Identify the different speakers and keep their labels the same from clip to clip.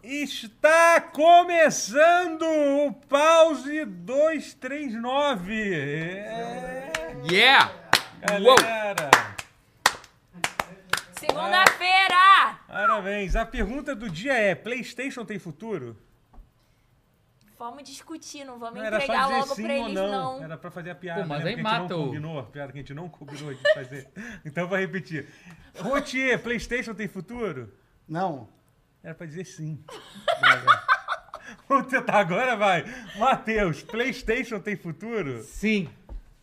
Speaker 1: Está começando o Pause 239. É,
Speaker 2: Yeah! Uou!
Speaker 1: galera,
Speaker 3: Segunda-feira!
Speaker 1: parabéns. A pergunta do dia é: PlayStation tem futuro?
Speaker 3: Vamos discutir, não vamos
Speaker 1: Não era só
Speaker 3: entregar
Speaker 1: dizer
Speaker 3: logo
Speaker 1: sim
Speaker 3: pra
Speaker 1: ou
Speaker 3: eles,
Speaker 1: não.
Speaker 3: não.
Speaker 1: Era pra fazer a piada.
Speaker 2: Pô, mas
Speaker 1: né?
Speaker 2: aí
Speaker 1: Porque a gente
Speaker 2: mata
Speaker 1: não
Speaker 2: o-
Speaker 1: combinou, a piada que a gente não combinou de fazer. então vou repetir. Rotier, PlayStation tem futuro?
Speaker 4: Não.
Speaker 1: Era pra dizer sim. Vamos tentar agora, vai. Matheus, PlayStation tem futuro?
Speaker 2: Sim!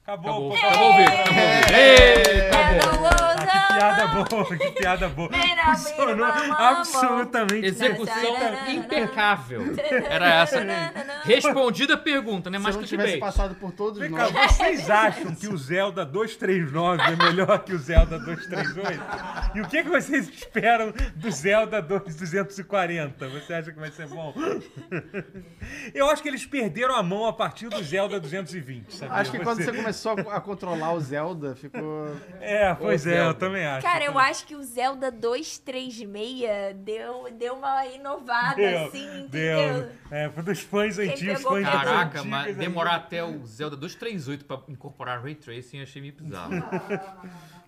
Speaker 1: Acabou,
Speaker 2: Acabou,
Speaker 1: pô.
Speaker 2: acabou o vídeo! acabou o vídeo. Ei,
Speaker 3: Cada
Speaker 2: acabou.
Speaker 1: Ah, Que
Speaker 3: ousa-
Speaker 1: piada boa, que piada boa.
Speaker 3: Vem na
Speaker 1: Funcionou
Speaker 3: beira, mamão.
Speaker 1: absolutamente.
Speaker 2: Execução
Speaker 3: Não, não, não,
Speaker 2: impecável! Era essa, né? Respondida a pergunta, né?
Speaker 4: Se eu
Speaker 2: Mas
Speaker 4: não
Speaker 2: tudo
Speaker 4: tivesse
Speaker 2: bem.
Speaker 4: passado por todos
Speaker 1: Vem cá,
Speaker 4: nós.
Speaker 1: vocês acham que o Zelda 239 é melhor que o Zelda 238? E o que, que vocês esperam do Zelda 2240? Você acha que vai ser bom? Eu acho que eles perderam a mão a partir do Zelda 220, sabe?
Speaker 4: Acho que quando você começou a a controlar o Zelda, ficou.
Speaker 1: É, pois
Speaker 2: Ô,
Speaker 1: é, eu
Speaker 2: Zelda.
Speaker 1: também acho.
Speaker 3: Cara, eu acho que o Zelda 236 deu, deu uma inovada,
Speaker 1: Deu,
Speaker 3: assim, entendeu?
Speaker 1: deu. É, dos fãs antigos,
Speaker 3: pegou
Speaker 1: fãs
Speaker 3: pesado.
Speaker 2: Caraca,
Speaker 1: antigos,
Speaker 2: mas
Speaker 1: aí-
Speaker 2: demorar até o Zelda 238 pra incorporar Ray Tracing achei meio bizarro.
Speaker 3: Cara,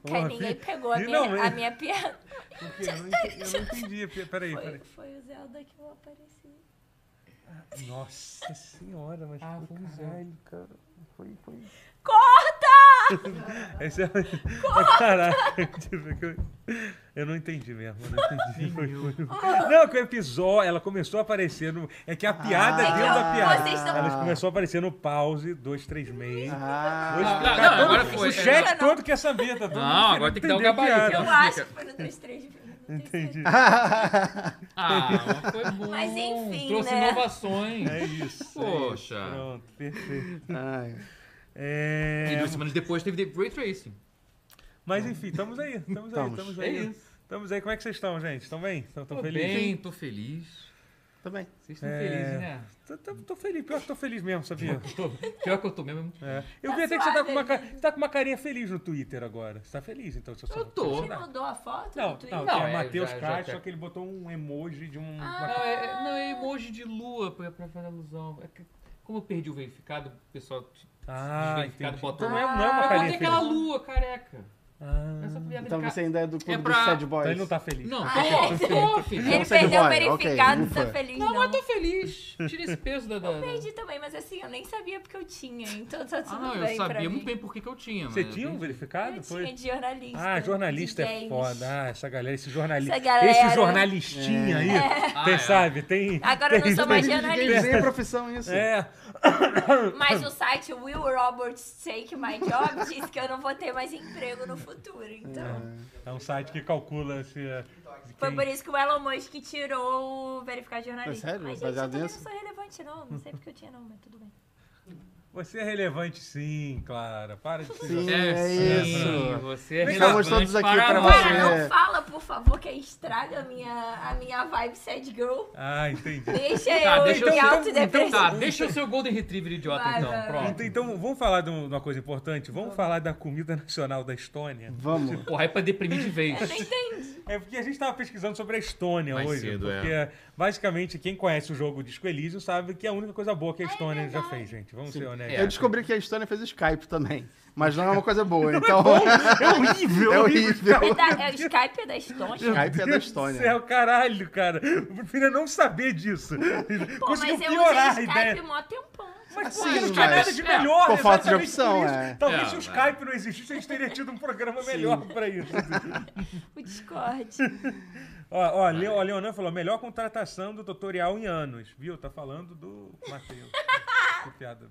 Speaker 1: Porra,
Speaker 3: ninguém
Speaker 1: fi- é.
Speaker 3: pegou a
Speaker 1: finalmente.
Speaker 3: minha, a minha piada.
Speaker 1: Por quê? Eu não entendi. Eu não entendi. Pe- Peraí,
Speaker 3: Foi,
Speaker 1: peraí.
Speaker 3: foi o Zelda que eu apareci.
Speaker 1: Nossa senhora, mas ah, foi caralho, cara. Foi, foi.
Speaker 3: Corta!
Speaker 1: Esse é... Caralho, tipo, que eu- eu não entendi mesmo. Eu não entendi. Foi, foi... Não, que o episódio, ela começou a aparecer no. É que a piada
Speaker 3: É que
Speaker 1: dentro da
Speaker 3: eu-
Speaker 1: piada.
Speaker 3: vocês estão-
Speaker 1: Ela começou a aparecer no pause 236.
Speaker 4: Ah,
Speaker 1: Hoje-
Speaker 2: não,
Speaker 1: cara,
Speaker 2: não, agora
Speaker 1: todo-
Speaker 2: foi,
Speaker 1: O
Speaker 2: é,
Speaker 1: chat
Speaker 3: não.
Speaker 1: todo quer saber, tá todo
Speaker 2: Não,
Speaker 1: mundo
Speaker 2: agora
Speaker 1: querendo
Speaker 2: tem que dar o
Speaker 1: entender a
Speaker 2: gabarito,
Speaker 1: piada.
Speaker 3: Eu acho que foi no 236. não tenho
Speaker 1: Entendi.
Speaker 2: Ah, mas foi bom.
Speaker 3: Mas enfim,
Speaker 2: Trouxe
Speaker 3: né?
Speaker 2: inovações.
Speaker 1: É isso. É isso.
Speaker 2: Poxa.
Speaker 1: Pronto, perfeito.
Speaker 4: ai.
Speaker 1: É,
Speaker 2: E duas semanas depois teve The Ray Tracing.
Speaker 1: Mas enfim, estamos aí, estamos aí,
Speaker 4: Estamos.
Speaker 1: estamos
Speaker 2: É
Speaker 1: aí.
Speaker 2: isso.
Speaker 1: Estamos aí, como é que vocês estão, gente? Estão bem? Estão tão
Speaker 2: Tô
Speaker 1: felizes?
Speaker 2: bem, tô feliz.
Speaker 4: Tá bem.
Speaker 2: Vocês estão
Speaker 1: É.
Speaker 2: felizes, né?
Speaker 1: Tô, tô- tô feliz, pior que tô feliz mesmo,
Speaker 2: Tá
Speaker 1: sabia?
Speaker 2: Tô- Pior que eu tô mesmo.
Speaker 1: É. Eu
Speaker 3: Tá
Speaker 1: vi até que você tá,
Speaker 3: suave,
Speaker 1: com uma, ca-
Speaker 3: né?
Speaker 1: você tá com uma carinha feliz no Twitter agora. Você tá feliz, então? seu- seu-
Speaker 2: tô.
Speaker 3: Ele mudou a foto? do
Speaker 1: Não,
Speaker 3: Twitter?
Speaker 1: não,
Speaker 2: Não,
Speaker 1: é,
Speaker 2: é,
Speaker 1: Matheus
Speaker 2: já- já
Speaker 1: Caixa,
Speaker 2: tá.
Speaker 1: só que ele botou um emoji de um...
Speaker 2: Não, é, não, é emoji de lua pra, pra fazer alusão. É que, como eu perdi o verificado, o pessoal te-
Speaker 1: Ah,
Speaker 2: desverificado
Speaker 1: entendi.
Speaker 2: botou.
Speaker 1: Então não é, não é
Speaker 2: Ah,
Speaker 1: uma
Speaker 2: eu
Speaker 1: carinha
Speaker 2: botei aquela
Speaker 1: feliz.
Speaker 2: lua careca.
Speaker 1: Ah,
Speaker 2: Essa piada
Speaker 4: Então
Speaker 2: ca-
Speaker 4: você ainda é do clube
Speaker 2: É pra-
Speaker 4: dos Sad Boys.
Speaker 1: então ele não tá feliz.
Speaker 2: Não,
Speaker 3: Ah, é?
Speaker 2: tô, tô, filho.
Speaker 3: Ele
Speaker 4: Não sei do
Speaker 3: perdeu o
Speaker 4: boy, ok,
Speaker 3: verificado, não tá
Speaker 4: ufa.
Speaker 3: feliz.
Speaker 2: Não,
Speaker 3: Não,
Speaker 2: mas tô feliz. Tira esse peso da... da- da-
Speaker 3: Perdi também, mas assim, eu nem sabia porque eu tinha, então tá tudo
Speaker 2: Ah, não,
Speaker 3: bem
Speaker 2: eu
Speaker 3: pra
Speaker 2: sabia
Speaker 3: mim.
Speaker 2: muito bem por que que eu tinha.
Speaker 1: Você
Speaker 2: mas
Speaker 1: tinha um
Speaker 2: eu perdi.
Speaker 1: verificado?
Speaker 3: Eu
Speaker 1: Foi?
Speaker 3: tinha de jornalista.
Speaker 1: Ah, jornalista
Speaker 3: de
Speaker 1: é
Speaker 3: games.
Speaker 1: foda. Ah, essa galera, esse jornalista.
Speaker 3: Essa galera.
Speaker 1: Esse jornalistinha aí.
Speaker 2: Ah,
Speaker 1: Tem,
Speaker 2: é.
Speaker 1: sabe? Tem.
Speaker 3: Agora eu não
Speaker 1: tem-
Speaker 3: sou Tá mais
Speaker 1: tem-
Speaker 4: Ninguém
Speaker 3: jornalista.
Speaker 4: diz nem a profissão isso.
Speaker 1: É.
Speaker 3: Mas o site Will Roberts Take My Job diz que eu não vou ter mais emprego no futuro, então.
Speaker 1: É um site que calcula se. é,
Speaker 3: Foi
Speaker 1: quem-
Speaker 3: por isso que o Elon Musk tirou o verificado de jornalista.
Speaker 4: É sério?
Speaker 3: Mas, gente, eu
Speaker 4: Baseado
Speaker 3: também não
Speaker 4: nisso?
Speaker 3: sou relevante, não. Não sei porque eu tinha, não, mas tudo bem.
Speaker 1: Você é relevante, sim, Clara. Para de ser.
Speaker 4: Sim,
Speaker 1: jornalista.
Speaker 4: é,
Speaker 2: É, sim,
Speaker 4: isso.
Speaker 2: Você é
Speaker 4: Vem cá,
Speaker 2: relevante
Speaker 4: todos aqui pra
Speaker 2: nós.
Speaker 4: você.
Speaker 3: Cara, não fala, por favor, que estraga a minha, a minha vibe sad girl.
Speaker 1: Ah, entendi.
Speaker 3: Deixa
Speaker 2: Tá,
Speaker 3: eu
Speaker 2: deixa eu-
Speaker 3: me
Speaker 2: então-
Speaker 3: autodepreciar.
Speaker 2: Tá, deixa o seu Golden Retriever idiota
Speaker 3: Vai,
Speaker 2: então.
Speaker 3: vai, vai.
Speaker 2: Pronto.
Speaker 1: Então, então, vamos falar de um- de uma coisa importante? Vamos falar da comida nacional da Estônia?
Speaker 4: Vamos.
Speaker 2: Porra, é pra deprimir de vez.
Speaker 3: Eu não entendi.
Speaker 1: É porque a gente estava pesquisando sobre a Estônia
Speaker 2: Mais
Speaker 1: hoje.
Speaker 2: cedo,
Speaker 1: porque, basicamente, quem conhece o jogo Disco Elysium sabe que é a única coisa boa que a Estônia já
Speaker 3: verdade.
Speaker 1: fez, gente. Vamos ser honestos.
Speaker 2: É.
Speaker 4: Eu descobri que a Estônia fez Skype também. Mas não é uma coisa boa, então.
Speaker 1: É horrível,
Speaker 4: É horrível.
Speaker 3: É, da- é o Skype é da Estônia?
Speaker 4: Skype é da Estônia.
Speaker 1: Meu Céu, caralho, cara. Eu preferia não saber disso.
Speaker 3: Pô, mas eu
Speaker 1: Conseguiu
Speaker 3: usei
Speaker 1: piorar a
Speaker 3: Skype
Speaker 1: ideia.
Speaker 3: mó tempão.
Speaker 1: Mas
Speaker 4: Assim,
Speaker 1: por que não tinha
Speaker 4: mas-
Speaker 1: nada de
Speaker 2: é,
Speaker 1: melhor?
Speaker 4: por falta de
Speaker 1: exatamente por
Speaker 4: opção,
Speaker 1: isso.
Speaker 4: é.
Speaker 1: Talvez
Speaker 2: É,
Speaker 1: se o
Speaker 2: é.
Speaker 1: Skype não existisse, a gente teria tido um programa melhor pra isso.
Speaker 3: O Discord.
Speaker 1: ó, ó, Le- ó, Leonan falou, melhor contratação do tutorial em anos. Viu? Tá falando do Matheus. que piada.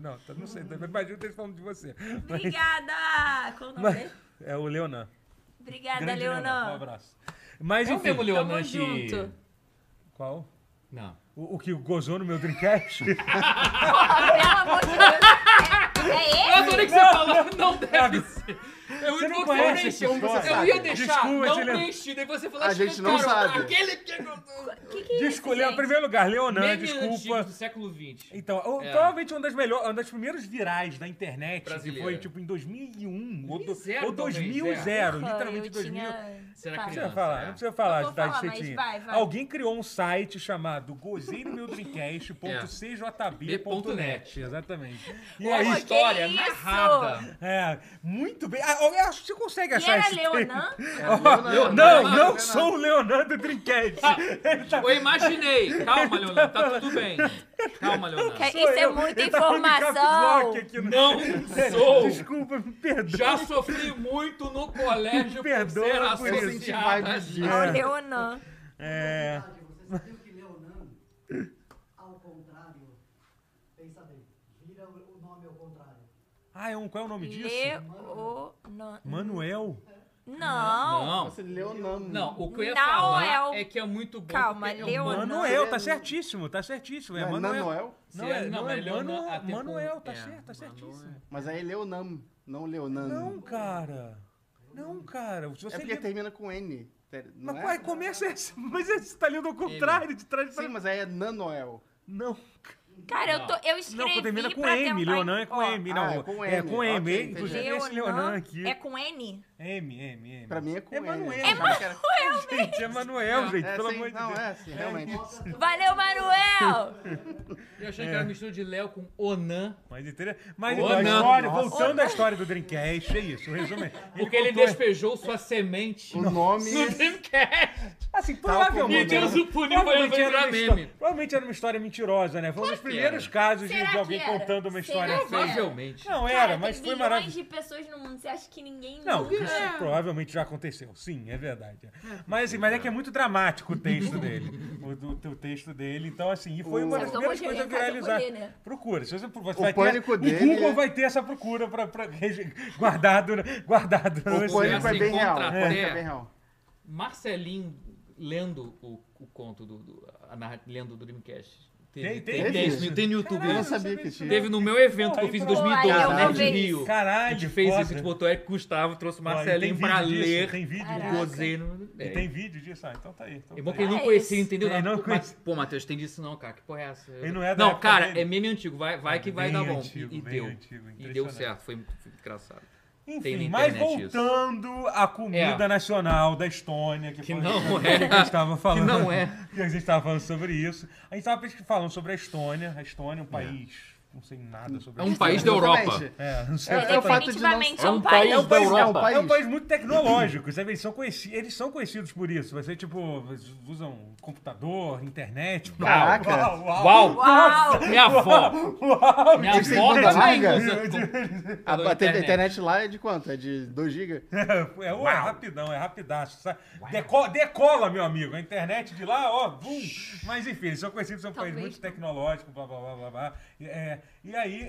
Speaker 1: Não, tá- não sei. Imagina que eles falando de você. Mas,
Speaker 3: Obrigada! Qual o nome dele?
Speaker 1: é o Leonan.
Speaker 3: Obrigada,
Speaker 1: Grande Leonan. Um
Speaker 3: Leonan.
Speaker 1: abraço. Mas
Speaker 2: É o
Speaker 1: enfim.
Speaker 2: mesmo Leonan
Speaker 3: Tamo
Speaker 2: que...
Speaker 3: junto.
Speaker 1: Qual?
Speaker 2: Não.
Speaker 1: O, o que gozou no meu Dreamcast?
Speaker 3: Porra, pelo amor de Deus. É, é
Speaker 2: Eu
Speaker 3: ele?
Speaker 2: É adorei que você falou, não deve ser. Eu
Speaker 1: Você
Speaker 2: ia
Speaker 1: não
Speaker 2: não
Speaker 1: conhece
Speaker 2: preencher.
Speaker 1: esse
Speaker 2: Eu,
Speaker 1: cara.
Speaker 2: ia deixar
Speaker 1: Desculpa,
Speaker 2: não
Speaker 1: ele-
Speaker 2: preenchido. Aí você falou
Speaker 4: A
Speaker 2: assim,
Speaker 4: gente não
Speaker 2: cara,
Speaker 4: sabe.
Speaker 2: Aquele que...
Speaker 3: que, que é isso,
Speaker 1: Desculpa, em
Speaker 3: gente?
Speaker 1: primeiro lugar, Leonan,
Speaker 2: Meme antigo
Speaker 1: desculpa.
Speaker 2: do século XX.
Speaker 1: Então, o-
Speaker 2: É.
Speaker 1: provavelmente uma das melhores, uma das primeiras virais da internet, que
Speaker 2: Brasileira.
Speaker 1: foi tipo em 2001 ou, do,
Speaker 2: 2000,
Speaker 1: ou 2000,
Speaker 2: talvez, é.
Speaker 1: zero,
Speaker 3: Porra,
Speaker 1: literalmente
Speaker 3: eu
Speaker 1: 2000.
Speaker 3: tinha-
Speaker 2: Será
Speaker 3: Tá.
Speaker 1: Não
Speaker 2: que
Speaker 1: precisa
Speaker 2: criança,
Speaker 1: falar,
Speaker 2: é.
Speaker 1: não precisa falar
Speaker 3: Eu vou
Speaker 1: de tais
Speaker 3: falar, mas
Speaker 1: chetinhas.
Speaker 3: vai, vai.
Speaker 1: Alguém criou um site chamado gozeiromeudrincast.cjb.net.
Speaker 2: É.
Speaker 1: Exatamente. E é
Speaker 2: Uma
Speaker 1: aí,
Speaker 3: Olha, que
Speaker 2: história
Speaker 3: isso?
Speaker 2: narrada.
Speaker 1: é, muito bem. Ah, eu acho que você consegue
Speaker 3: E
Speaker 1: achar
Speaker 3: era
Speaker 1: esse texto.
Speaker 3: Leonan?
Speaker 1: Não,
Speaker 2: É, Leonardo.
Speaker 1: não,
Speaker 2: Leonardo,
Speaker 1: não sou o Leonardo Drincast.
Speaker 3: É,
Speaker 1: Ele tá
Speaker 2: Eu imaginei. Calma, Leonardo, tá tudo bem. Calma, Leonardo.
Speaker 3: Isso
Speaker 1: sou
Speaker 3: é
Speaker 1: eu.
Speaker 3: muita
Speaker 1: Ele tava de caps
Speaker 3: informação.
Speaker 1: lock aqui no-
Speaker 2: Não
Speaker 1: Sério,
Speaker 2: sou.
Speaker 1: Desculpa, me É. perdoa.
Speaker 2: Já sofri muito no colégio
Speaker 1: Me perdoa
Speaker 2: por ser
Speaker 1: por isso.
Speaker 2: associado
Speaker 1: tá
Speaker 2: a
Speaker 4: Incentivar
Speaker 3: É
Speaker 2: gente.
Speaker 3: o Leonan.
Speaker 1: É,
Speaker 5: Você viu que Leonardo, ao contrário, pensa bem, vira o o nome ao contrário.
Speaker 1: Ah, é um, qual é o nome disso?
Speaker 3: Leonan.
Speaker 1: Manuel.
Speaker 3: Não.
Speaker 2: Não,
Speaker 4: Você Leonano.
Speaker 2: não, o que eu ia
Speaker 3: Não,
Speaker 2: falar
Speaker 3: é o-
Speaker 2: é que é muito bom.
Speaker 3: Calma,
Speaker 2: porque é um
Speaker 3: Leonardo.
Speaker 2: mano-
Speaker 1: Manuel, tá certíssimo, tá certíssimo. É
Speaker 4: Não é
Speaker 1: Manuel.
Speaker 4: Nanoel?
Speaker 1: Não,
Speaker 2: Se é-
Speaker 1: é,
Speaker 2: não,
Speaker 1: não,
Speaker 2: mas
Speaker 1: é
Speaker 2: Leonan-
Speaker 1: Manu-
Speaker 2: até com-
Speaker 1: Manuel, tá
Speaker 2: é,
Speaker 1: certo, tá
Speaker 2: Manu-
Speaker 1: certíssimo.
Speaker 4: Mas aí é Leonam, não Leonano.
Speaker 1: Não, cara. Não, cara. Se
Speaker 4: um é
Speaker 1: você
Speaker 4: porque
Speaker 1: lê-
Speaker 4: termina com N. ter- Não
Speaker 1: Mas
Speaker 4: é?
Speaker 1: qual- começa esse. Mas esse tá lendo ao contrário, de trás pra.
Speaker 4: Sim, mas aí é Nanoel.
Speaker 1: Não.
Speaker 3: Cara, eu, tô, eu
Speaker 1: Não,
Speaker 3: escrevi
Speaker 1: quando termina com
Speaker 3: pra
Speaker 1: M.
Speaker 3: tentar-
Speaker 1: Leonan é com
Speaker 3: Ó,
Speaker 1: M, não.
Speaker 4: Ah, é com
Speaker 1: É
Speaker 4: M,
Speaker 1: com M.
Speaker 4: ok,
Speaker 1: Inclusive
Speaker 4: entendi.
Speaker 1: esse Leonan aqui.
Speaker 3: é com N?
Speaker 1: M, M, M.
Speaker 4: Pra mim é com
Speaker 1: É
Speaker 4: N.
Speaker 1: Manuel.
Speaker 4: eu achava que era-
Speaker 1: Gente, é Manuel, gente,
Speaker 4: É,
Speaker 1: pelo
Speaker 4: sim,
Speaker 1: amor de
Speaker 4: não,
Speaker 1: Deus.
Speaker 4: é, sim, realmente.
Speaker 3: Valeu, Manuel!
Speaker 2: Eu achei
Speaker 1: É.
Speaker 2: que era mistura de Léo com Onan,
Speaker 1: Mas, inter- mas
Speaker 2: Ô,
Speaker 1: a
Speaker 2: não.
Speaker 1: história,
Speaker 4: Nossa.
Speaker 1: voltando à história do Dreamcast, é isso, resume.
Speaker 2: porque ele
Speaker 1: contou-
Speaker 2: despejou sua semente
Speaker 4: O
Speaker 2: no
Speaker 4: nome.
Speaker 2: Dreamcast.
Speaker 4: Tá um
Speaker 1: Assim,
Speaker 2: E
Speaker 1: provavelmente.
Speaker 4: como
Speaker 2: Deus o puniu pra ele
Speaker 1: provavelmente era
Speaker 2: virar
Speaker 1: uma histó-
Speaker 2: meme.
Speaker 1: provavelmente era uma história mentirosa, né? Foi um dos primeiros casos de,
Speaker 3: Será
Speaker 1: de alguém
Speaker 3: que era?
Speaker 1: contando uma história
Speaker 3: Será que
Speaker 1: feia.
Speaker 3: era?
Speaker 2: Provavelmente.
Speaker 1: Não
Speaker 3: Cara,
Speaker 1: era,
Speaker 3: tem
Speaker 1: mas foi
Speaker 3: bilhões
Speaker 1: maravilhoso.
Speaker 3: de pessoas no mundo, você acha que ninguém
Speaker 1: Não,
Speaker 3: nunca...
Speaker 1: isso provavelmente já aconteceu. Sim, é verdade. Mas, assim, mas é que é muito dramático o texto dele. O, do- o texto dele. Então, assim, e foi uma das
Speaker 3: Sabe que eu
Speaker 1: primeiras coisas a
Speaker 3: vou chegar em casa e
Speaker 1: viralizar.
Speaker 3: vou ler, né?
Speaker 1: Procura. Se você, você
Speaker 4: O
Speaker 1: vai ter-
Speaker 4: pânico
Speaker 1: o
Speaker 4: dele
Speaker 1: Google
Speaker 4: é-
Speaker 1: vai ter essa procura pra, pra- guardado, né? guardado.
Speaker 4: O pânico é
Speaker 2: assim,
Speaker 4: bem real. O
Speaker 2: contra-
Speaker 4: pânico
Speaker 2: é.
Speaker 4: é bem real.
Speaker 2: Marcelinho lendo o, o conto do, do a narra- lendo do Dreamcast.
Speaker 1: Tem-
Speaker 2: Teve-
Speaker 1: tem
Speaker 4: isso?
Speaker 2: no- tem no YouTube.
Speaker 4: Eu não
Speaker 2: isso.
Speaker 4: sabia que tinha.
Speaker 2: Teve no meu evento que eu fiz em
Speaker 1: é Pô, então, aí
Speaker 2: 2012,
Speaker 4: eu
Speaker 2: no
Speaker 4: vou
Speaker 2: Nerd
Speaker 3: ver
Speaker 2: né, Rio. A
Speaker 1: Caralho,
Speaker 2: gente fez
Speaker 1: foda.
Speaker 2: isso, a gente botou Eric Gustavo, trouxe o
Speaker 1: Olha,
Speaker 2: Marcelinho
Speaker 1: tem
Speaker 2: pra
Speaker 1: vídeo disso,
Speaker 2: ler.
Speaker 1: Tem vídeo
Speaker 2: o
Speaker 3: Caraca.
Speaker 1: disso.
Speaker 2: Gozeiro.
Speaker 1: E tem vídeo disso? Ah, então tá aí. então
Speaker 2: É
Speaker 1: tá
Speaker 2: bom
Speaker 1: aí.
Speaker 2: que ele não
Speaker 3: É
Speaker 2: conhecia,
Speaker 3: isso.
Speaker 2: entendeu?
Speaker 1: Ele não
Speaker 2: Mas-
Speaker 1: conhecia.
Speaker 2: Pô, Matheus, tem disso não, cara. Que porra é essa? Eu-
Speaker 1: Ele não é da
Speaker 2: Não,
Speaker 1: época
Speaker 2: cara,
Speaker 1: dele.
Speaker 2: é meme antigo. Vai, vai que vai
Speaker 1: Bem
Speaker 2: dar bom.
Speaker 1: antigo,
Speaker 2: e, e
Speaker 1: bem
Speaker 2: deu.
Speaker 1: antigo,
Speaker 2: e deu
Speaker 1: impressionante.
Speaker 2: certo. Foi muito, foi engraçado. Tem na
Speaker 1: Enfim, mas
Speaker 2: internet isso.
Speaker 1: voltando à comida
Speaker 2: É.
Speaker 1: nacional da Estônia, que,
Speaker 2: Que
Speaker 1: foi
Speaker 2: não
Speaker 1: que
Speaker 2: é.
Speaker 1: a gente estava falando.
Speaker 2: não é.
Speaker 1: Que a gente estava falando sobre isso. A gente estava pesqui- falando sobre a Estônia. A Estônia é um país. Não sei nada sobre
Speaker 2: É
Speaker 1: a
Speaker 2: um
Speaker 1: Estônia.
Speaker 2: país da Europa.
Speaker 4: Exatamente.
Speaker 1: É, não sei.
Speaker 4: É, é o fato de não.
Speaker 3: Definitivamente
Speaker 2: É
Speaker 3: é
Speaker 2: um
Speaker 3: um país.
Speaker 2: país da
Speaker 4: é um
Speaker 2: Europa.
Speaker 4: país.
Speaker 1: É um país muito tecnológico, sabe? Eles são, conheci- eles são conhecidos por isso. Você, tipo, usam computador, internet.
Speaker 4: Caraca.
Speaker 2: Uau!
Speaker 3: Uau!
Speaker 2: Minha avó!
Speaker 1: Uau!
Speaker 2: Minha
Speaker 4: Eles têm
Speaker 2: avó
Speaker 4: banda
Speaker 2: também
Speaker 4: larga?
Speaker 2: usa.
Speaker 4: A,
Speaker 2: pela
Speaker 4: a te- a internet lá é de quanto? É de 2 GB?
Speaker 1: É, é, ué, rapidão, é rapidaço. sabe? Deco- decola, meu amigo. A internet de lá, ó, bum. Mas enfim, eles são conhecidos, são um país
Speaker 3: Talvez
Speaker 1: muito
Speaker 3: não.
Speaker 1: tecnológico, blá blá blá blá blá. E, é, e aí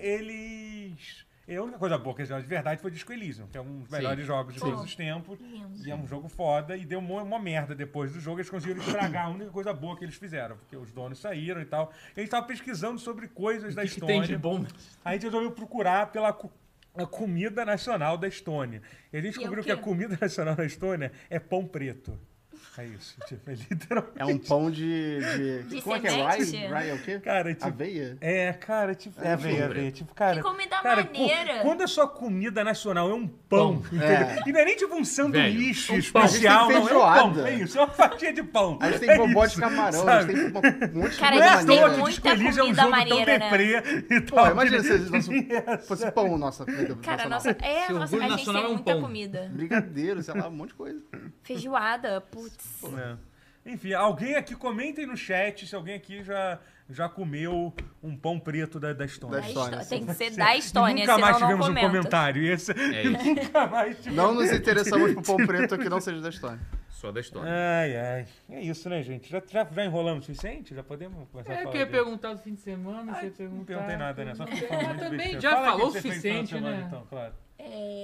Speaker 1: eles. e A única coisa boa que eles jogaram de verdade foi Disco Elysium, que é um dos
Speaker 2: Sim.
Speaker 1: melhores jogos de
Speaker 3: Sim.
Speaker 1: todos os tempos.
Speaker 3: Lindo.
Speaker 1: E é um jogo foda, e deu uma, uma merda depois do jogo. Eles conseguiram estragar a única coisa boa que eles fizeram, porque os donos saíram e tal. E eles estavam pesquisando sobre coisas da
Speaker 2: O que, que
Speaker 1: Estônia.
Speaker 2: tem de bom?
Speaker 1: A gente resolveu procurar pela cu- a comida nacional da Estônia. E a gente descobriu que
Speaker 3: é quê?
Speaker 1: a comida nacional da Estônia é pão preto. É isso. Tipo, é literalmente.
Speaker 4: É um pão de. de-
Speaker 3: De
Speaker 4: como é que é?
Speaker 3: semente?
Speaker 4: Rye? Rye é o quê?
Speaker 1: Cara, tipo-
Speaker 4: Aveia?
Speaker 1: É, cara, tipo, é,
Speaker 4: É,
Speaker 1: velho,
Speaker 4: pão
Speaker 1: velho, tipo, cara.
Speaker 3: Que comida
Speaker 1: cara,
Speaker 3: é maneira.
Speaker 1: cu- Quando a sua comida nacional é um pão,
Speaker 2: Pão.
Speaker 1: entendeu?
Speaker 4: É.
Speaker 1: E não é nem tipo um sanduíche
Speaker 2: Velho, um pão.
Speaker 1: especial,
Speaker 4: A gente tem
Speaker 1: não. É um pão.
Speaker 4: feijoada.
Speaker 1: É isso, é uma fatia de pão.
Speaker 4: A gente
Speaker 1: É
Speaker 4: tem bobó de
Speaker 1: isso,
Speaker 4: camarão, a
Speaker 1: sabe?
Speaker 4: gente tem uma- um monte de
Speaker 3: Cara,
Speaker 1: Não é
Speaker 3: a
Speaker 1: à
Speaker 3: gente
Speaker 1: toa
Speaker 3: tem
Speaker 1: que
Speaker 4: maneira.
Speaker 3: muito-
Speaker 1: Disco
Speaker 3: muita
Speaker 1: Elysium é um
Speaker 3: comida
Speaker 1: jogo tão
Speaker 3: maneira, né?
Speaker 1: deprê e
Speaker 4: Pô,
Speaker 1: tal.
Speaker 4: imagina se eles nosso,
Speaker 1: Essa-
Speaker 4: fosse pão nossa comida
Speaker 3: Cara,
Speaker 4: nacional.
Speaker 3: nossa, é,
Speaker 2: Se o
Speaker 3: nossa,
Speaker 2: orgulho
Speaker 3: a gente
Speaker 2: nacional é
Speaker 3: tem
Speaker 2: um
Speaker 3: muita
Speaker 2: pão.
Speaker 3: comida.
Speaker 4: Brigadeiro, sei lá, um monte de coisa.
Speaker 3: Feijoada, putz.
Speaker 1: É. Enfim, alguém aqui, comentem no chat se alguém aqui já, já comeu um pão preto da, da Estônia.
Speaker 4: Da
Speaker 3: Da
Speaker 4: Estônia,
Speaker 3: Estônia,
Speaker 4: sim.
Speaker 3: é Tem que ser da
Speaker 1: E
Speaker 3: Estônia,
Speaker 1: nunca mais
Speaker 3: senão não
Speaker 1: tivemos um
Speaker 3: comenta.
Speaker 1: comentário. E esse-
Speaker 2: É isso.
Speaker 1: nunca mais tivemos.
Speaker 4: Não nos interessamos por pão preto que não seja da história.
Speaker 2: Só da história.
Speaker 1: Ai, ai. É isso, né, gente? Já, já, já enrolamos o suficiente? Já podemos começar a
Speaker 2: É,
Speaker 1: falar
Speaker 2: que eu ia
Speaker 1: de-
Speaker 2: perguntar do fim de semana, você ia perguntar.
Speaker 1: Não perguntei nada, né? Só fiquei falando
Speaker 2: Mas
Speaker 1: de
Speaker 2: também
Speaker 1: besteira.
Speaker 2: já
Speaker 1: Fala aí
Speaker 2: falou o
Speaker 1: que você fez no final de
Speaker 2: suficiente,
Speaker 1: semana,
Speaker 2: né?
Speaker 1: Então, claro.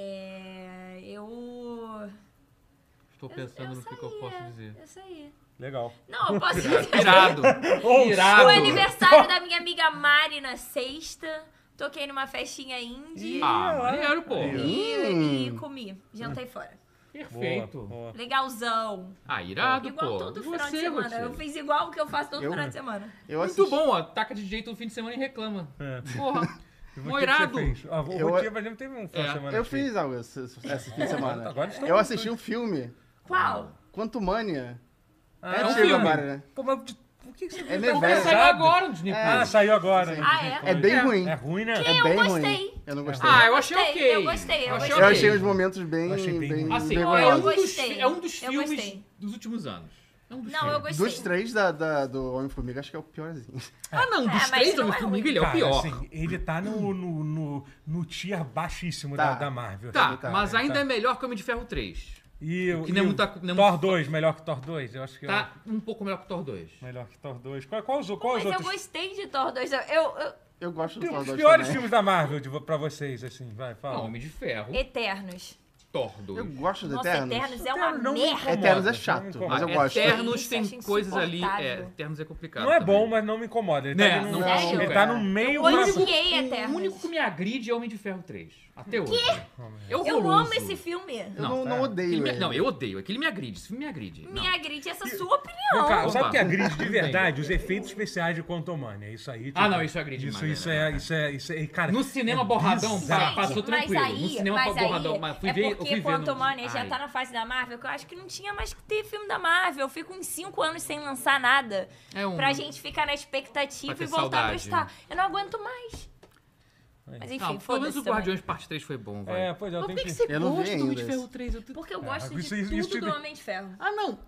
Speaker 3: É, eu...
Speaker 2: Estou pensando no que que eu posso dizer.
Speaker 3: Eu sei.
Speaker 1: Legal.
Speaker 3: Não, eu posso dizer.
Speaker 2: Irado!
Speaker 1: Ou-
Speaker 2: Irado!
Speaker 3: Foi aniversário da minha amiga Mari na sexta. Toquei numa festinha indie.
Speaker 1: Ih,
Speaker 2: Ah,
Speaker 1: olha.
Speaker 2: maneiro, pô.
Speaker 1: Aí,
Speaker 3: E,
Speaker 4: hum.
Speaker 3: e comi. Jantei fora.
Speaker 2: Perfeito.
Speaker 1: Boa, boa.
Speaker 3: Legalzão.
Speaker 2: Ah, irado,
Speaker 3: Igual
Speaker 2: pô.
Speaker 3: todo
Speaker 2: E
Speaker 3: final de
Speaker 2: você,
Speaker 3: semana.
Speaker 2: Rotinha?
Speaker 3: Eu fiz igual o que eu faço todo
Speaker 4: Eu-
Speaker 3: final de semana.
Speaker 4: Eu
Speaker 2: Muito
Speaker 4: assisti-
Speaker 2: bom, ó. Taca de jeito no fim de semana e reclama.
Speaker 1: É.
Speaker 2: Porra.
Speaker 1: E você,
Speaker 2: Moirado.
Speaker 1: o que que você fez? Ah, o
Speaker 4: Eu-
Speaker 1: Rotinha, por exemplo, teve um final de
Speaker 2: É.
Speaker 1: semana.
Speaker 4: Eu
Speaker 1: aqui.
Speaker 4: fiz algo esse, esse fim de semana.
Speaker 1: Agora estamos-
Speaker 4: Eu assisti um filme,
Speaker 3: Qual?
Speaker 4: Quantumania.
Speaker 1: Ah,
Speaker 4: é
Speaker 2: um
Speaker 4: antigo
Speaker 2: filme.
Speaker 4: agora, né?
Speaker 1: Pô, mas de- por que que você
Speaker 4: É
Speaker 1: fez?
Speaker 4: meio
Speaker 2: Porque
Speaker 4: velho.
Speaker 1: Pesado.
Speaker 2: saiu então agora o Disney
Speaker 1: Ah,
Speaker 2: Plus.
Speaker 1: saiu agora.
Speaker 4: Sim.
Speaker 1: né?
Speaker 3: Ah, é?
Speaker 1: Depois.
Speaker 4: É bem
Speaker 3: É.
Speaker 4: ruim.
Speaker 1: É ruim, né?
Speaker 4: É
Speaker 3: Eu
Speaker 4: bem
Speaker 3: gostei.
Speaker 4: ruim.
Speaker 1: É.
Speaker 4: Eu não gostei.
Speaker 2: Ah, eu achei
Speaker 3: gostei,
Speaker 2: ok.
Speaker 3: eu gostei, eu
Speaker 2: achei
Speaker 4: É. eu
Speaker 3: ok.
Speaker 4: achei uns momentos bem.
Speaker 1: Eu achei bem
Speaker 4: bem,
Speaker 1: ruim.
Speaker 2: Assim,
Speaker 4: bem
Speaker 2: é um
Speaker 4: gozos.
Speaker 2: dos,
Speaker 3: gostei.
Speaker 2: fi- é um dos
Speaker 3: Eu
Speaker 2: filmes
Speaker 3: gostei.
Speaker 2: dos últimos anos. É um dos
Speaker 3: Não,
Speaker 2: filmes.
Speaker 3: eu gostei.
Speaker 4: Dos três da, da- do Homem-Formiga, acho que é o piorzinho.
Speaker 2: Ah, não, dos
Speaker 3: mas
Speaker 2: três
Speaker 3: não é
Speaker 2: Homem-Formiga, ele
Speaker 3: ruim.
Speaker 2: é o
Speaker 1: Cara,
Speaker 2: pior.
Speaker 1: assim, ele tá no, no, no, no tier baixíssimo
Speaker 4: Tá.
Speaker 1: da, da Marvel.
Speaker 2: tá,
Speaker 1: sabe, cara?
Speaker 2: mas ainda
Speaker 1: Tá.
Speaker 2: é melhor que Homem de Ferro 3.
Speaker 1: E, o-
Speaker 2: que não
Speaker 1: e
Speaker 2: é
Speaker 1: o
Speaker 2: muita- não é
Speaker 1: Thor
Speaker 2: muito-
Speaker 1: 2, melhor que Thor 2? Eu acho que
Speaker 2: Tá um pouco melhor que o Thor 2.
Speaker 1: é o melhor que Thor 2. Qual, qual, os- qual os
Speaker 3: Mas eu
Speaker 1: outros?
Speaker 3: gostei de Thor 2. Eu, eu- eu-
Speaker 4: Eu gosto do Thor
Speaker 1: Os
Speaker 4: 2
Speaker 1: piores
Speaker 4: também.
Speaker 1: filmes da Marvel de, vo- pra vocês, assim, vai,
Speaker 2: Não,
Speaker 1: fala.
Speaker 2: Homem de Ferro,
Speaker 3: Eternos.
Speaker 2: Thor
Speaker 4: Eu
Speaker 2: 2.
Speaker 4: gosto do
Speaker 3: Nossa,
Speaker 4: Eternos.
Speaker 3: Eternos é uma
Speaker 1: Eterno não me
Speaker 3: merda.
Speaker 1: incomoda.
Speaker 4: Eternos é
Speaker 1: Não me
Speaker 4: chato,
Speaker 1: incomoda.
Speaker 4: mas eu
Speaker 2: Ah,
Speaker 4: gosto.
Speaker 2: Eternos
Speaker 3: Isso, acho
Speaker 2: tem coisas ali. É,
Speaker 3: insuportável.
Speaker 2: Eternos é complicado.
Speaker 1: Não é
Speaker 2: também.
Speaker 1: bom, mas não me incomoda. Ele
Speaker 2: Né,
Speaker 1: tá, ali
Speaker 2: não
Speaker 1: no-
Speaker 3: sério?
Speaker 1: ele tá no meio
Speaker 2: O
Speaker 1: pra-
Speaker 3: odiei
Speaker 2: único,
Speaker 3: Eternos.
Speaker 2: o único que me agride é Homem de Ferro 3. Até hoje. É
Speaker 3: Eu amo
Speaker 2: horroroso.
Speaker 3: esse filme.
Speaker 4: Eu não,
Speaker 1: Não,
Speaker 4: não
Speaker 1: tá.
Speaker 4: odeio
Speaker 2: Ele me-
Speaker 4: ele.
Speaker 2: Não, eu odeio. É que ele me agride. Esse filme me agride.
Speaker 3: Me
Speaker 2: Não.
Speaker 3: agride essa sua
Speaker 1: Vem cá,
Speaker 3: opinião.
Speaker 1: sabe o que
Speaker 2: Opa.
Speaker 1: agride de
Speaker 2: Tudo
Speaker 1: verdade? Os efeitos especiais de Quantumania. Isso aí. tipo,
Speaker 2: Ah, não, isso agride
Speaker 1: Isso,
Speaker 2: demais,
Speaker 1: isso,
Speaker 2: né?
Speaker 1: é, isso é. Isso é. Cara,
Speaker 2: No cinema borradão,
Speaker 1: bizarro.
Speaker 2: pa- passou
Speaker 3: Gente, mas
Speaker 2: tranquilo.
Speaker 3: aí,
Speaker 2: no cinema
Speaker 3: mas aí
Speaker 2: borradão, mas fui
Speaker 3: é
Speaker 2: ver, eu
Speaker 3: porque
Speaker 2: fui ver no-
Speaker 3: Quantumania já
Speaker 2: Ai.
Speaker 3: tá na fase da Marvel que eu acho que não tinha mais que ter filme da Marvel. Eu fico uns 5 anos sem lançar nada.
Speaker 2: É um-
Speaker 3: Pra gente ficar na expectativa
Speaker 2: Pra ter
Speaker 3: e voltar a
Speaker 2: saudade.
Speaker 3: gostar. Eu não aguento mais. Mas
Speaker 2: Ah,
Speaker 3: enfim,
Speaker 2: pelo menos
Speaker 3: foda-se
Speaker 2: o
Speaker 3: também.
Speaker 2: Guardiões Parte 3 foi bom, vai.
Speaker 1: É, pois é, eu
Speaker 2: Mas por
Speaker 1: tenho
Speaker 2: que,
Speaker 1: que.
Speaker 2: que você
Speaker 4: Eu não vi
Speaker 2: gosta do Homem de
Speaker 4: ainda
Speaker 2: Ferro 3? Eu tô-
Speaker 3: Porque eu gosto
Speaker 1: isso-
Speaker 3: de
Speaker 1: isso-
Speaker 3: tudo
Speaker 1: isso
Speaker 3: do
Speaker 1: tem-
Speaker 3: Homem de Ferro.
Speaker 2: Ah, não.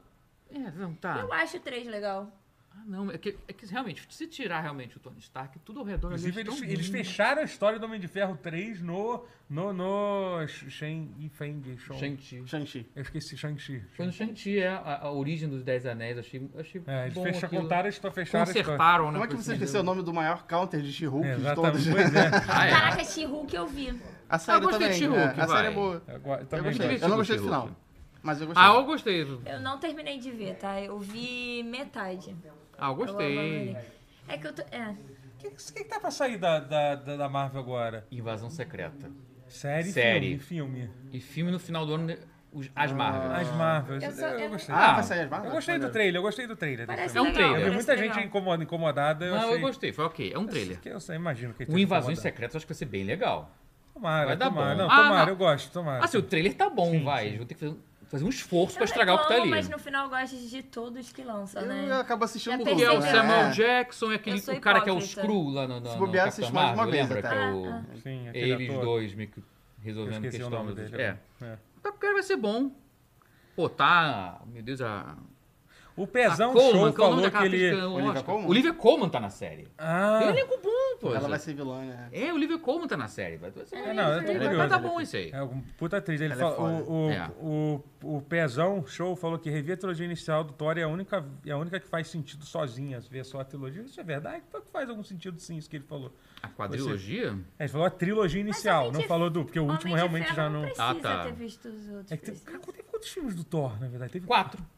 Speaker 2: É, não, tá.
Speaker 3: Eu acho o 3 legal.
Speaker 2: Ah, não. É que, é que realmente, se tirar realmente o Tony Stark, tudo ao redor
Speaker 1: Inclusive,
Speaker 2: ali é
Speaker 1: eles,
Speaker 2: tão
Speaker 1: eles
Speaker 2: ruim.
Speaker 1: fecharam a história do Homem de Ferro 3 no. no. no. Shen e Feng. Shon.
Speaker 2: Shang-Chi.
Speaker 4: Shang-Chi.
Speaker 1: Eu esqueci, Shang-Chi.
Speaker 2: Foi no Shang-Chi, é, a, a origem dos Dez Anéis. Achei, achei
Speaker 1: É, eles
Speaker 2: bom
Speaker 1: fecha,
Speaker 2: aquilo.
Speaker 1: contaram a história. Fecharam a história.
Speaker 2: Consertaram, né?
Speaker 4: Como é que
Speaker 2: por
Speaker 4: você
Speaker 2: assim
Speaker 4: esqueceu o
Speaker 2: dizer.
Speaker 4: nome do maior counter de She-Hulk
Speaker 1: É,
Speaker 4: de todos?
Speaker 1: exatamente, pois é.
Speaker 2: Ah, é.
Speaker 3: Caraca, She-Hulk eu vi.
Speaker 4: A série
Speaker 2: gostei de
Speaker 4: também.
Speaker 2: She-Hulk,
Speaker 4: é. A série é
Speaker 2: vai.
Speaker 4: boa.
Speaker 1: Agora, eu
Speaker 4: Eu
Speaker 1: também
Speaker 4: gostei.
Speaker 1: gosto.
Speaker 4: Eu não gostei do
Speaker 2: She-Hulk.
Speaker 4: final. Mas eu gostei.
Speaker 2: Ah, eu gostei.
Speaker 3: Eu não terminei de ver, tá? Eu vi metade.
Speaker 2: Ah, eu gostei.
Speaker 3: Eu amo ele. É que eu tô. É.
Speaker 1: O que, que, que tá pra sair da, da, da da Marvel agora?
Speaker 2: Invasão Secreta.
Speaker 1: Série,
Speaker 2: Série.
Speaker 1: filme, filme.
Speaker 2: E filme no final do ano, né, os- as Ah, Marvel.
Speaker 1: As Marvels.
Speaker 3: Eu
Speaker 1: Eu,
Speaker 3: só- eu não-
Speaker 1: gostei.
Speaker 4: Ah,
Speaker 2: Ah,
Speaker 4: vai sair as
Speaker 1: eu
Speaker 4: Marvel?
Speaker 1: gostei do
Speaker 4: Olha.
Speaker 1: trailer, eu gostei do trailer.
Speaker 3: Parece
Speaker 2: É um
Speaker 3: legal,
Speaker 2: trailer.
Speaker 1: Eu vi
Speaker 3: parece
Speaker 1: Ah, muita gente
Speaker 3: legal.
Speaker 1: incomoda, incomodada. Eu
Speaker 2: Não,
Speaker 1: achei...
Speaker 2: eu gostei. Foi ok. É um trailer.
Speaker 1: Que eu sei, imagino que
Speaker 2: O Invasões Secretas eu acho que vai ser bem legal.
Speaker 1: Tomara,
Speaker 2: Vai dar
Speaker 1: tomara.
Speaker 2: bom.
Speaker 1: Não,
Speaker 2: Ah,
Speaker 1: tomara,
Speaker 2: não.
Speaker 1: eu gosto, tomara.
Speaker 2: Ah, sim, o trailer tá bom,
Speaker 1: Sim,
Speaker 2: vai.
Speaker 1: sim.
Speaker 2: Vou ter que fazer um- fazer um esforço pra
Speaker 3: Eu
Speaker 2: estragar o que tá
Speaker 3: reclamo,
Speaker 2: ali.
Speaker 3: Mas no final eu gosto de todos que lançam, né?
Speaker 4: Eu acabo assistindo
Speaker 3: Já
Speaker 4: no
Speaker 2: Porque
Speaker 3: pensei
Speaker 2: é o
Speaker 3: né?
Speaker 2: Samuel
Speaker 4: É.
Speaker 2: Jackson é aquele
Speaker 3: Eu sou
Speaker 2: o cara que é o
Speaker 3: hipócrita.
Speaker 2: Screw lá no, no,
Speaker 4: Se
Speaker 2: no
Speaker 4: bobear,
Speaker 2: Capitão
Speaker 4: assiste mais de uma
Speaker 2: Marvel,
Speaker 4: vez
Speaker 2: lembra?
Speaker 4: até.
Speaker 2: Que é
Speaker 3: Ah,
Speaker 2: o...
Speaker 1: Sim, aquele
Speaker 2: Eles
Speaker 1: ator.
Speaker 2: dois meio que
Speaker 1: Eu
Speaker 2: resolvendo
Speaker 1: esqueci o
Speaker 2: questão.
Speaker 1: nome
Speaker 2: dos-
Speaker 1: dele.
Speaker 2: É.
Speaker 1: É.
Speaker 2: Então, Porque vai ser bom. Pô, tá... Meu Deus, a...
Speaker 1: O
Speaker 2: a
Speaker 1: Pezão
Speaker 2: Coleman,
Speaker 1: Show
Speaker 2: que é o nome
Speaker 1: falou
Speaker 2: daquela
Speaker 1: que
Speaker 2: atriz
Speaker 1: ele...
Speaker 2: ganhou o
Speaker 4: Olivia
Speaker 2: Oscar.
Speaker 4: Colman?
Speaker 2: Olivia Colman tá na série.
Speaker 1: Ah,
Speaker 2: Tem um elenco bom, pô.
Speaker 4: Ela vai ser vilã, né?
Speaker 2: É, o Olivia Colman tá na série. Vai, vai ser
Speaker 1: É,
Speaker 2: maneiro,
Speaker 1: não, eu
Speaker 2: isso
Speaker 1: tô
Speaker 2: aí, vai-
Speaker 1: curioso.
Speaker 2: Vai tá bom isso aí.
Speaker 1: é um puta atriz. Ele
Speaker 4: Ela é
Speaker 1: falou,
Speaker 4: foda.
Speaker 1: o, o,
Speaker 2: É.
Speaker 1: o, o Pezão Show falou que rever a trilogia inicial do Thor é a única, é a única que faz sentido sozinha, ver só a trilogia. Isso é verdade? Então faz algum sentido sim, isso que ele falou.
Speaker 2: A quadrilogia...
Speaker 1: É, ele falou a trilogia inicial,
Speaker 3: Homem
Speaker 1: não
Speaker 3: de-
Speaker 1: falou do... Porque o
Speaker 3: Homem
Speaker 1: último
Speaker 3: de
Speaker 1: realmente
Speaker 3: Ferro
Speaker 1: já não...
Speaker 3: precisa
Speaker 2: Ah, tá.
Speaker 3: ter visto os outros.
Speaker 1: É que teve, cara, teve quantos filmes do Thor, na verdade? Teve
Speaker 2: Quatro.
Speaker 4: Quatro.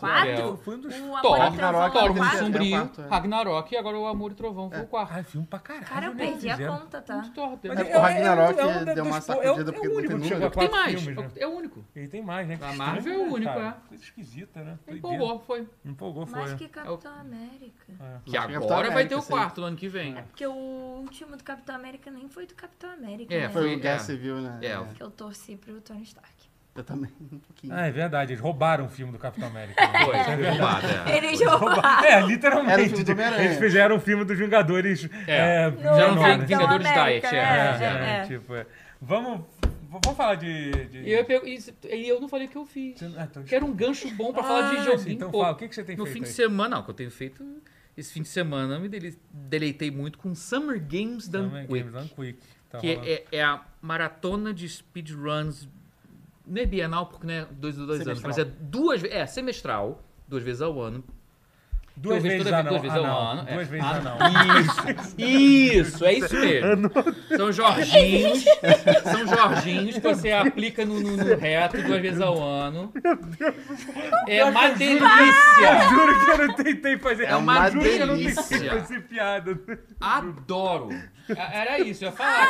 Speaker 3: Quatro?
Speaker 4: né?
Speaker 2: É,
Speaker 1: Foi- Foi um dos...
Speaker 3: O Amor
Speaker 2: Thor,
Speaker 3: e Trovão
Speaker 4: Ragnarok,
Speaker 3: é
Speaker 2: Thor,
Speaker 3: o
Speaker 2: o
Speaker 4: terceiro,
Speaker 2: Mundo
Speaker 4: é
Speaker 3: quarto.
Speaker 4: o
Speaker 2: Sombrio,
Speaker 4: quarto, é.
Speaker 2: Ragnarok e agora o Amor e Trovão foi o quarto.
Speaker 1: Ah, filme pra caralho,
Speaker 3: Cara, eu
Speaker 1: né, que
Speaker 3: perdi a
Speaker 1: fizeram.
Speaker 3: conta, tá?
Speaker 2: Muito torto.
Speaker 1: Mas
Speaker 4: É,
Speaker 2: É.
Speaker 4: o
Speaker 2: Tá. Mas
Speaker 1: é- é um-
Speaker 4: Ragnarok
Speaker 1: é um da-
Speaker 4: deu uma
Speaker 1: dos- é o-
Speaker 4: sacudida
Speaker 1: é
Speaker 4: porque
Speaker 1: o
Speaker 4: não
Speaker 1: único
Speaker 4: tem
Speaker 1: que chegou
Speaker 4: número.
Speaker 1: a
Speaker 2: Tem
Speaker 1: quatro
Speaker 2: mais.
Speaker 1: filmes, né?
Speaker 2: É o único.
Speaker 1: Ele tem mais, né?
Speaker 2: A
Speaker 1: Que
Speaker 2: Marvel
Speaker 1: estranho,
Speaker 2: é o único,
Speaker 1: cara?
Speaker 2: é.
Speaker 1: Coisa esquisita, né? Doideira.
Speaker 2: Empolgou, foi.
Speaker 1: Empolgou, foi.
Speaker 3: Mais
Speaker 1: é.
Speaker 3: que Capitão América.
Speaker 2: Que
Speaker 4: Capitão
Speaker 2: agora vai
Speaker 4: América,
Speaker 2: ter o
Speaker 4: sim.
Speaker 2: quarto no ano que vem.
Speaker 3: Porque o último do Capitão América nem foi do Capitão América.
Speaker 2: É,
Speaker 3: né?
Speaker 4: Foi
Speaker 2: Foi,
Speaker 4: o Guerra
Speaker 2: é.
Speaker 4: Civil, né?
Speaker 2: É.
Speaker 3: Que eu torci pro Tony Stark.
Speaker 4: Eu também, um pouquinho.
Speaker 1: Ah, é verdade, eles roubaram o filme do Capitão América. né?
Speaker 2: Foi,
Speaker 1: Isso é verdade.
Speaker 2: roubado, é.
Speaker 3: Ele jogou.
Speaker 1: É,
Speaker 4: Era o
Speaker 1: literalmente.
Speaker 4: filme do Homem-Aranha.
Speaker 1: Eles fizeram o filme dos Vingadores.
Speaker 2: É.
Speaker 1: É,
Speaker 2: Já não
Speaker 1: menor,
Speaker 2: foi
Speaker 1: né?
Speaker 3: Capitão
Speaker 2: Vingadores
Speaker 3: América,
Speaker 2: Diet,
Speaker 1: É,
Speaker 2: é.
Speaker 1: é,
Speaker 3: é.
Speaker 1: tipo, é. Vamos. v- Vamos falar de. de-
Speaker 2: E eu, pego- e se- e eu não falei o que eu fiz.
Speaker 1: Você- ah, então-
Speaker 2: Que era um gancho bom pra falar de
Speaker 1: Ah,
Speaker 2: joguinho.
Speaker 1: sim, Então
Speaker 2: pô.
Speaker 1: fala, o que, que você tem
Speaker 2: No
Speaker 1: feito?
Speaker 2: fim de
Speaker 1: aí?
Speaker 2: semana, não, que eu tenho feito. Esse fim de semana eu me dele- deleitei muito com Summer Games Done
Speaker 1: Summer Games
Speaker 2: Então,
Speaker 1: Done
Speaker 2: Quick.
Speaker 1: Quick. Tá
Speaker 2: Que
Speaker 1: rolando.
Speaker 2: é, é a maratona de speedruns. Não é bienal, porque não é dois, dois anos,
Speaker 4: Semestral.
Speaker 2: mas é duas ve- É, semestral, duas vezes ao ano.
Speaker 1: Duas
Speaker 2: Eu vejo
Speaker 1: vezes
Speaker 2: toda
Speaker 1: anão.
Speaker 2: vez- duas vezes ao
Speaker 1: anão.
Speaker 2: ano, é.
Speaker 1: Duas vezes
Speaker 2: Ah,
Speaker 1: anão.
Speaker 2: Isso, isso, é isso mesmo. São Jorginhos, são Jorginhos que você aplica no, no- no reto duas vezes ao ano. É uma delícia.
Speaker 1: Juro que eu não tentei fazer.
Speaker 2: É uma
Speaker 1: Juro que eu não tentei
Speaker 2: delícia.
Speaker 1: fazer piada.
Speaker 2: Adoro. A- Era isso, eu ia falar.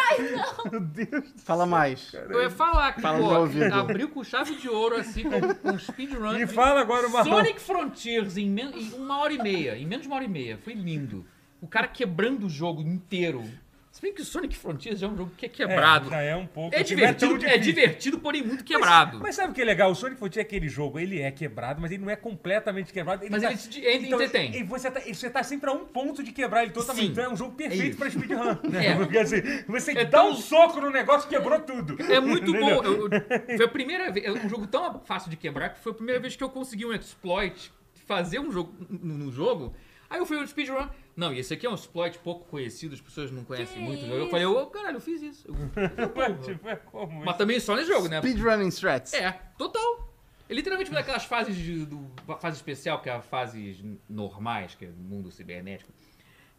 Speaker 1: Meu Deus.
Speaker 4: Fala mais.
Speaker 2: Eu ia falar que,
Speaker 4: Fala no meu ouvido.
Speaker 2: pô, abriu com chave de ouro, assim, com, com speedrun.
Speaker 1: Me fala agora uma
Speaker 2: Sonic Frontiers em, men- em uma hora e meia. Em menos de uma hora e meia. Foi lindo. O cara quebrando o jogo inteiro. Se bem que o Sonic Frontiers é um jogo que é
Speaker 1: É,
Speaker 2: quebrado.
Speaker 1: já
Speaker 2: É,
Speaker 1: é um pouco. assim, não tão
Speaker 2: divertido, é,
Speaker 1: difícil.
Speaker 2: divertido, porém muito quebrado.
Speaker 1: Mas sabe o que é legal? O Sonic Frontier é aquele jogo, ele é quebrado, mas ele não é completamente quebrado.
Speaker 2: Mas
Speaker 1: tá-
Speaker 2: ele te- ele entretém.
Speaker 1: E você tá, e você tá sempre a um ponto de quebrar ele totalmente.
Speaker 2: Sim.
Speaker 1: Então é um jogo
Speaker 2: É
Speaker 1: perfeito
Speaker 2: isso.
Speaker 1: pra speedrun. Né?
Speaker 2: É.
Speaker 1: Porque assim, você
Speaker 2: É
Speaker 1: dá
Speaker 2: tão-
Speaker 1: um soco no negócio, quebrou tudo.
Speaker 2: É muito bom. Eu- eu- foi a primeira vez. É um jogo tão fácil de quebrar que foi a primeira vez que eu consegui um exploit, fazer um jogo no, no jogo. Aí eu fui no speedrun. Não, e esse aqui é um exploit pouco conhecido, as pessoas não conhecem
Speaker 3: Que
Speaker 2: muito.
Speaker 3: isso?
Speaker 2: Eu falei, ô, caralho, eu fiz isso. Eu-
Speaker 1: Mas, tipo, é como
Speaker 2: mas também só nesse jogo, né?
Speaker 4: Speedrunning threats.
Speaker 2: É, total. É literalmente uma daquelas fases de, do, a fase especial, que é as fases normais, que é mundo cibernético.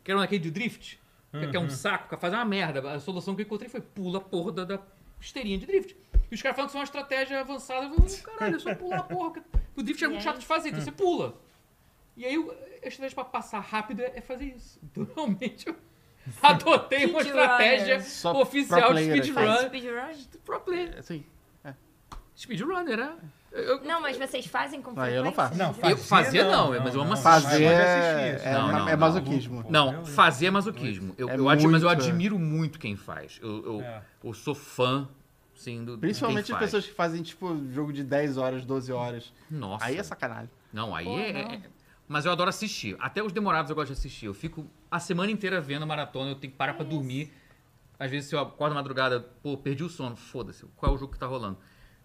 Speaker 2: Que era naquele de drift, que é- que é um saco, que faz uma merda. A solução que eu encontrei foi pula a porra da, da esteirinha de drift. E os caras falam que isso é uma estratégia avançada. Eu falei, caralho, é só pular a porra. que- O drift é muito chato de fazer, então você pula. E aí o- a estratégia pra passar rápido é é fazer isso. Então realmente eu adotei uma
Speaker 3: Speedrunner.
Speaker 2: estratégia
Speaker 4: Só pro
Speaker 2: oficial de
Speaker 4: player, assim.
Speaker 3: Faz
Speaker 2: speedrun.
Speaker 3: speedrun?
Speaker 2: Pro player.
Speaker 4: Assim.
Speaker 2: Speedrunner, né? Eu,
Speaker 3: Não, mas vocês fazem com
Speaker 4: Ah, eu não faço.
Speaker 1: Não,
Speaker 2: Eu- fazer não, é, mas eu amo assistir.
Speaker 4: Fazer
Speaker 1: Mas assistir,
Speaker 4: é-
Speaker 1: não,
Speaker 2: é-
Speaker 1: não,
Speaker 2: é
Speaker 1: não.
Speaker 4: masoquismo.
Speaker 2: não, fazer é masoquismo. Eu,
Speaker 4: É
Speaker 2: eu acho, mas eu
Speaker 4: muito, é.
Speaker 2: admiro muito quem faz. Eu, eu,
Speaker 1: É.
Speaker 2: eu sou fã, sim, do de
Speaker 4: Principalmente
Speaker 2: quem
Speaker 4: as
Speaker 2: faz.
Speaker 4: pessoas que fazem, tipo, jogo de 10 horas, 12 horas.
Speaker 2: Nossa.
Speaker 4: Aí é sacanagem.
Speaker 2: Não, aí
Speaker 3: Pô,
Speaker 2: é,
Speaker 3: não.
Speaker 2: é- é- Mas eu adoro assistir. Até os demorados eu gosto de assistir. Eu fico a semana inteira vendo maratona, eu tenho que parar pra dormir. Às vezes se eu acordo na madrugada, pô, perdi o sono. Foda-se, qual é o jogo que tá rolando?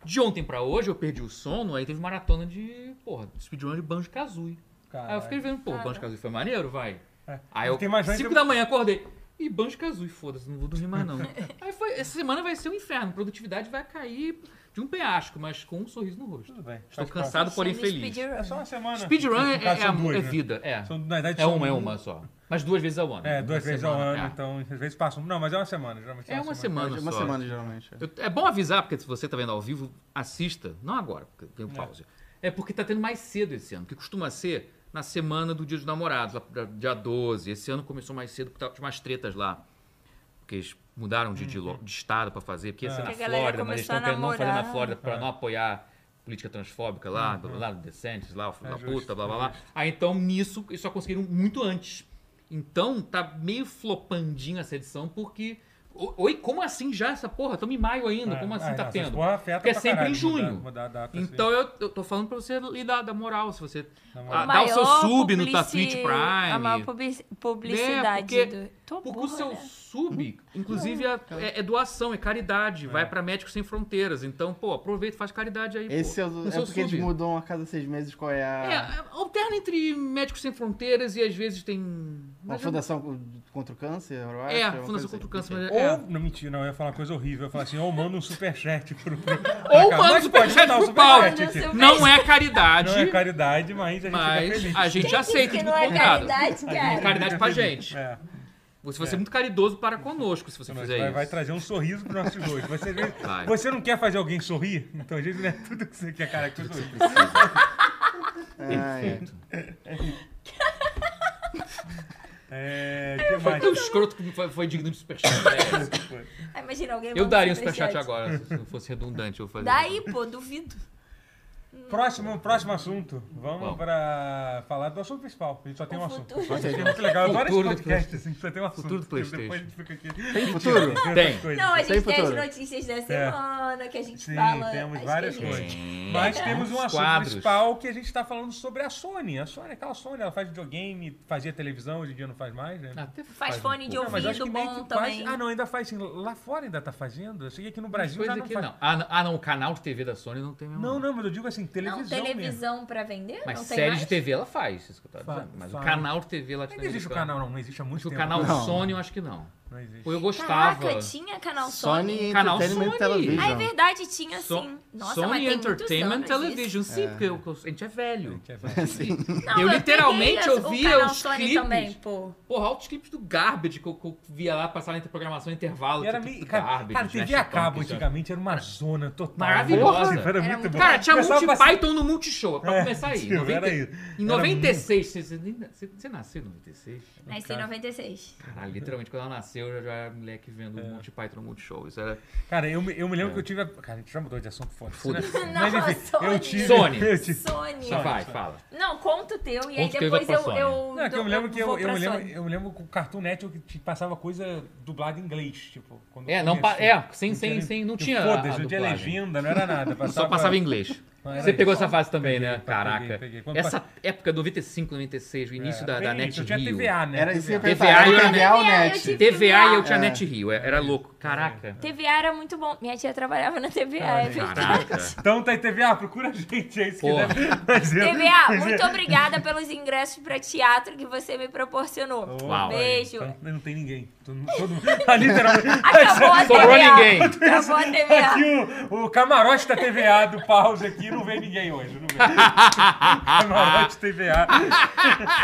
Speaker 2: De ontem pra hoje eu perdi o sono, aí teve maratona de, porra, speedrun de Banjo-Kazooie. Aí Ah, eu fiquei vendo, pô,
Speaker 3: Caralho.
Speaker 2: Banjo Kazooie foi maneiro, vai.
Speaker 1: É.
Speaker 2: Aí eu,
Speaker 1: Tem mais gente-
Speaker 2: 5 da manhã, acordei. E Banjo Kazooie, foda-se, não vou dormir mais não. né?" Aí foi, essa semana vai ser um inferno, produtividade vai cair de um penhasco, mas com um sorriso no rosto.
Speaker 1: Tudo bem.
Speaker 2: Estou
Speaker 1: faz parte.
Speaker 2: cansado, porém feliz.
Speaker 1: É só uma semana.
Speaker 2: Speedrun é,
Speaker 1: No caso,
Speaker 2: é
Speaker 1: são
Speaker 2: a-
Speaker 1: duas,
Speaker 2: é
Speaker 1: né?
Speaker 2: vida, é.
Speaker 1: São, na verdade,
Speaker 2: É
Speaker 1: são
Speaker 2: uma, é uma só. Mas duas vezes ao ano.
Speaker 1: É,
Speaker 2: Uma
Speaker 1: duas vezes ao
Speaker 2: semana,
Speaker 1: ano,
Speaker 2: é.
Speaker 1: então às vezes passa. Não, mas é uma semana, geralmente.
Speaker 2: É uma semana
Speaker 4: Uma
Speaker 2: só.
Speaker 4: semana, geralmente. é.
Speaker 2: Eu- é bom avisar, porque se você tá vendo ao vivo, assista. Não agora, porque tem um pause. É porque tá tendo mais cedo esse ano, que costuma ser na semana do Dia dos Namorados, lá pra- dia 12. Esse ano começou mais cedo, porque tinha umas tretas lá. Porque eles mudaram de, de lo- de estado pra fazer, porque ia ser
Speaker 1: Ah.
Speaker 2: na
Speaker 3: Porque a galera
Speaker 2: Flórida, mas eles
Speaker 3: começou
Speaker 2: estão
Speaker 3: a
Speaker 2: querendo não fazer na
Speaker 3: namorar.
Speaker 2: Flórida pra não apoiar política transfóbica lá, blá, blá, blá, decentes lá, o filho
Speaker 1: É
Speaker 2: da
Speaker 1: justo,
Speaker 2: puta, blá, blá, blá. Aí então, nisso, eles só conseguiram muito antes. Então, tá meio flopandinho essa edição, porque... o- Oi, como assim já essa porra? Estamos em maio ainda,
Speaker 4: É,
Speaker 2: como assim tá tendo? Porque é sempre em junho. Então eu, eu tô falando pra você lidar da moral, se você
Speaker 1: assim, Na moral.
Speaker 2: ah, dá o seu sub no tua Twitch Prime. Né,
Speaker 3: A maior publici- publicidade
Speaker 2: porque-
Speaker 3: do. Tô
Speaker 2: Porque
Speaker 3: burra,
Speaker 2: o seu
Speaker 3: né?
Speaker 2: sub, inclusive, é, é- é doação, é caridade, vai pra Médicos Sem Fronteiras. Então, pô, aproveita, faz caridade aí.
Speaker 4: Esse
Speaker 2: pô,
Speaker 4: é,
Speaker 2: no
Speaker 4: o, é
Speaker 2: seu
Speaker 4: porque eles
Speaker 2: sub.
Speaker 4: mudam a cada seis meses qual é
Speaker 2: É,
Speaker 4: a,
Speaker 2: alterna entre Médicos Sem Fronteiras e às vezes tem. um,
Speaker 4: a
Speaker 2: mas eu-
Speaker 4: fundação contra o câncer, eu acho.
Speaker 2: É,
Speaker 4: uma coisa
Speaker 2: Fundação
Speaker 4: assim.
Speaker 2: contra o Câncer. mas
Speaker 1: Ou,
Speaker 2: é.
Speaker 1: não, mentira, não, eu ia falar uma coisa horrível. Eu ia falar assim, ou manda um superchat pro. pro
Speaker 2: Ou
Speaker 1: pra cá.
Speaker 2: manda
Speaker 1: Mas
Speaker 2: um
Speaker 1: pode
Speaker 2: superchat
Speaker 1: mandar um
Speaker 2: pro Paulo.
Speaker 1: superchat,
Speaker 3: Manda um
Speaker 1: tipo,
Speaker 2: Não é caridade,
Speaker 1: Não é caridade, mas a gente fica
Speaker 2: mas
Speaker 1: feliz.
Speaker 2: a gente
Speaker 3: Quem
Speaker 2: aceita.
Speaker 3: disse que
Speaker 2: tipo,
Speaker 3: não é
Speaker 2: convidado.
Speaker 3: caridade,
Speaker 2: É
Speaker 3: cara?
Speaker 2: caridade pra gente.
Speaker 1: É,
Speaker 2: Você vai ser muito caridoso para conosco se você
Speaker 1: mas
Speaker 2: fizer
Speaker 1: vai,
Speaker 2: isso.
Speaker 1: vai trazer um sorriso pro nosso rosto. Você,
Speaker 2: Vai.
Speaker 1: você não quer fazer alguém sorrir? Então, às vezes, não é tudo que você quer, cara. que tudo isso.
Speaker 4: Ah, é.
Speaker 1: É, que
Speaker 2: Foi
Speaker 1: mais?
Speaker 2: tão escroto que foi, foi digno de superchat. né?
Speaker 3: Ah, Imagina alguém
Speaker 2: Eu
Speaker 3: manda
Speaker 2: daria um superchat agora, se não fosse redundante. Eu fazer.
Speaker 3: Daí, pô, duvido.
Speaker 1: Próximo, próximo assunto. Vamos
Speaker 2: Vamos.
Speaker 1: pra falar do assunto principal. A gente só tem um
Speaker 3: O
Speaker 1: assunto.
Speaker 3: futuro.
Speaker 1: Isso é muito legal. Eu adoro esse
Speaker 2: Futuro do
Speaker 1: podcast, assim, só tem um assunto.
Speaker 2: Futuro do
Speaker 1: porque Depois a
Speaker 2: PlayStation.
Speaker 1: gente fica aqui.
Speaker 4: Tem futuro?
Speaker 2: Tem. É.
Speaker 3: Não, a gente
Speaker 4: Sem
Speaker 3: tem as
Speaker 4: futuro.
Speaker 3: notícias da semana que a gente
Speaker 1: Sim,
Speaker 3: fala.
Speaker 1: temos
Speaker 3: as que
Speaker 1: várias
Speaker 3: a gente-
Speaker 1: coisas.
Speaker 2: Tem.
Speaker 1: Mas temos um
Speaker 2: Os
Speaker 1: assunto
Speaker 2: quadros.
Speaker 1: principal que a gente tá falando sobre a Sony. A Sony, aquela Sony, ela faz videogame, fazia televisão, hoje em dia não faz mais, né?
Speaker 2: Até
Speaker 3: Faz
Speaker 2: um
Speaker 3: fone de
Speaker 2: pouco.
Speaker 1: Não, mas acho
Speaker 3: ouvido
Speaker 1: que meio
Speaker 3: bom
Speaker 1: que faz.
Speaker 3: também.
Speaker 1: Ah, não, ainda faz sim. Lá fora ainda tá fazendo. Eu sei que aqui no
Speaker 2: Mas
Speaker 1: Brasil já
Speaker 2: coisa
Speaker 1: não
Speaker 2: aqui
Speaker 1: faz.
Speaker 2: não. Ah, não. ah, não, o canal de TV da Sony não tem mesmo.
Speaker 1: Não, não, mas eu digo assim, televisão.
Speaker 3: Não,
Speaker 1: mesmo.
Speaker 3: televisão pra vender?
Speaker 2: Mas
Speaker 3: não tem
Speaker 2: série
Speaker 3: mais?
Speaker 2: de TV ela faz, isso que eu tava
Speaker 1: Faz,
Speaker 2: dizendo. Mas
Speaker 1: faz.
Speaker 2: o canal de TV lá
Speaker 1: Ainda existe o canal, não, não existe há muito
Speaker 2: Acho que
Speaker 1: tempo.
Speaker 2: o canal
Speaker 4: Não.
Speaker 2: Sony eu acho que não.
Speaker 1: Não existe.
Speaker 2: Pô, eu gostava.
Speaker 3: Caraca, tinha assim, canal Sony.
Speaker 4: Sony
Speaker 2: Canal
Speaker 4: Entertainment
Speaker 2: Sony.
Speaker 4: Television.
Speaker 3: Ah, é verdade, tinha
Speaker 2: So-
Speaker 3: sim. Nossa, mas
Speaker 2: Sony
Speaker 3: tem muitos
Speaker 2: Entertainment
Speaker 3: anos isso.
Speaker 2: Television. Sim, porque eu- eu- a gente é velho.
Speaker 1: Quer falar?
Speaker 4: Sim.
Speaker 3: Não,
Speaker 2: Eu
Speaker 3: peguei
Speaker 2: literalmente
Speaker 3: as-
Speaker 2: eu
Speaker 3: o
Speaker 2: via
Speaker 3: canal
Speaker 2: os
Speaker 3: Sony
Speaker 2: clipes.
Speaker 3: também, pô.
Speaker 2: Porra, altos clipes do Garbage que eu, que eu via lá, passava entre programação e intervalo.
Speaker 1: E Era
Speaker 2: tipo,
Speaker 1: meio,
Speaker 2: do
Speaker 1: cara, cara, TV a
Speaker 2: Smash
Speaker 1: cabo
Speaker 2: Pumpkins,
Speaker 1: antigamente era uma zona total.
Speaker 2: Maravilhosa.
Speaker 1: Nossa, Era,
Speaker 3: Era
Speaker 1: muito bom.
Speaker 3: muito bom.
Speaker 2: Cara, tinha
Speaker 1: Começava
Speaker 2: Monty
Speaker 1: a passar-
Speaker 2: Python no Multishow, pra
Speaker 1: É,
Speaker 2: começar aí.
Speaker 1: tipo,
Speaker 2: 90
Speaker 1: era isso.
Speaker 2: Em
Speaker 1: Era
Speaker 2: 96, você, você nem na- você- você nasceu em 96?
Speaker 3: Nasci em 96.
Speaker 2: Caralho, literalmente quando ela nasceu, eu já, já era moleque
Speaker 1: É.
Speaker 2: vendo Monty Python no Multishow. Isso era...
Speaker 1: Cara, eu, me- eu me lembro que eu tive. a- Cara, a gente já mudou de assunto foda.
Speaker 2: Foda-se.
Speaker 1: Mas
Speaker 3: Não,
Speaker 1: enfim,
Speaker 3: Sony.
Speaker 1: eu tive.
Speaker 2: Sony.
Speaker 1: eu tive-
Speaker 3: Sony.
Speaker 2: Só vai, fala.
Speaker 3: Não, conta o teu e aí
Speaker 2: Conta o teu e vai
Speaker 3: depois
Speaker 2: pra
Speaker 3: eu,
Speaker 2: Sony.
Speaker 3: eu.
Speaker 1: Não, é que eu me
Speaker 3: dou- um
Speaker 1: lembro que eu,
Speaker 3: vou
Speaker 1: eu,
Speaker 3: pra
Speaker 1: me lembro,
Speaker 3: Sony.
Speaker 1: eu me lembro que o Cartoon Network te passava coisa dublada em inglês, tipo. Quando
Speaker 2: É, não, pa-
Speaker 1: começou.
Speaker 2: é, sem, sem,
Speaker 1: tinha-
Speaker 2: sem, não
Speaker 1: tipo,
Speaker 2: tinha. a-
Speaker 1: Foda-se,
Speaker 2: a
Speaker 1: não tinha
Speaker 2: dublagem.
Speaker 1: legenda, não era nada. Passava,
Speaker 2: Só passava em inglês.
Speaker 1: Não, era
Speaker 2: Você
Speaker 1: isso.
Speaker 2: pegou essa fase também, né?
Speaker 1: peguei,
Speaker 2: Caraca.
Speaker 1: peguei. Quando
Speaker 2: Essa época, 95, 96, o início
Speaker 1: É,
Speaker 2: da, da
Speaker 1: bem
Speaker 2: Net
Speaker 1: isso, eu tinha
Speaker 2: Rio.
Speaker 1: TVA, né?
Speaker 4: Era isso que eu ia
Speaker 1: TVA.
Speaker 4: perguntar.
Speaker 2: TVA
Speaker 4: Era
Speaker 2: era-
Speaker 4: TVA ou
Speaker 3: TVA, eu
Speaker 4: net?
Speaker 3: tive-
Speaker 2: TVA e eu tinha
Speaker 4: É.
Speaker 2: Net Rio. Era era louco.
Speaker 1: É.
Speaker 2: Caraca.
Speaker 3: TVA era muito bom. Minha tia trabalhava na TVA,
Speaker 2: Ah,
Speaker 3: é verdade.
Speaker 2: Caraca.
Speaker 1: Então tá aí, TVA, procura a gente, é isso que
Speaker 2: Porra.
Speaker 1: deve. Mas eu-
Speaker 3: TVA, muito obrigada pelos ingressos pra teatro que você me proporcionou.
Speaker 1: Oh,
Speaker 2: Uau.
Speaker 3: Beijo.
Speaker 1: Então, não tem ninguém. Todo, mundo- todo mundo. Ah, literalmente.
Speaker 3: Acabou a
Speaker 2: Sobrou
Speaker 3: TVA.
Speaker 2: ninguém.
Speaker 3: Acabou a
Speaker 1: Aqui
Speaker 3: TVA.
Speaker 1: o, o camarote da TVA do Pause aqui não vem ninguém hoje. Não vem. camarote TVA.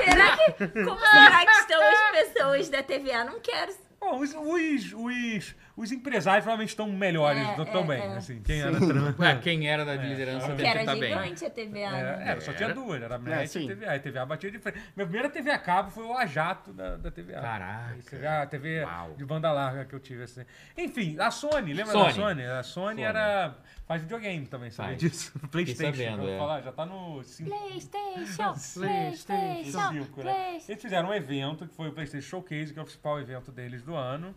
Speaker 3: Será que. Como será que estão as pessoas da TVA? Não quero.
Speaker 1: Bom, os, os, os, os empresários provavelmente estão melhores
Speaker 3: É,
Speaker 1: do-
Speaker 3: é,
Speaker 1: também.
Speaker 3: é.
Speaker 1: Assim, quem era trans.
Speaker 2: Ué, quem era da liderança
Speaker 1: claro.
Speaker 2: deve
Speaker 3: Que era
Speaker 2: estar tá bem.
Speaker 3: gigante a TVA.
Speaker 1: Era,
Speaker 3: né?
Speaker 1: era, É, só tinha
Speaker 2: Era. É,
Speaker 1: duas, era a NET e
Speaker 4: sim.
Speaker 1: a TVA. E a TVA batia de frente. Minha primeira TV a cabo foi o A Jato da, da TVA.
Speaker 2: Caraca.
Speaker 1: Isso é era a TV
Speaker 2: Uau.
Speaker 1: de banda larga que eu tive. Assim. Enfim, a Sony, lembra da
Speaker 2: Sony.
Speaker 1: Sony? A Sony, era. faz videogame também, sabe
Speaker 2: Faz.
Speaker 1: disso? PlayStation,
Speaker 2: sabendo,
Speaker 1: eu vou
Speaker 2: é.
Speaker 1: falar, já tá no 5.
Speaker 3: PlayStation.
Speaker 2: PlayStation,
Speaker 3: PlayStation.
Speaker 1: cinco, né?
Speaker 3: PlayStation.
Speaker 1: Eles fizeram um evento, que foi o PlayStation Showcase, que é o principal evento deles do ano.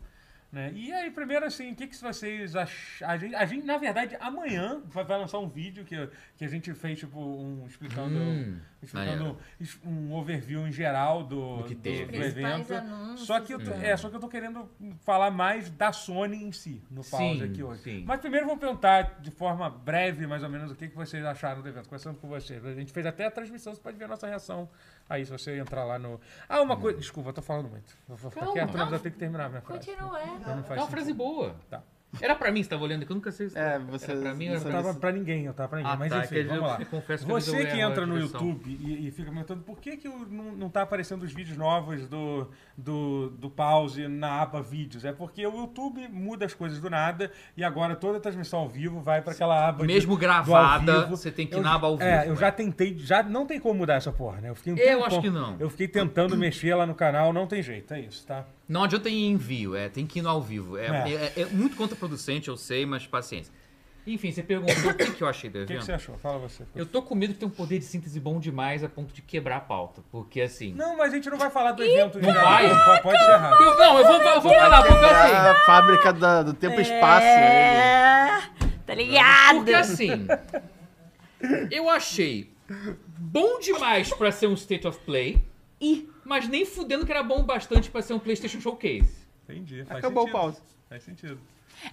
Speaker 1: Né? E aí, primeiro, assim, o que, que vocês acharam? A gente, a gente, na verdade, amanhã vai, vai lançar um vídeo que, que a gente fez, tipo, um explicando,
Speaker 2: Hum,
Speaker 1: explicando
Speaker 2: maneiro.
Speaker 1: es- um overview em geral do,
Speaker 2: Do que
Speaker 1: do-
Speaker 2: teve. né?
Speaker 1: do
Speaker 3: Principais
Speaker 1: evento.
Speaker 3: anúncios.
Speaker 1: Só que, eu tô, é, só que eu tô querendo falar mais da Sony em si, no pause
Speaker 2: Sim,
Speaker 1: aqui hoje.
Speaker 2: sim.
Speaker 1: Mas primeiro eu vou perguntar de forma breve, mais ou menos, o que, que vocês acharam do evento. Começando com vocês. A gente fez até a transmissão, você pode ver a nossa reação. Aí, se você entrar lá no... Ah, uma
Speaker 2: Hum.
Speaker 1: coisa... Desculpa, eu tô falando muito. Eu vou ficar
Speaker 2: Calma.
Speaker 1: quieto, mas
Speaker 3: Não,
Speaker 1: eu tenho que terminar a minha frase.
Speaker 3: Continua.
Speaker 1: Então não
Speaker 2: é
Speaker 1: faz
Speaker 2: uma
Speaker 1: sentido.
Speaker 2: frase boa.
Speaker 1: Tá.
Speaker 2: Era pra mim, você tava olhando, que eu nunca sei se
Speaker 4: É, você-
Speaker 2: era pra mim ou era
Speaker 1: Eu
Speaker 2: pra
Speaker 1: tava pra ninguém, eu tava pra ninguém.
Speaker 2: Ah,
Speaker 1: mas
Speaker 2: tá,
Speaker 1: enfim,
Speaker 2: que eu
Speaker 1: vamos lá.
Speaker 2: confesso que eu
Speaker 1: Você
Speaker 2: visualizei
Speaker 1: que
Speaker 2: a
Speaker 1: entra no
Speaker 2: direção.
Speaker 1: YouTube e, e fica perguntando por que, que eu não, não tá aparecendo os vídeos novos do, do, do pause na aba vídeos. É porque o YouTube muda as coisas do nada e agora toda a transmissão ao vivo vai pra aquela aba de-
Speaker 2: Mesmo
Speaker 1: do ao
Speaker 2: gravada,
Speaker 1: vivo.
Speaker 2: você tem que ir
Speaker 1: Eu-
Speaker 2: na aba ao
Speaker 1: É,
Speaker 2: vivo,
Speaker 1: eu
Speaker 2: é.
Speaker 1: já tentei, já não tem como mudar essa porra, né? Eu, fiquei um
Speaker 2: Eu
Speaker 1: tempão-
Speaker 2: acho que não.
Speaker 1: Eu fiquei tentando mexer lá no canal, não tem jeito, é isso, tá?
Speaker 2: Não adianta ir em envio, é, tem que ir no ao vivo. É,
Speaker 1: É.
Speaker 2: é- é muito contraproducente, eu sei, mas paciência. Enfim, você perguntou o que, que eu achei
Speaker 1: O
Speaker 2: do
Speaker 1: que, que
Speaker 2: evento.
Speaker 1: você achou? Fala você.
Speaker 2: eu tô com medo de ter um poder de síntese bom demais a ponto de quebrar a pauta. Porque assim.
Speaker 1: Não, mas a gente não vai falar do evento. Não
Speaker 2: vai?
Speaker 1: Pode ser errado.
Speaker 2: Eu- não, eu vou, eu vou falar, porque assim.
Speaker 4: A fábrica da- do tempo e espaço. né?
Speaker 3: É, Tá ligado?
Speaker 2: Porque assim. Eu achei bom demais pra ser um State of Play,
Speaker 3: Ih,
Speaker 2: mas nem fudendo que era bom bastante pra ser um PlayStation Showcase.
Speaker 1: Entendi. Faz
Speaker 4: Acabou o
Speaker 1: sentido.
Speaker 4: pause.
Speaker 1: Faz sentido.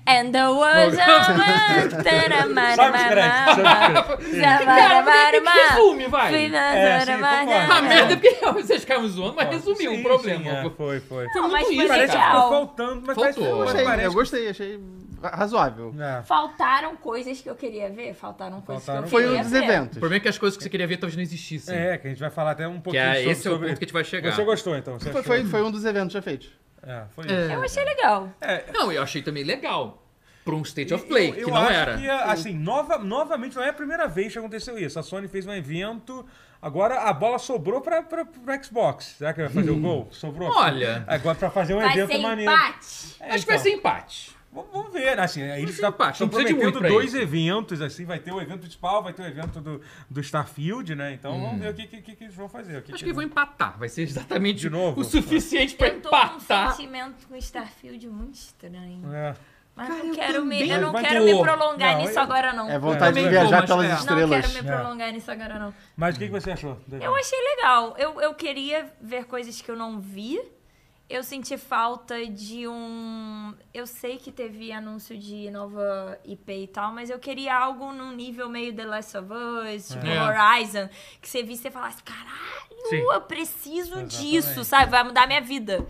Speaker 3: And the world's
Speaker 1: Sabe os créditos, sabe os créditos.
Speaker 2: Cara, mas é que resume, vai.
Speaker 1: É, sim, concordo.
Speaker 2: A merda é porque vocês ficaram zoando, mas resumiu
Speaker 1: Sim,
Speaker 2: um problema.
Speaker 1: sim, é, foi, foi.
Speaker 2: Foi muito
Speaker 3: Mas
Speaker 2: isso,
Speaker 3: foi
Speaker 2: cara.
Speaker 1: Parece que
Speaker 3: legal.
Speaker 1: ficou faltando, mas parece que
Speaker 2: Faltou.
Speaker 4: Eu
Speaker 1: mas
Speaker 4: gostei,
Speaker 1: parece
Speaker 4: eu
Speaker 1: que-
Speaker 4: gostei, achei razoável.
Speaker 1: É,
Speaker 3: Faltaram coisas que eu queria ver? Faltaram coisas
Speaker 1: Faltaram
Speaker 3: que eu
Speaker 4: Foi um
Speaker 3: queria
Speaker 4: dos
Speaker 3: ver.
Speaker 2: O
Speaker 4: eventos.
Speaker 2: problema é que as coisas que você queria ver talvez não existissem.
Speaker 1: É, que a gente vai falar até um
Speaker 2: que
Speaker 1: pouquinho
Speaker 2: é,
Speaker 1: sobre...
Speaker 2: esse é o
Speaker 1: sobre-
Speaker 2: ponto que a gente vai chegar.
Speaker 1: Você gostou, então? Você
Speaker 4: Foi,
Speaker 1: achou-
Speaker 4: foi, foi um dos eventos já feitos.
Speaker 1: É, foi
Speaker 2: É.
Speaker 1: isso.
Speaker 3: Eu achei legal.
Speaker 1: É,
Speaker 2: Não, eu achei também legal. Pra um State of Play,
Speaker 1: eu, eu
Speaker 2: que não
Speaker 1: acho
Speaker 2: era.
Speaker 1: que, assim, nova, novamente, não é a primeira vez que aconteceu isso. A Sony fez um evento, agora a bola sobrou pra, pra, pra Xbox. Será que vai fazer o gol? Sobrou.
Speaker 2: Hum. Olha.
Speaker 1: Agora pra fazer um
Speaker 3: Vai
Speaker 1: evento
Speaker 3: ser
Speaker 1: maneiro.
Speaker 3: empate.
Speaker 1: É,
Speaker 2: Acho que vai
Speaker 1: então.
Speaker 2: ser empate.
Speaker 1: Vamos vamos ver, assim, eles
Speaker 2: ser
Speaker 1: tá-
Speaker 2: empate,
Speaker 1: estão
Speaker 2: não precisa de
Speaker 1: prometendo
Speaker 2: muito pra
Speaker 1: dois
Speaker 2: isso.
Speaker 1: eventos, assim, vai ter o evento principal, vai ter o evento do, do Starfield, né? Então
Speaker 2: Hum.
Speaker 1: vamos ver o que, que, que- que eles vão fazer. O que
Speaker 2: Acho
Speaker 1: que
Speaker 2: que vão empatar. Vai ser exatamente
Speaker 1: De novo?
Speaker 2: o suficiente pra
Speaker 3: Eu tô com um
Speaker 2: empatar.
Speaker 3: sentimento com Starfield muito estranho.
Speaker 1: É.
Speaker 3: Mas
Speaker 2: Cara,
Speaker 3: não
Speaker 2: eu
Speaker 3: quero, me,
Speaker 2: também.
Speaker 3: eu não
Speaker 1: Mas
Speaker 3: quero
Speaker 2: vai-
Speaker 3: me prolongar
Speaker 1: Não,
Speaker 3: nisso
Speaker 1: eu-
Speaker 3: agora, não.
Speaker 4: É
Speaker 3: não
Speaker 4: vontade
Speaker 2: Também
Speaker 4: de viajar
Speaker 2: bom, mas
Speaker 4: pelas
Speaker 2: é. Não
Speaker 4: estrelas.
Speaker 3: quero me prolongar nisso agora, não.
Speaker 1: Mas o que, que você achou? do evento?
Speaker 3: Eu achei legal. Eu, eu queria ver coisas que eu não vi. Eu senti falta de um. Eu sei que teve anúncio de nova IP e tal, mas eu queria algo num nível meio The Last of Us, tipo
Speaker 2: É.
Speaker 3: Horizon, que você visse e falasse: caralho,
Speaker 2: Sim.
Speaker 3: eu preciso
Speaker 1: Exatamente.
Speaker 3: disso, sabe? Vai mudar minha vida.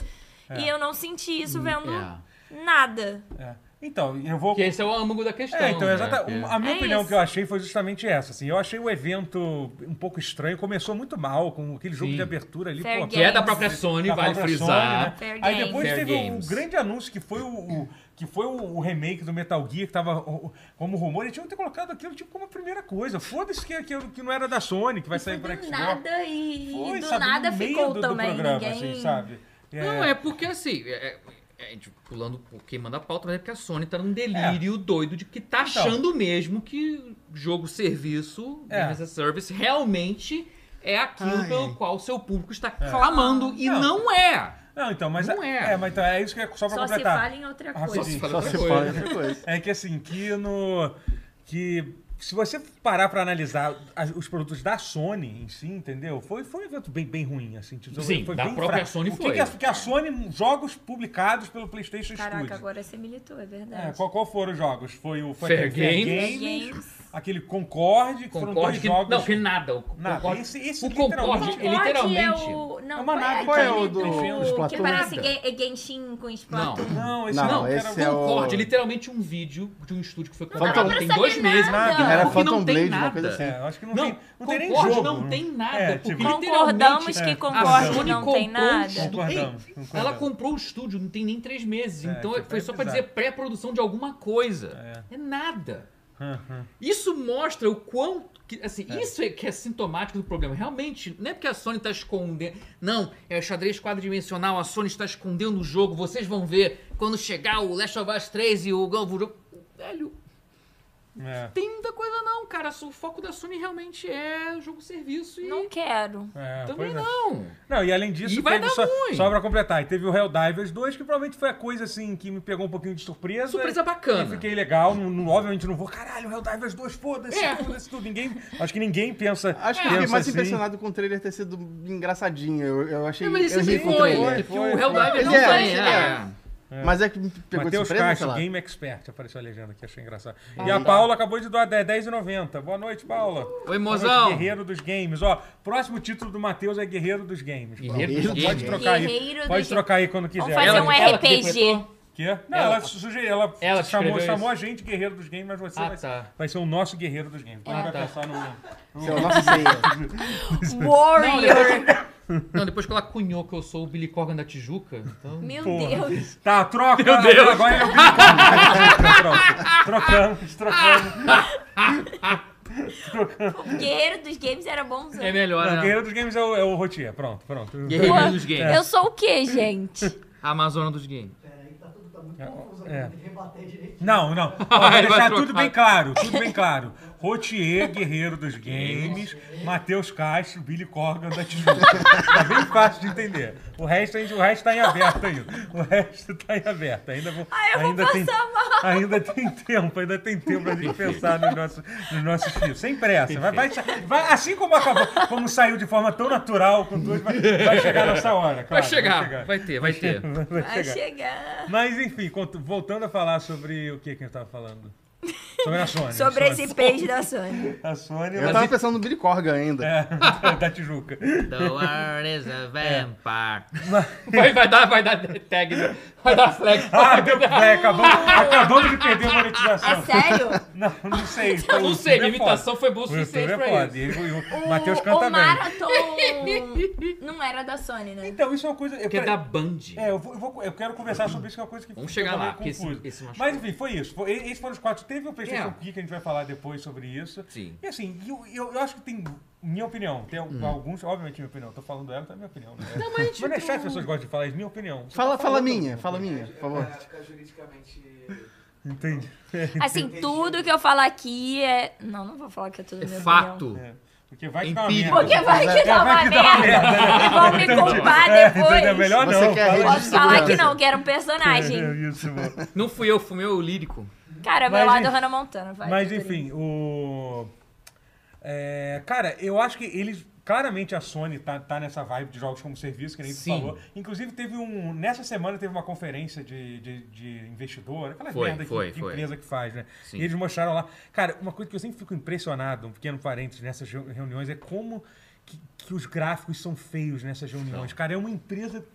Speaker 3: E eu não senti isso vendo
Speaker 2: É.
Speaker 3: nada.
Speaker 1: É. Então, eu vou.
Speaker 2: Que esse é o âmago da questão.
Speaker 1: É, então,
Speaker 2: né?
Speaker 1: exata-
Speaker 2: Que-
Speaker 1: A minha
Speaker 3: É
Speaker 1: opinião
Speaker 3: isso.
Speaker 1: que eu achei foi justamente essa. Assim, eu achei o evento um pouco estranho. Começou muito mal, com aquele jogo
Speaker 2: Sim.
Speaker 1: de abertura ali.
Speaker 3: Fair
Speaker 1: pô,
Speaker 2: Que é da
Speaker 3: Games.
Speaker 2: própria Sony,
Speaker 1: da
Speaker 2: vale
Speaker 1: própria Sony, né?
Speaker 2: frisar.
Speaker 3: Fair
Speaker 1: Aí
Speaker 3: Games.
Speaker 1: depois
Speaker 2: Fair
Speaker 1: teve um
Speaker 2: Games.
Speaker 1: grande anúncio que foi o, o- que foi o, o remake do Metal Gear, que tava o- o- como rumor. Eles tinham que ter colocado aquilo tipo, como a primeira coisa. Foda-se que, que, que não era da Sony, que vai sair pra
Speaker 3: do
Speaker 1: Xbox.
Speaker 3: nada e,
Speaker 1: Foi,
Speaker 3: e do
Speaker 1: sabe, no
Speaker 3: nada
Speaker 1: meio
Speaker 3: ficou
Speaker 1: do- do
Speaker 3: também.
Speaker 1: programa,
Speaker 3: Ninguém.
Speaker 1: assim, sabe? É,
Speaker 2: Não, é porque assim. É, é, é, tipo, pulando, queimando a pauta, mas é porque a Sony tá num delírio doido de que tá
Speaker 1: É. Então.
Speaker 2: achando mesmo que jogo-serviço,
Speaker 1: É.
Speaker 2: Game as a Service, realmente é aquilo
Speaker 4: Ai,
Speaker 2: pelo
Speaker 4: ai.
Speaker 2: qual seu público está clamando. E
Speaker 1: É. Não.
Speaker 2: não é.
Speaker 1: Não, então, mas
Speaker 2: Não é.
Speaker 1: é. mas então, é isso que é só pra
Speaker 3: Só se
Speaker 1: completar.
Speaker 3: fala em outra
Speaker 1: Ah,
Speaker 3: coisa.
Speaker 2: Só se fala
Speaker 4: Só
Speaker 2: outra
Speaker 4: se né?
Speaker 2: coisa.
Speaker 4: fala outra coisa.
Speaker 1: É que assim, que no. Que se você parar pra analisar as- os produtos da Sony em si, entendeu? Foi, foi um evento bem, bem ruim, assim. tipo,
Speaker 2: Sim,
Speaker 1: foi
Speaker 2: da
Speaker 1: bem
Speaker 2: própria
Speaker 1: fraco.
Speaker 2: Sony
Speaker 1: o que
Speaker 2: foi.
Speaker 1: Que a, que a Sony, jogos publicados pelo PlayStation
Speaker 3: Caraca,
Speaker 1: Studios.
Speaker 3: agora você militou, é
Speaker 1: É,
Speaker 3: verdade.
Speaker 1: qual, qual foram os jogos? Foi o foi
Speaker 2: Fair
Speaker 1: aquele Fair
Speaker 2: Games.
Speaker 1: Games,
Speaker 3: Games.
Speaker 1: aquele Concorde, que foram dois
Speaker 2: Concorde que.
Speaker 1: jogos.
Speaker 2: Não, que nada. O
Speaker 1: Nada.
Speaker 2: Concorde,
Speaker 1: Esse- esse
Speaker 2: o Concorde,
Speaker 1: literalmente-
Speaker 3: Concorde
Speaker 2: ele literalmente.
Speaker 3: É o... Não,
Speaker 1: É uma nave.
Speaker 4: Qual é
Speaker 3: aquele
Speaker 4: o do-
Speaker 1: do
Speaker 3: que
Speaker 4: Splatoon?
Speaker 3: parece
Speaker 4: Nada.
Speaker 3: Ge- assim, Genshin com Splatoon.
Speaker 1: Não, esse
Speaker 4: Não,
Speaker 1: não, que
Speaker 4: esse
Speaker 1: era
Speaker 4: é
Speaker 1: o.
Speaker 4: o-
Speaker 2: Concorde, literalmente um vídeo de um estúdio que foi
Speaker 4: dava
Speaker 2: comprado
Speaker 4: pra
Speaker 2: tem
Speaker 3: saber
Speaker 2: dois meses.
Speaker 3: nada.
Speaker 2: porque
Speaker 4: Era
Speaker 2: não
Speaker 4: Phantom
Speaker 2: tem
Speaker 4: Blade, uma
Speaker 2: nada.
Speaker 4: coisa assim.
Speaker 1: É, eu acho que não,
Speaker 2: Não,
Speaker 1: tem, não tem nem
Speaker 2: Concorde
Speaker 1: jogo.
Speaker 2: não tem nada,
Speaker 1: É,
Speaker 2: porque
Speaker 1: tipo,
Speaker 3: Concordamos
Speaker 2: Literalmente,
Speaker 3: que
Speaker 1: é.
Speaker 2: A
Speaker 3: Concorde
Speaker 2: Sony
Speaker 3: não
Speaker 2: comprou
Speaker 3: tem
Speaker 2: o
Speaker 3: nada.
Speaker 2: estúdio. Ei,
Speaker 1: Concordamos, concordamos.
Speaker 2: Ela comprou o estúdio, não tem nem três meses.
Speaker 1: É,
Speaker 2: então
Speaker 1: que
Speaker 2: foi só pra
Speaker 1: bizarro.
Speaker 2: dizer pré-produção de alguma coisa. É, nada.
Speaker 1: Hum,
Speaker 2: Isso mostra o quão. que- assim, Isso é que é sintomático do problema. Realmente, não é porque a Sony tá escondendo. Não, é o xadrez quadridimensional, a Sony está escondendo o jogo. Vocês vão ver quando chegar o Last of Us 3 e o novo jogo. Velho,
Speaker 1: É,
Speaker 2: tem muita coisa não, cara. O foco da Sony realmente é jogo-serviço e. Ah,
Speaker 3: Não quero.
Speaker 1: é,
Speaker 2: também
Speaker 1: pois é.
Speaker 2: não.
Speaker 1: Não, e além disso,
Speaker 2: E vai
Speaker 1: teve
Speaker 2: dar
Speaker 1: só,
Speaker 2: ruim.
Speaker 1: só pra completar, e teve o Helldivers 2, que provavelmente foi a coisa assim que me pegou um pouquinho de surpresa.
Speaker 2: Surpresa
Speaker 1: Eu
Speaker 2: bacana.
Speaker 1: fiquei legal, não, não- obviamente não vou. Caralho, Helldivers 2, foda-se,
Speaker 2: É.
Speaker 1: foda-se tudo. Ninguém, acho que ninguém pensa.
Speaker 4: Acho que eu
Speaker 1: pensa
Speaker 4: fiquei mais
Speaker 1: assim.
Speaker 4: impressionado com o trailer ter sido engraçadinho. Eu, eu achei.
Speaker 2: É, mas
Speaker 4: eu
Speaker 2: ele
Speaker 4: ri
Speaker 2: sempre
Speaker 4: com o
Speaker 2: foi.
Speaker 4: trailer.
Speaker 2: é porque
Speaker 1: foi,
Speaker 2: o
Speaker 4: foi.
Speaker 2: Helldivers não
Speaker 4: Ele é,
Speaker 2: foi.
Speaker 4: ele
Speaker 2: é.
Speaker 4: Mas é que me pegou de
Speaker 1: Matheus
Speaker 4: surpresa, sei
Speaker 1: Castro,
Speaker 4: lá.
Speaker 1: Game Expert, apareceu a legenda aqui, achei engraçado. e a Paula acabou de doar 10 10,90. Boa noite, Paula. Boa
Speaker 2: Oi,
Speaker 1: noite,
Speaker 2: mozão.
Speaker 1: Guerreiro dos Games. Ó, próximo título do Matheus é Guerreiro dos Games. Paula.
Speaker 2: Guerreiro
Speaker 1: Pode
Speaker 2: dos Games.
Speaker 1: trocar
Speaker 3: Guerreiro
Speaker 1: aí.
Speaker 3: dos
Speaker 1: Pode
Speaker 3: Games.
Speaker 1: trocar aí quando quiser.
Speaker 3: Vamos fazer um
Speaker 2: ela que
Speaker 3: RPG.
Speaker 2: decretou?
Speaker 1: Que? Não, ela,
Speaker 2: Ela-
Speaker 1: sugeriu, ela,
Speaker 2: ela que
Speaker 1: chamou,
Speaker 2: escreveu
Speaker 1: chamou a gente guerreiro dos games, mas você
Speaker 2: Ah,
Speaker 1: vai,
Speaker 2: tá.
Speaker 1: vai ser o nosso guerreiro dos games. Então
Speaker 2: Ah,
Speaker 1: vai
Speaker 2: tá.
Speaker 1: pensar no.
Speaker 4: Sei lá, nossa ceia.
Speaker 2: Não,
Speaker 3: Warrior.
Speaker 2: depois, não, depois que ela cunhou que eu sou o Billy Corgan da Tijuca, então...
Speaker 3: Meu
Speaker 1: Porra.
Speaker 3: Deus.
Speaker 1: Tá, troca! Agora é o Billy Corgan. Trocamos, trocamos.
Speaker 3: Guerreiro dos games era bonzão.
Speaker 2: É melhor,
Speaker 1: Não,
Speaker 2: né?
Speaker 1: guerreiro dos games é o, é o Rotier. Pronto, pronto.
Speaker 2: Guerreiro dos games.
Speaker 3: Eu sou o quê, gente?
Speaker 2: A Amazona dos games.
Speaker 5: Peraí, tá tudo tá muito
Speaker 1: É,
Speaker 5: confuso
Speaker 1: é.
Speaker 5: aqui, tem que rebater direitinho.
Speaker 1: Não, não. Ó, vou
Speaker 2: Ele vai
Speaker 1: deixar
Speaker 2: trocar.
Speaker 1: tudo bem claro, tudo bem claro. Rotier, guerreiro dos games, Matheus Castro, Billy Corgan da Tijuca. Tá bem fácil de entender. O resto, ainda- o resto tá em aberto ainda. O resto tá em aberto. Ainda vou,
Speaker 3: Ai, eu vou
Speaker 1: ainda tem,
Speaker 3: passar mal.
Speaker 1: Ainda tem tempo, ainda tem tempo pra gente pensar nos nossos, nos nossos filhos. Sem pressa. Vai, vai, vai- assim como acabou, como saiu de forma tão natural com tudo, vai, vai chegar nessa hora. claro,
Speaker 2: Vai chegar, vai ter, vai ter.
Speaker 3: Vai chegar.
Speaker 1: mas enfim, cont- voltando a falar sobre o que que a gente tava falando? Sobre a Sony.
Speaker 3: Sobre
Speaker 1: a
Speaker 3: esse page da Sony.
Speaker 1: Sony. A Sony
Speaker 4: Eu tava pensando no Billy Corgan ainda.
Speaker 1: é, da Tijuca.
Speaker 2: The world is a
Speaker 1: É.
Speaker 2: vampire. Vai, vai dar, vai dar tag, né? vai dar flex.
Speaker 1: Ah, deu, é, acabamos, acabamos de perder a monetização.
Speaker 3: É sério?
Speaker 1: Não, não sei.
Speaker 2: Eu não
Speaker 1: o YouTube
Speaker 2: sei,
Speaker 1: é
Speaker 2: minha
Speaker 1: foda.
Speaker 2: imitação foi boa o
Speaker 1: O YouTube
Speaker 2: suficiente
Speaker 1: é
Speaker 2: pra
Speaker 1: foda.
Speaker 2: isso.
Speaker 1: E ele- e o
Speaker 3: O,
Speaker 1: Matheus
Speaker 3: o
Speaker 1: canta bem.
Speaker 3: Marathon não era da Sony, né?
Speaker 1: Então, isso é uma coisa... Eu,
Speaker 2: Que é
Speaker 1: pera-
Speaker 2: da Band.
Speaker 1: É, eu, vou- eu vou- eu quero conversar sobre isso, que é uma coisa que
Speaker 2: Vamos
Speaker 1: fica
Speaker 2: chegar lá,
Speaker 1: meio
Speaker 2: porque esse-
Speaker 1: confusa.
Speaker 2: esse machucou.
Speaker 1: Mas enfim, foi isso. Foi, esses foram os quatro. Teve o PlayStation
Speaker 2: É.
Speaker 1: Key, que a gente vai falar depois sobre isso.
Speaker 2: Sim.
Speaker 1: E assim, eu, eu- eu acho que tem, minha opinião, tem al-
Speaker 4: Hum.
Speaker 1: alguns, obviamente minha opinião, tô falando dela, tá minha opinião. Né? Não, mas não é chato as pessoas gostam de falar, é minha opinião. Você
Speaker 4: Fala,
Speaker 1: tá
Speaker 4: fala
Speaker 1: falando.
Speaker 4: minha, fala minha, por favor.
Speaker 6: É, é juridicamente.
Speaker 1: Entende?
Speaker 3: Assim, tudo que eu falar aqui é. Não, não vou falar que é tudo
Speaker 2: É
Speaker 3: minha opinião.
Speaker 2: fato.
Speaker 1: É. Porque vai que dá uma merda.
Speaker 2: Empírico.
Speaker 3: Porque vai que dá uma
Speaker 1: vai que dá uma
Speaker 3: merda.
Speaker 1: merda.
Speaker 3: E vão me
Speaker 1: Entende?
Speaker 3: culpar
Speaker 1: É,
Speaker 3: depois.
Speaker 1: entende? É melhor
Speaker 4: Você
Speaker 1: não.
Speaker 4: quer
Speaker 1: fala
Speaker 3: Posso
Speaker 1: disso
Speaker 3: falar
Speaker 1: agora.
Speaker 3: que não, que era um personagem.
Speaker 1: É, isso, mano.
Speaker 2: Não fui eu, fui eu, o lírico.
Speaker 3: Cara, meu
Speaker 1: Mas,
Speaker 3: lado é
Speaker 1: enfim.
Speaker 3: Hannah Montana, vai.
Speaker 1: Mas
Speaker 3: Vitorino.
Speaker 1: enfim, o. é, cara, eu acho que eles. Claramente a Sony tá, tá nessa vibe de jogos como serviço, que nem tu
Speaker 2: Sim.
Speaker 1: falou. Inclusive, teve um. Nessa semana teve uma conferência de, de, de investidor, aquela
Speaker 2: Foi,
Speaker 1: merda que-
Speaker 2: foi,
Speaker 1: que,
Speaker 2: foi.
Speaker 1: empresa que faz, né?
Speaker 2: Sim.
Speaker 1: E eles mostraram lá. Cara, uma coisa que eu sempre fico impressionado, um pequeno parênteses nessas reu- reuniões, é como que, que os gráficos são feios nessas reuniões. Cara, é uma empresa bilionária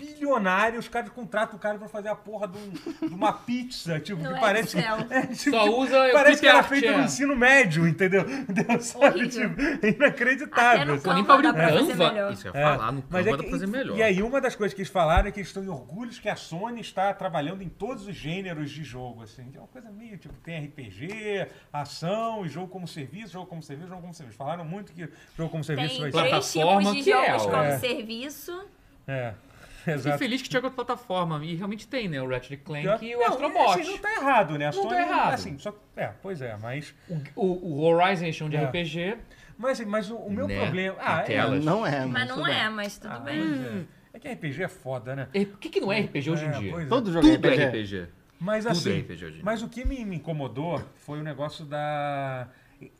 Speaker 1: bilionário, os caras contratam o cara pra fazer a porra de, um- de uma pizza, tipo,
Speaker 3: No
Speaker 1: que parece.
Speaker 3: Excel.
Speaker 1: É, tipo,
Speaker 2: Só
Speaker 1: que
Speaker 2: usa o
Speaker 1: Parece que era
Speaker 2: clip art,
Speaker 1: feito
Speaker 2: é.
Speaker 1: no ensino médio, entendeu? Entendeu? Sabe?
Speaker 3: Horrível.
Speaker 1: Tipo, é inacreditável.
Speaker 3: Até
Speaker 2: Pô,
Speaker 1: sabe?
Speaker 2: nem
Speaker 3: Canva
Speaker 2: pra abrir
Speaker 3: dá
Speaker 2: o
Speaker 3: pra fazer
Speaker 2: Canva.
Speaker 3: melhor.
Speaker 2: Isso, eu
Speaker 1: É,
Speaker 2: ia falar, no
Speaker 1: mas
Speaker 2: Canva
Speaker 1: é
Speaker 2: dá
Speaker 1: que-
Speaker 2: pra fazer
Speaker 1: e-
Speaker 2: melhor.
Speaker 1: E aí, uma das coisas que eles falaram é que eles estão em orgulhos que a Sony está trabalhando em todos os gêneros de jogo, assim. que É uma coisa meio, tipo, tem RPG, ação, e jogo como serviço, jogo como serviço, jogo como serviço. Falaram muito que jogo como serviço vai
Speaker 3: Tem
Speaker 1: ser...
Speaker 3: três tipos
Speaker 2: Plataforma
Speaker 3: de
Speaker 2: que é,
Speaker 3: jogos
Speaker 2: ó.
Speaker 3: como
Speaker 1: É.
Speaker 3: serviço.
Speaker 1: É,
Speaker 2: Fiquei
Speaker 1: exato.
Speaker 2: feliz que tinha outra plataforma. E realmente tem, né? O Ratchet Clank e o
Speaker 1: Não,
Speaker 2: Astrobot.
Speaker 1: assim, não tá errado, né? A
Speaker 2: Não tá
Speaker 1: Sony,
Speaker 2: errado.
Speaker 1: assim, só... É, pois é, mas...
Speaker 2: o, o Horizon é um de
Speaker 1: É.
Speaker 2: RPG.
Speaker 1: Mas, assim, mas o, o meu
Speaker 2: Né?
Speaker 1: problema... Ah, é,
Speaker 2: Aquela.
Speaker 4: Não é, mas.
Speaker 3: Mas
Speaker 4: tudo
Speaker 3: não
Speaker 4: bem.
Speaker 3: é, mas tudo
Speaker 1: ah,
Speaker 3: bem.
Speaker 1: pois é. É que RPG é foda, né?
Speaker 2: É, O que, que não é RPG hoje em
Speaker 1: É,
Speaker 2: dia?
Speaker 1: pois é.
Speaker 4: Todo jogo é
Speaker 2: Tudo é
Speaker 4: RPG.
Speaker 2: RPG.
Speaker 1: Mas
Speaker 2: Tudo
Speaker 1: assim,
Speaker 2: é RPG hoje em dia.
Speaker 1: mas o que me, me incomodou foi o negócio da.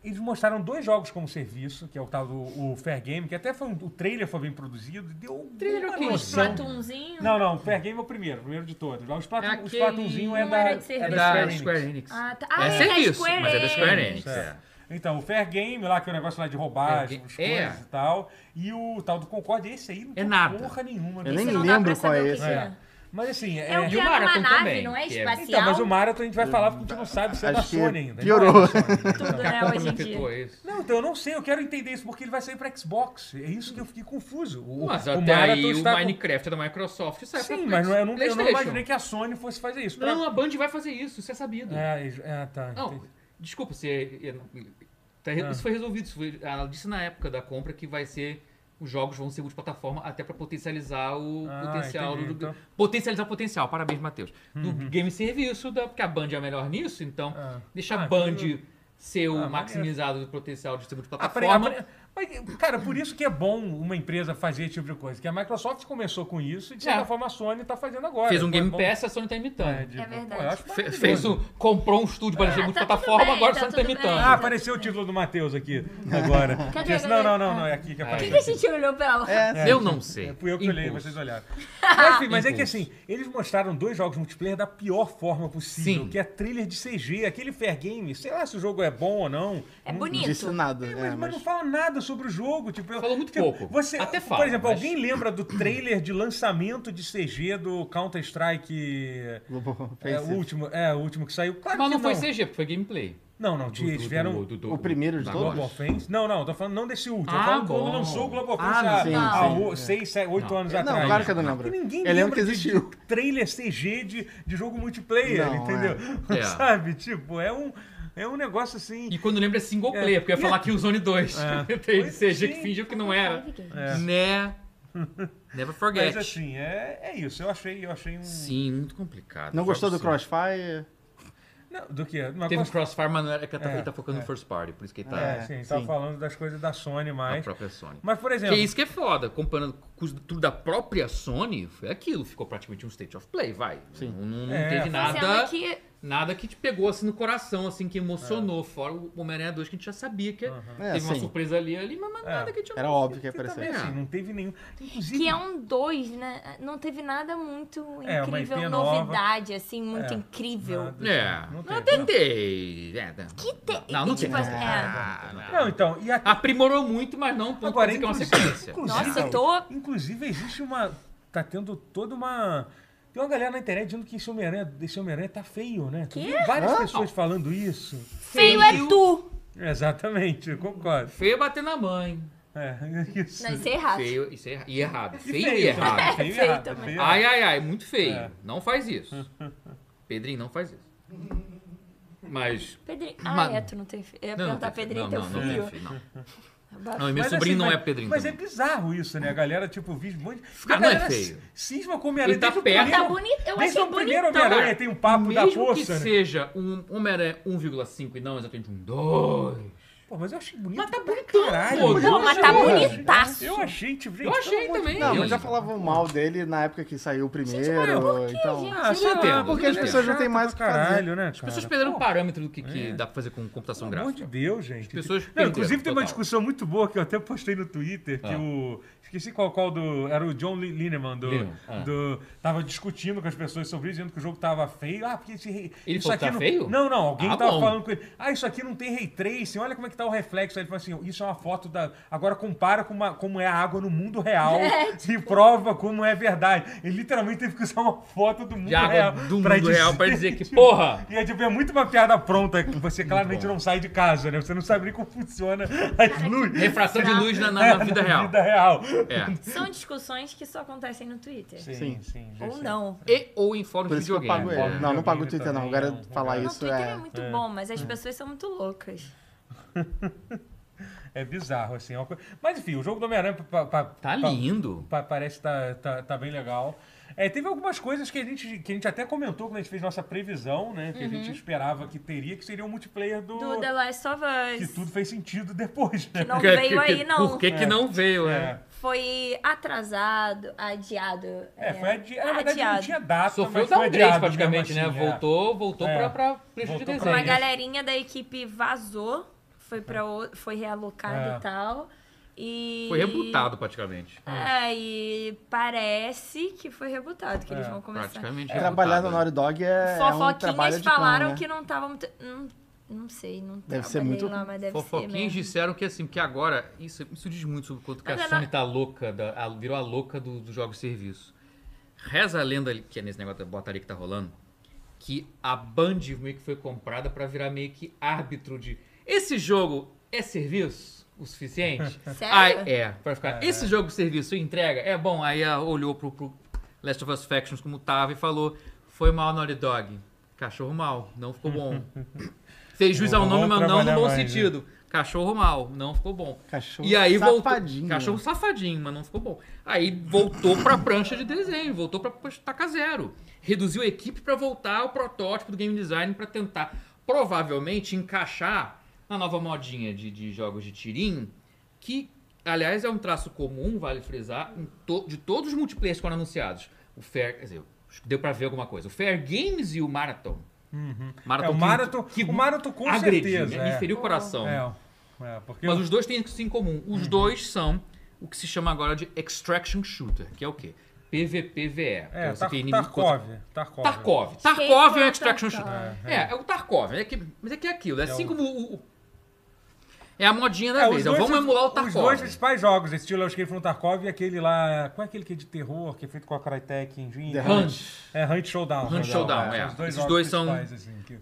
Speaker 1: Eles mostraram dois jogos como serviço, que é o tal do o Fair Game, que até foi um- o trailer foi bem produzido, e deu
Speaker 2: Trailer
Speaker 1: uma
Speaker 2: ok,
Speaker 1: noção.
Speaker 3: Splatoonzinho.
Speaker 1: Não, não, o Fair Game é o primeiro, o primeiro de todos. O Splatoon,
Speaker 2: Aquele-
Speaker 1: O Splatoonzinho é
Speaker 3: Não
Speaker 1: da,
Speaker 3: era de serviço.
Speaker 1: é da
Speaker 2: É da
Speaker 1: Square Enix.
Speaker 2: Square Enix.
Speaker 3: Ah, tá. Ah,
Speaker 2: é
Speaker 3: é da
Speaker 2: serviço,
Speaker 3: Square
Speaker 2: mas é da Square Enix.
Speaker 1: É.
Speaker 2: É.
Speaker 1: Então, o Fair Game lá, que é o negócio lá de roubar as
Speaker 2: Fair
Speaker 1: as
Speaker 2: Game- é.
Speaker 1: coisas e tal, e o tal do Concorde, esse aí não
Speaker 2: É
Speaker 1: tem
Speaker 2: nada.
Speaker 1: porra nenhuma.
Speaker 4: Eu
Speaker 1: né?
Speaker 4: nem
Speaker 3: Esse não dá
Speaker 4: lembro
Speaker 3: pra
Speaker 4: qual é
Speaker 3: saber o que
Speaker 4: esse.
Speaker 3: que
Speaker 1: É. Mas assim, é...
Speaker 3: É
Speaker 2: E
Speaker 3: um que
Speaker 2: o
Speaker 3: anda numa
Speaker 2: Marathon
Speaker 3: nave,
Speaker 2: também,
Speaker 3: não é
Speaker 2: que é-
Speaker 3: espacial?
Speaker 1: Então, mas o Marathon a gente vai falar porque a gente não sabe se é
Speaker 4: Acho
Speaker 1: da
Speaker 4: que
Speaker 1: Sony ainda.
Speaker 4: piorou.
Speaker 1: Ele não é da Sony, né?
Speaker 3: Tudo, né,
Speaker 2: Capcom
Speaker 3: hoje em
Speaker 2: efetuou
Speaker 3: dia.
Speaker 2: isso.
Speaker 1: Não, então eu não sei, eu quero entender isso, porque ele vai sair pra Xbox. É isso que eu fiquei confuso. O,
Speaker 2: Mas
Speaker 1: o
Speaker 2: até
Speaker 1: Marathon
Speaker 2: aí o
Speaker 1: está com-
Speaker 2: Minecraft é da Microsoft. Sai pra
Speaker 1: Sim, mas não, é- eu, não, eu não
Speaker 2: PlayStation.
Speaker 1: imaginei que a Sony fosse fazer isso. Pra-
Speaker 2: Não, a Band vai fazer isso, isso é sabido.
Speaker 1: É, e- é, tá.
Speaker 2: Não,
Speaker 1: entendi.
Speaker 2: desculpa, você. tá-
Speaker 1: Ah.
Speaker 2: Isso foi resolvido. Isso foi- ela disse na época da compra que vai ser. Os jogos vão ser multiplataforma até pra potencializar o
Speaker 1: Ah,
Speaker 2: potencial
Speaker 1: entendi,
Speaker 2: do.
Speaker 1: então. Uhum.
Speaker 2: Potencializar o potencial. Parabéns, Matheus. Do game serviço, da, porque a Band é a melhor nisso, então
Speaker 1: Ah.
Speaker 2: deixa
Speaker 1: Ah,
Speaker 2: a Band
Speaker 1: que-
Speaker 2: ser o
Speaker 1: Ah,
Speaker 2: maximizado do potencial de ser
Speaker 1: Apre-
Speaker 2: multiplataforma.
Speaker 1: apre- Mas, cara, por isso que é bom uma empresa fazer esse tipo de coisa. Que a Microsoft começou com isso e, de certa
Speaker 2: É.
Speaker 1: forma, a Sony tá fazendo agora.
Speaker 2: Fez um
Speaker 1: Foi
Speaker 2: Game
Speaker 1: bom.
Speaker 2: Pass e a Sony tá imitando.
Speaker 1: tipo,
Speaker 3: É verdade.
Speaker 1: pô, eu acho
Speaker 2: Fe-
Speaker 1: maravilhoso.
Speaker 2: fez um, comprou um estúdio para ser
Speaker 3: tá
Speaker 2: multiplataforma,
Speaker 3: tudo bem,
Speaker 2: agora
Speaker 3: tá
Speaker 2: a Sony tá
Speaker 3: tudo
Speaker 2: imitando.
Speaker 3: bem.
Speaker 1: Ah, apareceu o título do Matheus aqui agora.
Speaker 3: Cadê,
Speaker 1: Disse,
Speaker 3: cadê?
Speaker 1: Não, não, não, não, é aqui que
Speaker 2: Ah.
Speaker 1: apareceu.
Speaker 3: Por que a gente olhou pra lá?
Speaker 4: É,
Speaker 2: Eu não sei.
Speaker 1: É, fui eu que olhei,
Speaker 2: Impulso.
Speaker 1: vocês olharam. Mas, enfim, mas é que
Speaker 2: Impulso.
Speaker 1: assim, eles mostraram dois jogos multiplayer da pior forma possível,
Speaker 2: Sim.
Speaker 1: que é trailer de CG, aquele fair game, sei lá se o jogo é bom ou não.
Speaker 3: É
Speaker 1: Não-
Speaker 3: bonito.
Speaker 4: Não disse nada.
Speaker 1: É,
Speaker 4: É,
Speaker 1: mas, mas
Speaker 4: mas-
Speaker 1: não fala nada sobre o jogo. Tipo, eu-
Speaker 2: Falou muito
Speaker 1: tipo,
Speaker 2: pouco.
Speaker 1: Você,
Speaker 2: Até
Speaker 1: Por
Speaker 2: fala,
Speaker 1: exemplo,
Speaker 2: mas-
Speaker 1: alguém lembra do trailer de lançamento de CG do Counter-Strike?
Speaker 4: Global
Speaker 1: É, o
Speaker 4: Offensive.
Speaker 1: último, é, o último que saiu. Claro
Speaker 2: Mas
Speaker 1: que
Speaker 2: não foi
Speaker 1: não.
Speaker 2: CG, foi gameplay.
Speaker 1: Não, não,
Speaker 2: Do- do-
Speaker 1: eles tiveram...
Speaker 2: do- do- do-
Speaker 4: O primeiro de
Speaker 2: da
Speaker 4: todos?
Speaker 2: Ghost.
Speaker 1: Global Offense? Não, não, tô falando não desse último.
Speaker 2: Ah,
Speaker 1: eu tô falando quando
Speaker 2: bom.
Speaker 1: lançou o Global
Speaker 2: Ah,
Speaker 1: Offense
Speaker 2: sim,
Speaker 1: há, há
Speaker 4: sim.
Speaker 1: o- seis, sete, oito
Speaker 2: Não.
Speaker 1: anos
Speaker 4: É,
Speaker 1: atrás.
Speaker 4: não, claro que eu não
Speaker 1: Porque
Speaker 4: lembro.
Speaker 1: ninguém
Speaker 4: Eu lembro que
Speaker 1: lembra de-
Speaker 4: existiu.
Speaker 1: de trailer CG de, de jogo multiplayer,
Speaker 4: Não,
Speaker 1: entendeu?
Speaker 2: é. É.
Speaker 1: Sabe? Tipo, é um, é um negócio assim.
Speaker 2: E quando lembra é single
Speaker 1: É.
Speaker 2: player, porque eu ia falar que o Zone 2.
Speaker 1: É.
Speaker 2: Tem
Speaker 1: Pois
Speaker 2: CG
Speaker 1: sim.
Speaker 2: que fingiu que não era.
Speaker 1: É.
Speaker 2: Né? Never forget.
Speaker 1: Mas assim, é, é isso. Eu achei, eu achei um.
Speaker 2: Sim, muito complicado.
Speaker 4: Não gostou do
Speaker 2: Jogos
Speaker 4: Crossfire?
Speaker 1: Não, do que? Uma
Speaker 2: Teve um
Speaker 1: coisa...
Speaker 2: Crossfire, mas não era que ele tá-
Speaker 1: É,
Speaker 2: ele tá focando
Speaker 1: é.
Speaker 2: no first party, por isso que ele tá
Speaker 1: É,
Speaker 2: é,
Speaker 1: sim, tava
Speaker 4: sim.
Speaker 1: falando das coisas da Sony
Speaker 2: na
Speaker 1: mais.
Speaker 2: própria Sony.
Speaker 1: Mas, por
Speaker 2: Que
Speaker 1: exemplo.
Speaker 2: é isso que é foda, comparando com os- tudo da própria Sony, foi aquilo, ficou praticamente um state of play, vai.
Speaker 4: Sim.
Speaker 2: Não, não- não
Speaker 1: É,
Speaker 2: teve
Speaker 1: foi-
Speaker 2: nada,
Speaker 3: Sendo que
Speaker 2: nada que te pegou assim no coração, assim, que emocionou, fora o Homem-Aranha 2 que a gente já sabia que
Speaker 4: É,
Speaker 2: teve uma
Speaker 4: sim.
Speaker 2: surpresa ali, ali mas mas
Speaker 1: É.
Speaker 2: nada que te
Speaker 4: Era óbvio que ia
Speaker 1: que também,
Speaker 4: aparecer.
Speaker 2: apareceu.
Speaker 1: assim, não teve nenhum. Inclusive,
Speaker 3: Que é um 2, né? Não teve nada muito
Speaker 1: É, uma
Speaker 3: incrível,
Speaker 1: IP nova.
Speaker 3: novidade, assim, muito
Speaker 1: É.
Speaker 3: incrível.
Speaker 1: Nada.
Speaker 2: É,
Speaker 1: Não
Speaker 2: não,
Speaker 1: teve,
Speaker 2: tentei. É, não.
Speaker 3: Que te-
Speaker 2: Não, não
Speaker 3: tipo,
Speaker 2: teve.
Speaker 3: é.
Speaker 2: Ah,
Speaker 1: Não, então, e aqui.
Speaker 2: Aprimorou muito, mas não tanto
Speaker 1: Agora,
Speaker 2: pra dizer que é uma
Speaker 1: inclusive-
Speaker 2: sequência.
Speaker 1: inclusive-
Speaker 3: Nossa, eu tô.
Speaker 1: Inclusive, existe uma. Tá tendo toda uma. Tem uma galera na internet dizendo que esse Homem-Aranha esse Homem tá feio, né? Tu viu Várias pessoas falando isso.
Speaker 3: Feio é tu!
Speaker 1: Exatamente, eu concordo.
Speaker 2: Feio é bater na mãe.
Speaker 1: É, isso.
Speaker 3: Não, isso é errado.
Speaker 2: Feio, isso é erra- e errado.
Speaker 1: E
Speaker 2: Feio e
Speaker 1: também,
Speaker 2: errado.
Speaker 1: Feio e
Speaker 3: Feio
Speaker 1: errado.
Speaker 3: também.
Speaker 1: feio e errado.
Speaker 2: Ai, ai, ai, muito feio.
Speaker 1: É.
Speaker 2: Não faz isso. Pedrinho, não faz isso. Mas.
Speaker 3: Pedrinho. Ah,
Speaker 2: Mano.
Speaker 3: é, tu não tem filho. Eu ia
Speaker 2: Não, não,
Speaker 3: perguntar,
Speaker 2: tem feio.
Speaker 3: Pedrinho,
Speaker 2: não,
Speaker 3: teu
Speaker 2: não, não, tem
Speaker 3: filho.
Speaker 2: feio, não.
Speaker 3: Abafo.
Speaker 2: Não, e meu
Speaker 1: Mas,
Speaker 2: sobrinho
Speaker 1: assim,
Speaker 2: não é
Speaker 1: mas-
Speaker 2: Pedrinho.
Speaker 1: Mas é
Speaker 2: também.
Speaker 1: bizarro isso, né? A galera, tipo, vive um monte.
Speaker 2: Cara,
Speaker 1: a
Speaker 2: não é
Speaker 1: galera
Speaker 2: feio.
Speaker 1: Cisma com Homem-Aranha.
Speaker 2: Ele tá
Speaker 1: desde o
Speaker 2: perto.
Speaker 1: primeiro-
Speaker 3: Tá bonito, eu
Speaker 1: Desde
Speaker 3: achei
Speaker 1: o primeiro
Speaker 3: bonito.
Speaker 1: Homem-Aranha tem um papo da
Speaker 2: Então, Mesmo que
Speaker 1: poça. né?
Speaker 2: seja um Homem-Aranha 1,5 e não exatamente um 2.
Speaker 1: Pô, mas eu achei bonito.
Speaker 2: Mas tá
Speaker 1: pra
Speaker 2: bonitão,
Speaker 1: caralho.
Speaker 2: pô.
Speaker 3: Não, mas tá
Speaker 4: Porra.
Speaker 3: bonitaço.
Speaker 1: Eu achei, tipo, gente.
Speaker 2: Eu achei
Speaker 1: pelo amor de
Speaker 2: também.
Speaker 4: Não,
Speaker 1: Deus.
Speaker 4: mas já falavam mal dele na época que saiu o primeiro.
Speaker 1: mas por
Speaker 4: então...
Speaker 1: Ah, sei
Speaker 2: entendo,
Speaker 1: lá,
Speaker 2: porque as
Speaker 1: é
Speaker 2: pessoas
Speaker 4: já têm
Speaker 1: chato
Speaker 4: mais o
Speaker 1: pra
Speaker 4: que fazer.
Speaker 1: caralho, né?
Speaker 2: As pessoas
Speaker 1: cara?
Speaker 2: perderam
Speaker 1: Pô, É.
Speaker 2: o parâmetro do que, que dá pra fazer com computação
Speaker 1: Pelo amor de
Speaker 2: gráfica.
Speaker 1: Deus, gente.
Speaker 2: pessoas
Speaker 1: Não,
Speaker 2: perderam,
Speaker 1: inclusive, tem uma
Speaker 2: total.
Speaker 1: discussão muito boa que eu até postei no Twitter, que
Speaker 2: Ah.
Speaker 1: o... Esqueci qual, qual do... Era o John Lin- Lineman, do...
Speaker 2: Lineman, ah.
Speaker 1: do- Tava discutindo com as pessoas sobre isso, dizendo que o jogo tava feio. Ah, porque esse...
Speaker 2: Ele
Speaker 1: isso
Speaker 2: falou
Speaker 1: aqui
Speaker 2: que tá
Speaker 1: não...
Speaker 2: feio?
Speaker 1: Não, não. Alguém
Speaker 2: Ah,
Speaker 1: tava
Speaker 2: bom.
Speaker 1: falando com ele. Ah, isso aqui não tem Ray Tracing. Olha como é que mostrar o reflexo. Aí ele fala assim: isso é uma foto da. Agora compara com uma- como é a água no mundo real
Speaker 2: É,
Speaker 1: e
Speaker 2: tipo
Speaker 1: prova como é verdade. Ele literalmente teve que usar uma foto do mundo
Speaker 2: De água
Speaker 1: real.
Speaker 2: do mundo real pra dizer que, porra!
Speaker 1: E é, tipo, é muito uma piada pronta. que Você claramente
Speaker 2: bom.
Speaker 1: não sai de casa, né? Você não sabe nem como funciona as luzes.
Speaker 2: Refração de luz na, na- na vida real.
Speaker 1: Vida real.
Speaker 2: É.
Speaker 3: São discussões que só acontecem no Twitter.
Speaker 1: Sim, sim. já
Speaker 3: Ou
Speaker 1: sei.
Speaker 3: não.
Speaker 2: E ou em fórum
Speaker 4: Por
Speaker 2: de
Speaker 4: isso que eu
Speaker 2: videogame.
Speaker 4: pago ele. né?
Speaker 1: É.
Speaker 4: Não, não pago o Twitter, não.
Speaker 1: Também
Speaker 4: Agora
Speaker 1: não, não
Speaker 4: falar
Speaker 3: Não, o
Speaker 4: isso
Speaker 3: Twitter é,
Speaker 4: é.
Speaker 3: muito bom, mas as pessoas são muito loucas.
Speaker 1: É bizarro, assim. é uma coisa- Mas enfim, o jogo do Homem-Aranha pa- pa-
Speaker 2: Tá
Speaker 1: pa-
Speaker 2: lindo.
Speaker 1: pa- parece que tá, tá, tá bem legal. É, teve algumas coisas que a, gente, que a gente até comentou quando a gente fez nossa previsão, né? Que a gente esperava que teria, que seria o multiplayer do.
Speaker 3: Uhum. Do The Last of
Speaker 1: Que
Speaker 3: Us.
Speaker 1: tudo fez sentido depois, né?
Speaker 3: Que não
Speaker 2: Que-
Speaker 3: veio
Speaker 2: que-
Speaker 3: aí,
Speaker 2: que-
Speaker 3: não.
Speaker 2: Por que, que não veio,
Speaker 1: É.
Speaker 2: é?
Speaker 3: Foi atrasado, adiado.
Speaker 1: É, foi adi... Na verdade, não tinha data,
Speaker 2: Sofreu
Speaker 1: mas foi
Speaker 2: downgrade
Speaker 1: adiado
Speaker 2: praticamente,
Speaker 1: mesmo
Speaker 2: né?
Speaker 1: assim, é.
Speaker 2: Voltou, voltou
Speaker 1: É.
Speaker 2: pra, pra preço de
Speaker 1: Voltou pra
Speaker 3: Uma
Speaker 1: isso.
Speaker 2: desenho.
Speaker 3: galerinha da equipe vazou, foi, pra, o- foi realocado
Speaker 1: É.
Speaker 3: e tal. E...
Speaker 2: Foi rebutado praticamente.
Speaker 3: É, e parece que foi rebutado, que eles
Speaker 1: É,
Speaker 3: vão começar.
Speaker 2: Praticamente
Speaker 4: Trabalhar na
Speaker 2: rebutado.
Speaker 4: Naughty Dog é. é um trabalho
Speaker 3: Fofoquinhas
Speaker 4: de cão,
Speaker 3: falaram
Speaker 4: né?
Speaker 3: que não tava muito. Não, não sei, não
Speaker 4: Deve ser
Speaker 3: trabalhei
Speaker 4: muito-
Speaker 3: lá, mas deve ser.
Speaker 2: Fofoquinhas
Speaker 3: mesmo.
Speaker 2: disseram que assim, que agora, isso, isso diz muito sobre o quanto que a
Speaker 3: Mas ela-
Speaker 2: Sony tá louca, da- a- virou a louca do- dos jogos de serviço. Reza a lenda, ali, que é nesse negócio da botaria que tá rolando, que a Band meio que foi comprada pra virar meio que árbitro de. Esse jogo é serviço o suficiente?
Speaker 3: Sério?
Speaker 2: Ah, é, pra ficar. Esse jogo de serviço entrega? É bom. Aí ela olhou pro, pro Last of Us Factions como tava e falou: foi mal, Naughty Dog. Cachorro mal, não ficou bom. Fez juiz ao
Speaker 1: Não
Speaker 2: nome,
Speaker 1: vou
Speaker 2: mas não no
Speaker 1: trabalhar
Speaker 2: bom
Speaker 1: mais, né?
Speaker 2: sentido. Cachorro mal, não ficou bom.
Speaker 4: Cachorro
Speaker 2: e aí
Speaker 4: safadinho.
Speaker 2: Voltou, cachorro safadinho, mas não ficou bom. Aí voltou pra prancha de desenho, voltou pra taca zero. Reduziu a equipe pra voltar ao protótipo do game design pra tentar, provavelmente, encaixar na nova modinha de, de jogos de tirinho, que, aliás, é um traço comum, vale frisar, em to- de todos os multiplayers que foram anunciados. O Fair, quer dizer, acho que deu pra ver alguma coisa. O Fair Games e o Marathon.
Speaker 1: É, o
Speaker 2: que-
Speaker 1: Marathon, o Marathon com
Speaker 2: agrediu,
Speaker 1: certeza.
Speaker 2: né? Me
Speaker 1: é.
Speaker 2: feriu o coração.
Speaker 1: É, é, porque
Speaker 2: Mas os dois têm isso em comum.
Speaker 1: Uhum.
Speaker 2: Os dois são o que se chama agora de Extraction Shooter, que é o quê? PVPVE.
Speaker 1: É,
Speaker 2: que
Speaker 1: Tar-
Speaker 2: tem inimigo
Speaker 1: Tarkov, Tarkov.
Speaker 2: Tarkov.
Speaker 3: Quem
Speaker 2: Tarkov é
Speaker 3: foi
Speaker 2: um
Speaker 3: o
Speaker 2: Extraction
Speaker 3: Tarkov?
Speaker 2: Shooter. É, é o Tarkov. É que, mas é que é aquilo. É assim
Speaker 1: o-
Speaker 2: como o, o- É a modinha da
Speaker 1: É,
Speaker 2: vez.
Speaker 1: os
Speaker 2: Então,
Speaker 1: dois-
Speaker 2: vamos emular o
Speaker 1: Os
Speaker 2: Tarkov.
Speaker 1: dois principais jogos, esse estilo Escape from Tarkov e aquele lá... Qual é aquele que é de terror, que é feito com a Crytek Engine?
Speaker 4: The
Speaker 2: Hunt.
Speaker 1: É, Hunt Showdown.
Speaker 2: Hunt Showdown, é.
Speaker 1: Os dois
Speaker 2: Esses
Speaker 1: jogos
Speaker 2: dois são-
Speaker 1: principais, assim, que,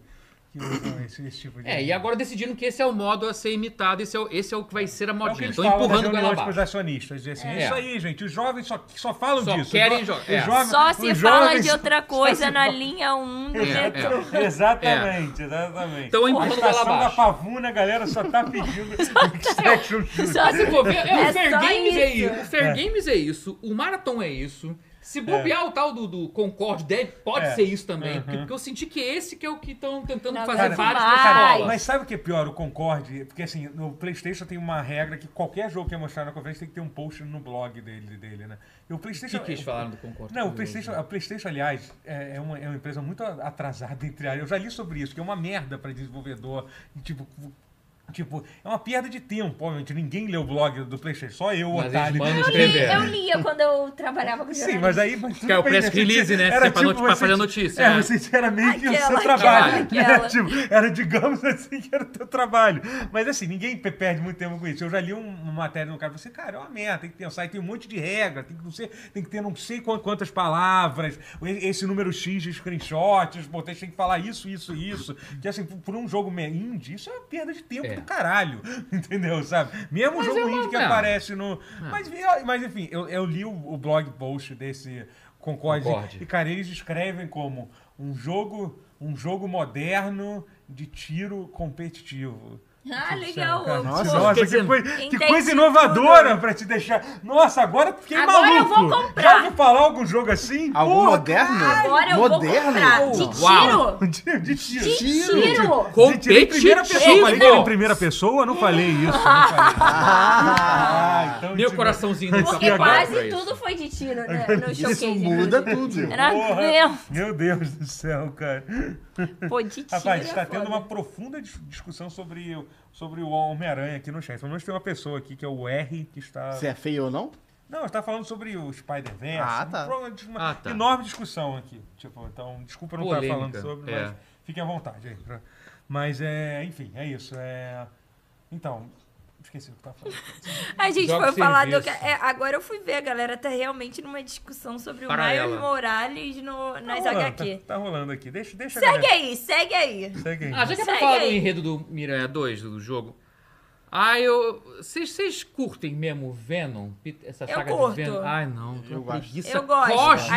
Speaker 1: que usam esse, esse tipo de...
Speaker 2: É, e agora decidiram que esse é o modo a ser imitado, esse é o, esse é o que vai ser a
Speaker 1: É o que
Speaker 2: modinha.
Speaker 1: eles
Speaker 2: Estão
Speaker 1: falam
Speaker 2: empurrando
Speaker 1: nas
Speaker 2: o goela
Speaker 1: reuniões com os
Speaker 2: abaixo.
Speaker 1: acionistas. Dizem assim,
Speaker 2: É.
Speaker 1: isso aí, gente. Os jovens só, só falam
Speaker 2: Só
Speaker 1: disso. Os
Speaker 2: querem
Speaker 1: jo-
Speaker 2: jo-
Speaker 1: os
Speaker 2: é.
Speaker 1: jovens-
Speaker 3: Só se
Speaker 1: os
Speaker 3: fala
Speaker 1: jovens-
Speaker 3: de outra coisa na linha né? 1 do
Speaker 2: É, é.
Speaker 3: metrô.
Speaker 1: Exatamente, exatamente.
Speaker 2: Estão
Speaker 1: a
Speaker 2: empurrando o goela
Speaker 1: estação da
Speaker 2: abaixo.
Speaker 1: pavuna, a galera só tá pedindo action shooter.
Speaker 3: Só
Speaker 2: Se
Speaker 3: se
Speaker 2: for ver, é, o
Speaker 3: É
Speaker 2: Fair
Speaker 3: só
Speaker 2: Games é
Speaker 3: isso.
Speaker 2: isso. O Fair Games é isso. O Marathon é isso. Se bobear o tal do, do Concorde deve, pode
Speaker 1: É.
Speaker 2: ser isso também. Porque, porque eu senti que esse que é o que estão tentando
Speaker 3: Não,
Speaker 1: cara,
Speaker 2: fazer vários
Speaker 3: demais.
Speaker 2: pessoal.
Speaker 1: Mas sabe o que é pior? O Concorde, porque assim, no Playstation tem uma regra que qualquer jogo que é mostrado na conferência tem que ter um post no blog dele, dele né? E o
Speaker 2: O que,
Speaker 1: Playstation...
Speaker 2: que eles falaram do Concorde?
Speaker 1: Não, o PlayStation, é a PlayStation, aliás, é é uma, é uma empresa muito atrasada entre áreas. Eu já li sobre isso, que é uma merda para desenvolvedor. E, tipo, tipo, é uma perda de tempo, obviamente. Ninguém lê o blog do PlayStation, só eu,
Speaker 2: Mas eles
Speaker 1: otário.
Speaker 2: mandam
Speaker 3: Eu, li,
Speaker 2: escrever.
Speaker 3: eu lia quando eu trabalhava com
Speaker 1: Sim,
Speaker 3: jornalismo.
Speaker 1: mas aí. Mas tudo
Speaker 2: Que é o
Speaker 1: bem,
Speaker 2: press
Speaker 1: né?
Speaker 2: release, né? Você pra noti- pra fazer a notícia,
Speaker 1: É,
Speaker 2: né?
Speaker 1: você era meio que o seu
Speaker 3: Aquela,
Speaker 1: trabalho.
Speaker 3: aquela,
Speaker 1: né?
Speaker 3: aquela.
Speaker 1: Tipo, era, digamos assim, que era o teu trabalho. Mas assim, ninguém pe- perde muito tempo com isso. Eu já li um- uma matéria no cara, você, cara, é uma merda, tem que pensar, e tem um monte de regra, tem que, não ser, tem que ter não sei quan- quantas palavras, e- esse número X de screenshots, pô, tem que falar isso, isso, isso. Que assim, por por um jogo me- indie, isso é uma perda de tempo
Speaker 2: É.
Speaker 1: do caralho. Entendeu? Sabe? Mesmo um jogo
Speaker 2: é uma-
Speaker 1: indie que
Speaker 2: é.
Speaker 1: aparece aparece no. Mas, eu- mas enfim, eu, eu li o, o blog post desse Concorde,
Speaker 2: Concorde.
Speaker 1: e, cara, eles descrevem como um jogo, um jogo moderno de tiro competitivo.
Speaker 3: Ah, legal. eu-
Speaker 1: Nossa,
Speaker 3: pô,
Speaker 1: nossa,
Speaker 2: Quer
Speaker 1: que,
Speaker 2: dizer,
Speaker 1: coi- que
Speaker 3: entendi
Speaker 1: coisa inovadora pra te deixar. Nossa, agora eu fiquei
Speaker 3: Agora eu
Speaker 1: maluco.
Speaker 3: vou comprar.
Speaker 1: Já ouviu falar algum jogo assim?
Speaker 4: Algum
Speaker 1: Porra,
Speaker 4: moderno?
Speaker 3: Agora eu vou
Speaker 4: moderno?
Speaker 3: comprar. De
Speaker 2: Uau.
Speaker 3: tiro?
Speaker 1: De, de tiro.
Speaker 3: De
Speaker 4: Tiro.
Speaker 3: tiro?
Speaker 1: De tiro em primeira pessoa. Eu Falei que era em
Speaker 2: Competitivo.
Speaker 1: primeira pessoa? Eu Não falei isso. eu Não falei. Ah, então,
Speaker 2: Meu
Speaker 1: tipo,
Speaker 2: coraçãozinho é do
Speaker 1: E
Speaker 3: Porque
Speaker 1: agora
Speaker 3: quase tudo foi de tiro, né? No showcase.
Speaker 4: Isso muda
Speaker 3: inclusive.
Speaker 4: tudo.
Speaker 3: Era
Speaker 1: Porra.
Speaker 3: meu.
Speaker 1: Meu Deus do céu, cara.
Speaker 3: Pô, de tiro.
Speaker 1: Rapaz,
Speaker 3: é
Speaker 1: está tendo
Speaker 3: foda.
Speaker 1: uma profunda dis- discussão sobre, o- sobre o Homem-Aranha aqui no chat. Pelo menos tem uma pessoa aqui que é o R que está.
Speaker 4: Se é feio ou não?
Speaker 1: Não, está falando sobre o Spider-Verse.
Speaker 4: Ah,
Speaker 1: Um
Speaker 4: tá.
Speaker 1: pro- de Uma
Speaker 2: Ah, tá.
Speaker 1: enorme discussão aqui. Tipo, então, desculpa eu não estar
Speaker 2: Polêmica,
Speaker 1: falando sobre,
Speaker 2: é.
Speaker 1: mas fiquem à vontade aí. pra- Mas é, enfim, é isso. É... Então, esqueci o que eu tava falando.
Speaker 3: A gente
Speaker 2: Joga
Speaker 3: foi falar do.
Speaker 2: serviço.
Speaker 3: é, agora eu fui ver, a galera tá realmente numa discussão sobre o
Speaker 2: Paralela.
Speaker 3: Miles Morales no, nas
Speaker 1: tá, rolando,
Speaker 3: HQ.
Speaker 1: tá, tá rolando aqui. Deixa, deixa a
Speaker 3: Segue
Speaker 1: galera-
Speaker 3: aí, segue aí.
Speaker 1: Segue aí.
Speaker 2: Ah, já que é pra
Speaker 3: Segue
Speaker 2: falar do
Speaker 3: aí.
Speaker 2: enredo do Miranha 2, do jogo. Ah, eu. Vocês vocês curtem mesmo Venom? Pit- Essa
Speaker 3: Eu
Speaker 2: saga
Speaker 3: curto.
Speaker 2: de Venom? Ai, não.
Speaker 4: Eu
Speaker 2: uma
Speaker 4: gosto.
Speaker 2: preguiça
Speaker 3: Eu gosto.
Speaker 2: é Cósmica.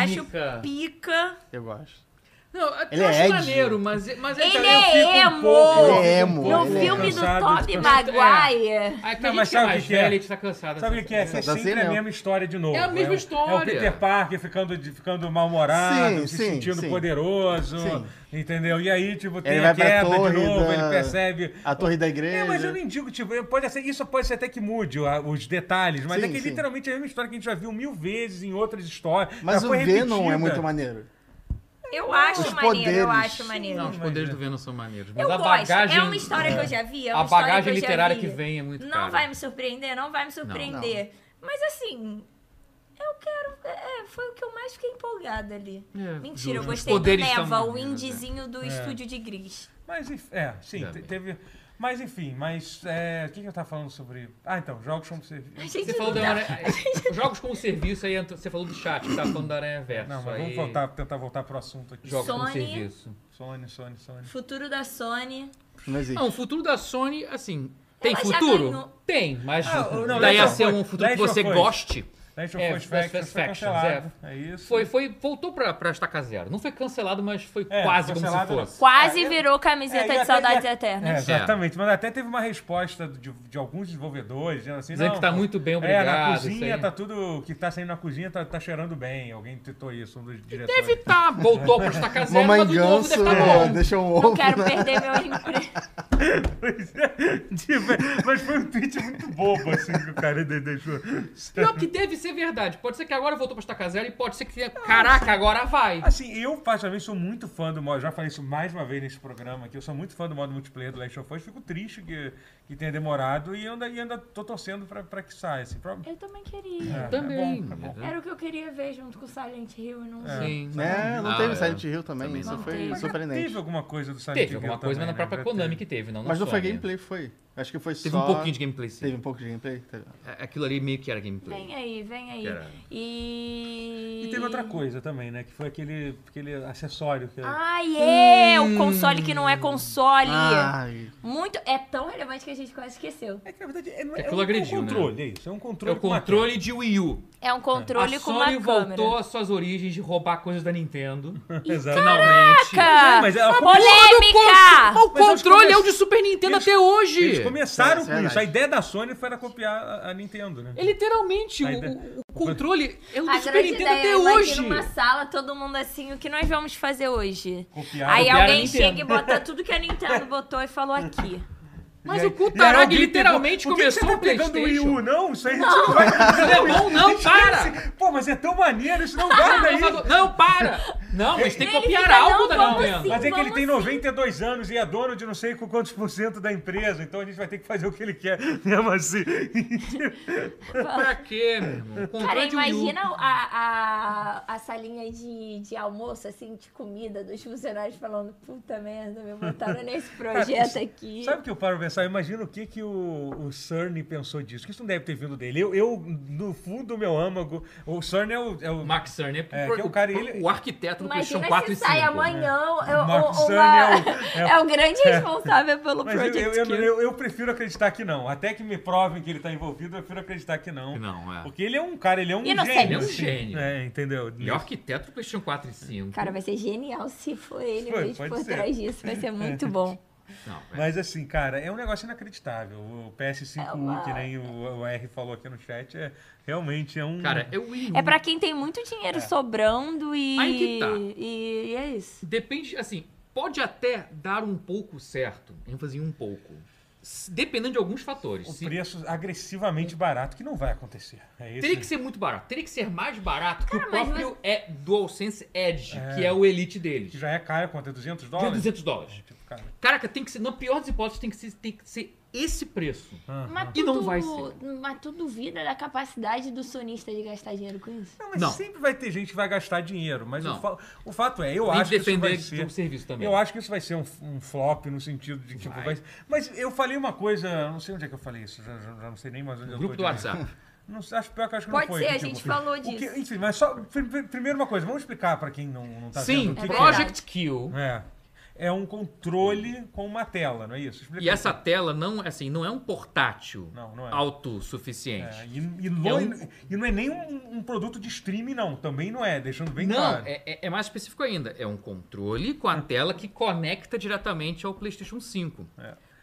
Speaker 3: Acho pica.
Speaker 4: Eu gosto.
Speaker 2: Não, eu
Speaker 4: Ele
Speaker 2: acho
Speaker 4: é Ed.
Speaker 2: maneiro, mas, mas
Speaker 3: Ele
Speaker 2: também-
Speaker 3: é
Speaker 1: Fico um
Speaker 3: emo.
Speaker 1: pouco-
Speaker 4: Ele é emo,
Speaker 1: um pouco
Speaker 3: No
Speaker 4: ele é
Speaker 3: filme do
Speaker 1: cansado,
Speaker 3: Tobey
Speaker 1: descansado.
Speaker 3: Maguire.
Speaker 2: Ah, é
Speaker 1: Não, mas
Speaker 2: que a gente que é
Speaker 1: sabe o
Speaker 2: mais
Speaker 1: que que é?
Speaker 2: velha, a gente tá cansada.
Speaker 1: Sabe o que é?
Speaker 2: dessa-
Speaker 1: Que é
Speaker 4: Essa
Speaker 1: sempre
Speaker 4: cena
Speaker 1: a
Speaker 4: é-
Speaker 1: mesma história de novo.
Speaker 2: É a mesma
Speaker 1: o- É o
Speaker 2: história.
Speaker 1: Peter Parker ficando, de- ficando mal-humorado,
Speaker 4: Sim,
Speaker 1: se
Speaker 4: sim,
Speaker 1: sentindo
Speaker 4: sim.
Speaker 1: poderoso,
Speaker 4: Sim.
Speaker 1: entendeu? E aí, tipo, tem
Speaker 4: vai
Speaker 1: a
Speaker 4: pra
Speaker 1: queda
Speaker 4: torre
Speaker 1: de novo,
Speaker 4: da-
Speaker 1: ele percebe...
Speaker 4: A torre da igreja.
Speaker 1: É, mas eu nem digo, tipo, pode ser, isso pode ser até que mude ó, os detalhes, mas
Speaker 4: Sim,
Speaker 1: é que
Speaker 4: sim.
Speaker 1: literalmente é a mesma história que a gente já viu mil vezes em outras histórias.
Speaker 4: Mas
Speaker 1: já
Speaker 4: o
Speaker 1: foi
Speaker 4: Venom é
Speaker 1: repetida.
Speaker 4: muito maneiro.
Speaker 3: Eu acho
Speaker 4: Os
Speaker 3: maneiro, eu
Speaker 4: poderes.
Speaker 3: acho maneiro.
Speaker 2: Não, os poderes do Venom são maneiros. Mas
Speaker 3: eu
Speaker 2: a
Speaker 3: gosto.
Speaker 2: bagagem.
Speaker 3: é uma história que eu já vi. É uma
Speaker 2: A bagagem
Speaker 3: história que eu já
Speaker 2: literária
Speaker 3: vi.
Speaker 2: que vem é muito
Speaker 3: Não
Speaker 2: cara.
Speaker 3: vai me surpreender, não vai me surpreender. Mas assim, eu quero. é, foi o que eu mais fiquei empolgada ali.
Speaker 2: É,
Speaker 3: Mentira,
Speaker 2: justo.
Speaker 3: eu
Speaker 2: Os
Speaker 3: gostei do
Speaker 2: poderes estão
Speaker 3: Neva, o
Speaker 2: maneiros, né?
Speaker 3: indizinho do estúdio de Gris.
Speaker 1: Mas, enfim, é, sim,
Speaker 2: Ainda
Speaker 1: te-
Speaker 2: bem.
Speaker 1: teve... Mas, enfim, mas... é, o que, que eu tava falando sobre... Ah, então, jogos como você...
Speaker 3: A gente
Speaker 2: Você falou
Speaker 3: não
Speaker 2: da
Speaker 3: tá-
Speaker 2: Aranha. Jogos como serviço, aí entra- você falou do chat, que tava falando da Aranha Verso.
Speaker 1: Não, mas
Speaker 2: aí...
Speaker 1: vamos voltar, tentar voltar pro assunto aqui.
Speaker 2: Jogos como
Speaker 3: Sony.
Speaker 2: serviço.
Speaker 1: Sony, Sony, Sony.
Speaker 3: Futuro da Sony.
Speaker 4: Não existe.
Speaker 2: Não, o futuro da Sony, assim. Tem
Speaker 3: Ela já ganhou.
Speaker 2: futuro? Tem, mas
Speaker 1: Ah, o- não,
Speaker 2: daí
Speaker 1: Last
Speaker 2: a
Speaker 1: of
Speaker 2: ser
Speaker 1: Us-
Speaker 2: um futuro que
Speaker 1: Last of
Speaker 2: você
Speaker 1: Us.
Speaker 2: goste.
Speaker 1: Last
Speaker 2: É,
Speaker 1: of Us
Speaker 2: Last
Speaker 1: Né, Factions foi
Speaker 2: Factions,
Speaker 1: cancelado. É isso.
Speaker 2: Foi, foi, voltou pra, pra estaca zero. Não foi cancelado, mas foi
Speaker 1: É,
Speaker 2: quase como se
Speaker 1: cancelado não.
Speaker 2: fosse.
Speaker 3: Quase
Speaker 1: É, eu-
Speaker 3: virou
Speaker 1: É, e
Speaker 3: camiseta
Speaker 1: até-
Speaker 3: de saudades
Speaker 1: e a-
Speaker 2: né?
Speaker 1: É,
Speaker 3: eternas.
Speaker 1: exatamente, mas até teve uma resposta de, de alguns desenvolvedores dizendo assim:
Speaker 2: Dizendo
Speaker 1: não,
Speaker 2: que tá
Speaker 1: pô,
Speaker 2: muito bem,
Speaker 1: É, na
Speaker 2: obrigado, isso
Speaker 1: cozinha
Speaker 2: aí.
Speaker 1: tá tudo. O que tá saindo na cozinha tá, tá cheirando bem. Alguém tweetou isso, um dos diretores.
Speaker 2: Deve tá, voltou pra estaca zero,
Speaker 4: Mamãe
Speaker 2: mas o novo
Speaker 4: Ganso
Speaker 2: deve tá
Speaker 4: é,
Speaker 2: bom.
Speaker 4: deixa um ovo.
Speaker 3: Não quero perder meu emprego.
Speaker 1: Pois é, tipo, mas foi um tweet muito bobo, assim, que o cara de- deixou.
Speaker 2: Pior que deve ser verdade. Pode ser que agora voltou pra estaca zero e pode ser que tenha... Caraca, agora vai.
Speaker 1: Assim, eu, particularmente, sou muito fã do modo. Já falei isso mais uma vez nesse programa aqui. Eu sou muito fã do modo multiplayer do Last of Us. Fico triste que, que tenha demorado e ainda, e ainda tô torcendo pra, pra que saia. Assim, pra-
Speaker 3: Eu também queria.
Speaker 1: é,
Speaker 2: Também.
Speaker 1: É bom, é bom.
Speaker 3: Era o que eu queria ver junto com Silent Hill e não vi.
Speaker 2: Sim.
Speaker 4: É, não
Speaker 2: Ah,
Speaker 4: teve
Speaker 2: é.
Speaker 4: Silent Hill também.
Speaker 2: Também
Speaker 4: Isso
Speaker 3: não
Speaker 4: foi
Speaker 3: teve.
Speaker 1: Mas já
Speaker 4: surpreendente.
Speaker 1: é teve alguma coisa do Silent
Speaker 2: Teve
Speaker 1: Hill
Speaker 2: alguma coisa, mas
Speaker 1: também,
Speaker 2: na
Speaker 1: né?
Speaker 2: própria
Speaker 1: Já
Speaker 2: Konami
Speaker 1: teve.
Speaker 2: que teve, não. na
Speaker 4: Mas não foi
Speaker 2: Sony. né?
Speaker 4: gameplay, foi. Acho que foi
Speaker 2: Teve
Speaker 4: só...
Speaker 2: um pouquinho de gameplay, sim.
Speaker 4: Teve um pouco de gameplay? Teve.
Speaker 2: A- Aquilo ali meio que era gameplay.
Speaker 3: Vem aí, vem aí.
Speaker 2: Era.
Speaker 3: E.
Speaker 1: E teve outra coisa também, né? Que foi aquele, aquele acessório que.
Speaker 3: Ai, é! O console que não é console.
Speaker 4: Ai,
Speaker 3: Muito. É tão relevante que a gente quase esqueceu.
Speaker 1: É que na verdade é, não é-
Speaker 2: Aquilo
Speaker 1: é um,
Speaker 2: agrediu, né?
Speaker 1: controle, é isso. É um
Speaker 2: É
Speaker 1: controle.
Speaker 2: o
Speaker 1: com uma
Speaker 2: controle de Wii U.
Speaker 3: É um controle
Speaker 2: a
Speaker 3: com uma
Speaker 2: Sony voltou
Speaker 3: câmera.
Speaker 2: às suas origens de roubar coisas da Nintendo.
Speaker 1: tela. Exato.
Speaker 2: Finalmente.
Speaker 3: Caraca!
Speaker 2: é
Speaker 1: Mas é ela-
Speaker 2: Mas
Speaker 3: Polêmica!
Speaker 2: o controle
Speaker 1: eles
Speaker 2: é o de Super Nintendo
Speaker 1: eles-
Speaker 2: até hoje.
Speaker 1: Eles começaram
Speaker 4: Isso é
Speaker 1: com isso.
Speaker 4: verdade.
Speaker 1: A ideia da Sony foi era copiar a, a Nintendo, né?
Speaker 2: É literalmente, o,
Speaker 1: Ainda-
Speaker 2: o- o controle é o do
Speaker 3: A
Speaker 2: Super
Speaker 3: grande
Speaker 2: Nintendo
Speaker 3: ideia
Speaker 2: até
Speaker 3: é
Speaker 2: hoje.
Speaker 3: hoje. numa sala, todo mundo assim, o que nós vamos fazer hoje?
Speaker 1: Copiar.
Speaker 3: Aí
Speaker 2: copiaram a
Speaker 3: alguém
Speaker 2: Nintendo.
Speaker 3: chega e bota tudo que a Nintendo botou e falou aqui.
Speaker 2: Mas
Speaker 1: E
Speaker 2: o
Speaker 1: aí- e aí
Speaker 2: Kutaragi
Speaker 1: alguém
Speaker 2: literalmente
Speaker 1: pegou,
Speaker 2: começou
Speaker 1: Por
Speaker 2: o
Speaker 1: que que você tá pegando o Wii U?
Speaker 2: Playstation.
Speaker 1: Não, isso aí a gente não, vai.
Speaker 2: Não é bom, não, para!
Speaker 1: Esse- Pô, mas é tão maneiro, isso não
Speaker 2: Ah,
Speaker 1: guarda aí.
Speaker 2: mas- Não, para! Não, mas tem que
Speaker 3: Ele
Speaker 2: copiar
Speaker 3: fica,
Speaker 2: algo
Speaker 3: não,
Speaker 2: da
Speaker 3: vamos
Speaker 2: Nintendo.
Speaker 3: sim.
Speaker 1: Mas é que ele
Speaker 3: Vamos
Speaker 1: tem
Speaker 3: sim.
Speaker 1: 92 anos e é dono de não sei com quantos por cento da empresa, então a gente vai ter que fazer o que ele quer mesmo assim.
Speaker 2: Pra quê, meu irmão?
Speaker 3: Cara,
Speaker 2: Controle de um Wii U.
Speaker 3: imagina a, a, a salinha de, de almoço, assim, de comida, dos funcionários falando, puta merda, me botaram nesse projeto aqui.
Speaker 1: Sabe o que eu paro pra pensar? Imagina o que, que o, o Cerny pensou disso, que isso não deve ter vindo dele. Eu, eu, no fundo do meu âmago, o Cerny é o. É o
Speaker 2: Max Cerny é,
Speaker 1: É, que é o cara, ele-
Speaker 2: o arquiteto do PlayStation
Speaker 3: Imagina
Speaker 2: 4
Speaker 3: se
Speaker 2: e 5.
Speaker 3: sai amanhã é. o-
Speaker 1: Mark
Speaker 3: o-
Speaker 1: Cerny é
Speaker 3: uma-
Speaker 1: o-
Speaker 3: é o grande responsável pelo
Speaker 1: Mas eu,
Speaker 3: Project
Speaker 1: eu, eu,
Speaker 3: Q.
Speaker 1: eu- eu prefiro acreditar que não. Até que me provem que ele tá envolvido, eu prefiro acreditar que não.
Speaker 2: Que não, é.
Speaker 1: Porque ele é um cara, ele é um
Speaker 3: Inocente.
Speaker 1: gênio.
Speaker 3: Ele é um
Speaker 1: assim.
Speaker 2: gênio.
Speaker 1: É, entendeu?
Speaker 2: Ele é o arquiteto do PlayStation 4 e 5.
Speaker 3: Cara, vai ser genial se for ele
Speaker 1: Foi,
Speaker 3: mesmo
Speaker 1: pode
Speaker 3: por
Speaker 1: ser.
Speaker 3: trás disso. Vai ser muito bom.
Speaker 2: Não, é.
Speaker 1: Mas assim, cara, é um negócio inacreditável. O PS5U,
Speaker 3: É uma-
Speaker 1: que nem o, o R falou aqui no chat, é realmente é um.
Speaker 2: Cara, é o Wii U.
Speaker 3: É pra quem tem muito dinheiro sobrando e...
Speaker 2: Aí que tá.
Speaker 3: e. e é isso.
Speaker 2: Depende, assim, pode até dar um pouco certo, ênfase em um pouco. S- Dependendo de alguns fatores.
Speaker 1: o
Speaker 2: Se-
Speaker 1: um preço agressivamente barato, que não vai acontecer. É isso.
Speaker 2: Teria que ser muito barato. Teria que ser mais barato que o
Speaker 3: mas
Speaker 2: próprio é DualSense Edge, que é o Elite deles.
Speaker 1: Que já é caro quanto? É 200
Speaker 2: De
Speaker 1: dólares?
Speaker 2: 200 dólares.
Speaker 1: Tipo, cara,
Speaker 2: Caraca, tem que ser. Na pior das hipóteses, tem que ser, tem que ser esse preço.
Speaker 1: Ah.
Speaker 6: Mas
Speaker 2: E
Speaker 6: tu,
Speaker 2: não
Speaker 6: du-
Speaker 2: vai ser.
Speaker 6: Mas tu duvida da capacidade do sonista de gastar dinheiro com isso?
Speaker 1: Não, mas
Speaker 2: Não.
Speaker 1: sempre vai ter gente que vai gastar dinheiro. Mas o,
Speaker 2: Não.
Speaker 1: fa- o fato é, eu
Speaker 2: Tem que
Speaker 1: acho que isso vai
Speaker 2: defender
Speaker 1: ser...
Speaker 2: do serviço também.
Speaker 1: Eu acho que isso vai ser um, um flop no sentido de tipo.
Speaker 2: Vai.
Speaker 1: Vai. Mas eu falei uma coisa, não sei onde é que eu falei isso, já, já- já não sei nem mais onde eu
Speaker 2: Grupo
Speaker 1: tô
Speaker 2: do
Speaker 1: de-
Speaker 2: WhatsApp.
Speaker 1: Não, sei, acho pior que eu acho que
Speaker 3: Pode
Speaker 1: não foi.
Speaker 3: ser, a
Speaker 1: tipo,
Speaker 3: gente falou
Speaker 1: o que-
Speaker 3: disso.
Speaker 1: enfim, mas só. pri- pri- Primeiro uma coisa, vamos explicar pra quem não, não tá
Speaker 2: Sim,
Speaker 1: vendo o que que
Speaker 2: Project Kill.
Speaker 1: É. É um controle com uma tela, não é isso? Explica
Speaker 2: E essa
Speaker 1: aí.
Speaker 2: tela não, assim, não é um portátil
Speaker 1: Não, não é. É,
Speaker 2: autossuficiente.
Speaker 1: e, e lo-
Speaker 2: É um-
Speaker 1: e não é nem um, um produto de streaming, não. Também não é, deixando bem
Speaker 2: Não,
Speaker 1: claro.
Speaker 2: é, é- é mais específico ainda. É um controle com a
Speaker 1: É.
Speaker 2: tela que conecta diretamente ao PlayStation 5.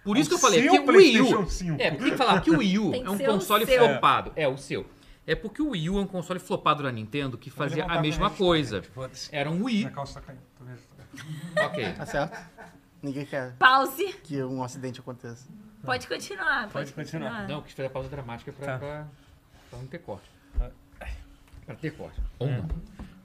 Speaker 2: Por isso
Speaker 1: É. Ao
Speaker 2: que eu falei
Speaker 1: seu
Speaker 2: que o Wii
Speaker 1: PlayStation
Speaker 2: U.
Speaker 1: 5.
Speaker 2: É, porque falar que o Wii U
Speaker 3: Tem que
Speaker 2: é um
Speaker 3: ser o
Speaker 2: console
Speaker 3: seu.
Speaker 2: flopado. É, o seu. É porque o Wii U é um console flopado da Nintendo que fazia
Speaker 1: levantar
Speaker 2: a mesma
Speaker 1: minha
Speaker 2: coisa.
Speaker 1: Foda-se.
Speaker 2: Era um
Speaker 1: Minha
Speaker 2: Wii,
Speaker 1: calça tá caindo. tô vendo. é.
Speaker 2: ok.
Speaker 4: Tá certo? Ninguém quer
Speaker 3: Pause.
Speaker 4: que um acidente aconteça.
Speaker 3: Pode continuar.
Speaker 1: Pode continuar.
Speaker 2: Não, eu quis fazer a pausa dramática pra,
Speaker 1: Tá.
Speaker 2: pra- pra não ter corte.
Speaker 1: Tá.
Speaker 2: Pra ter corte. Ou não.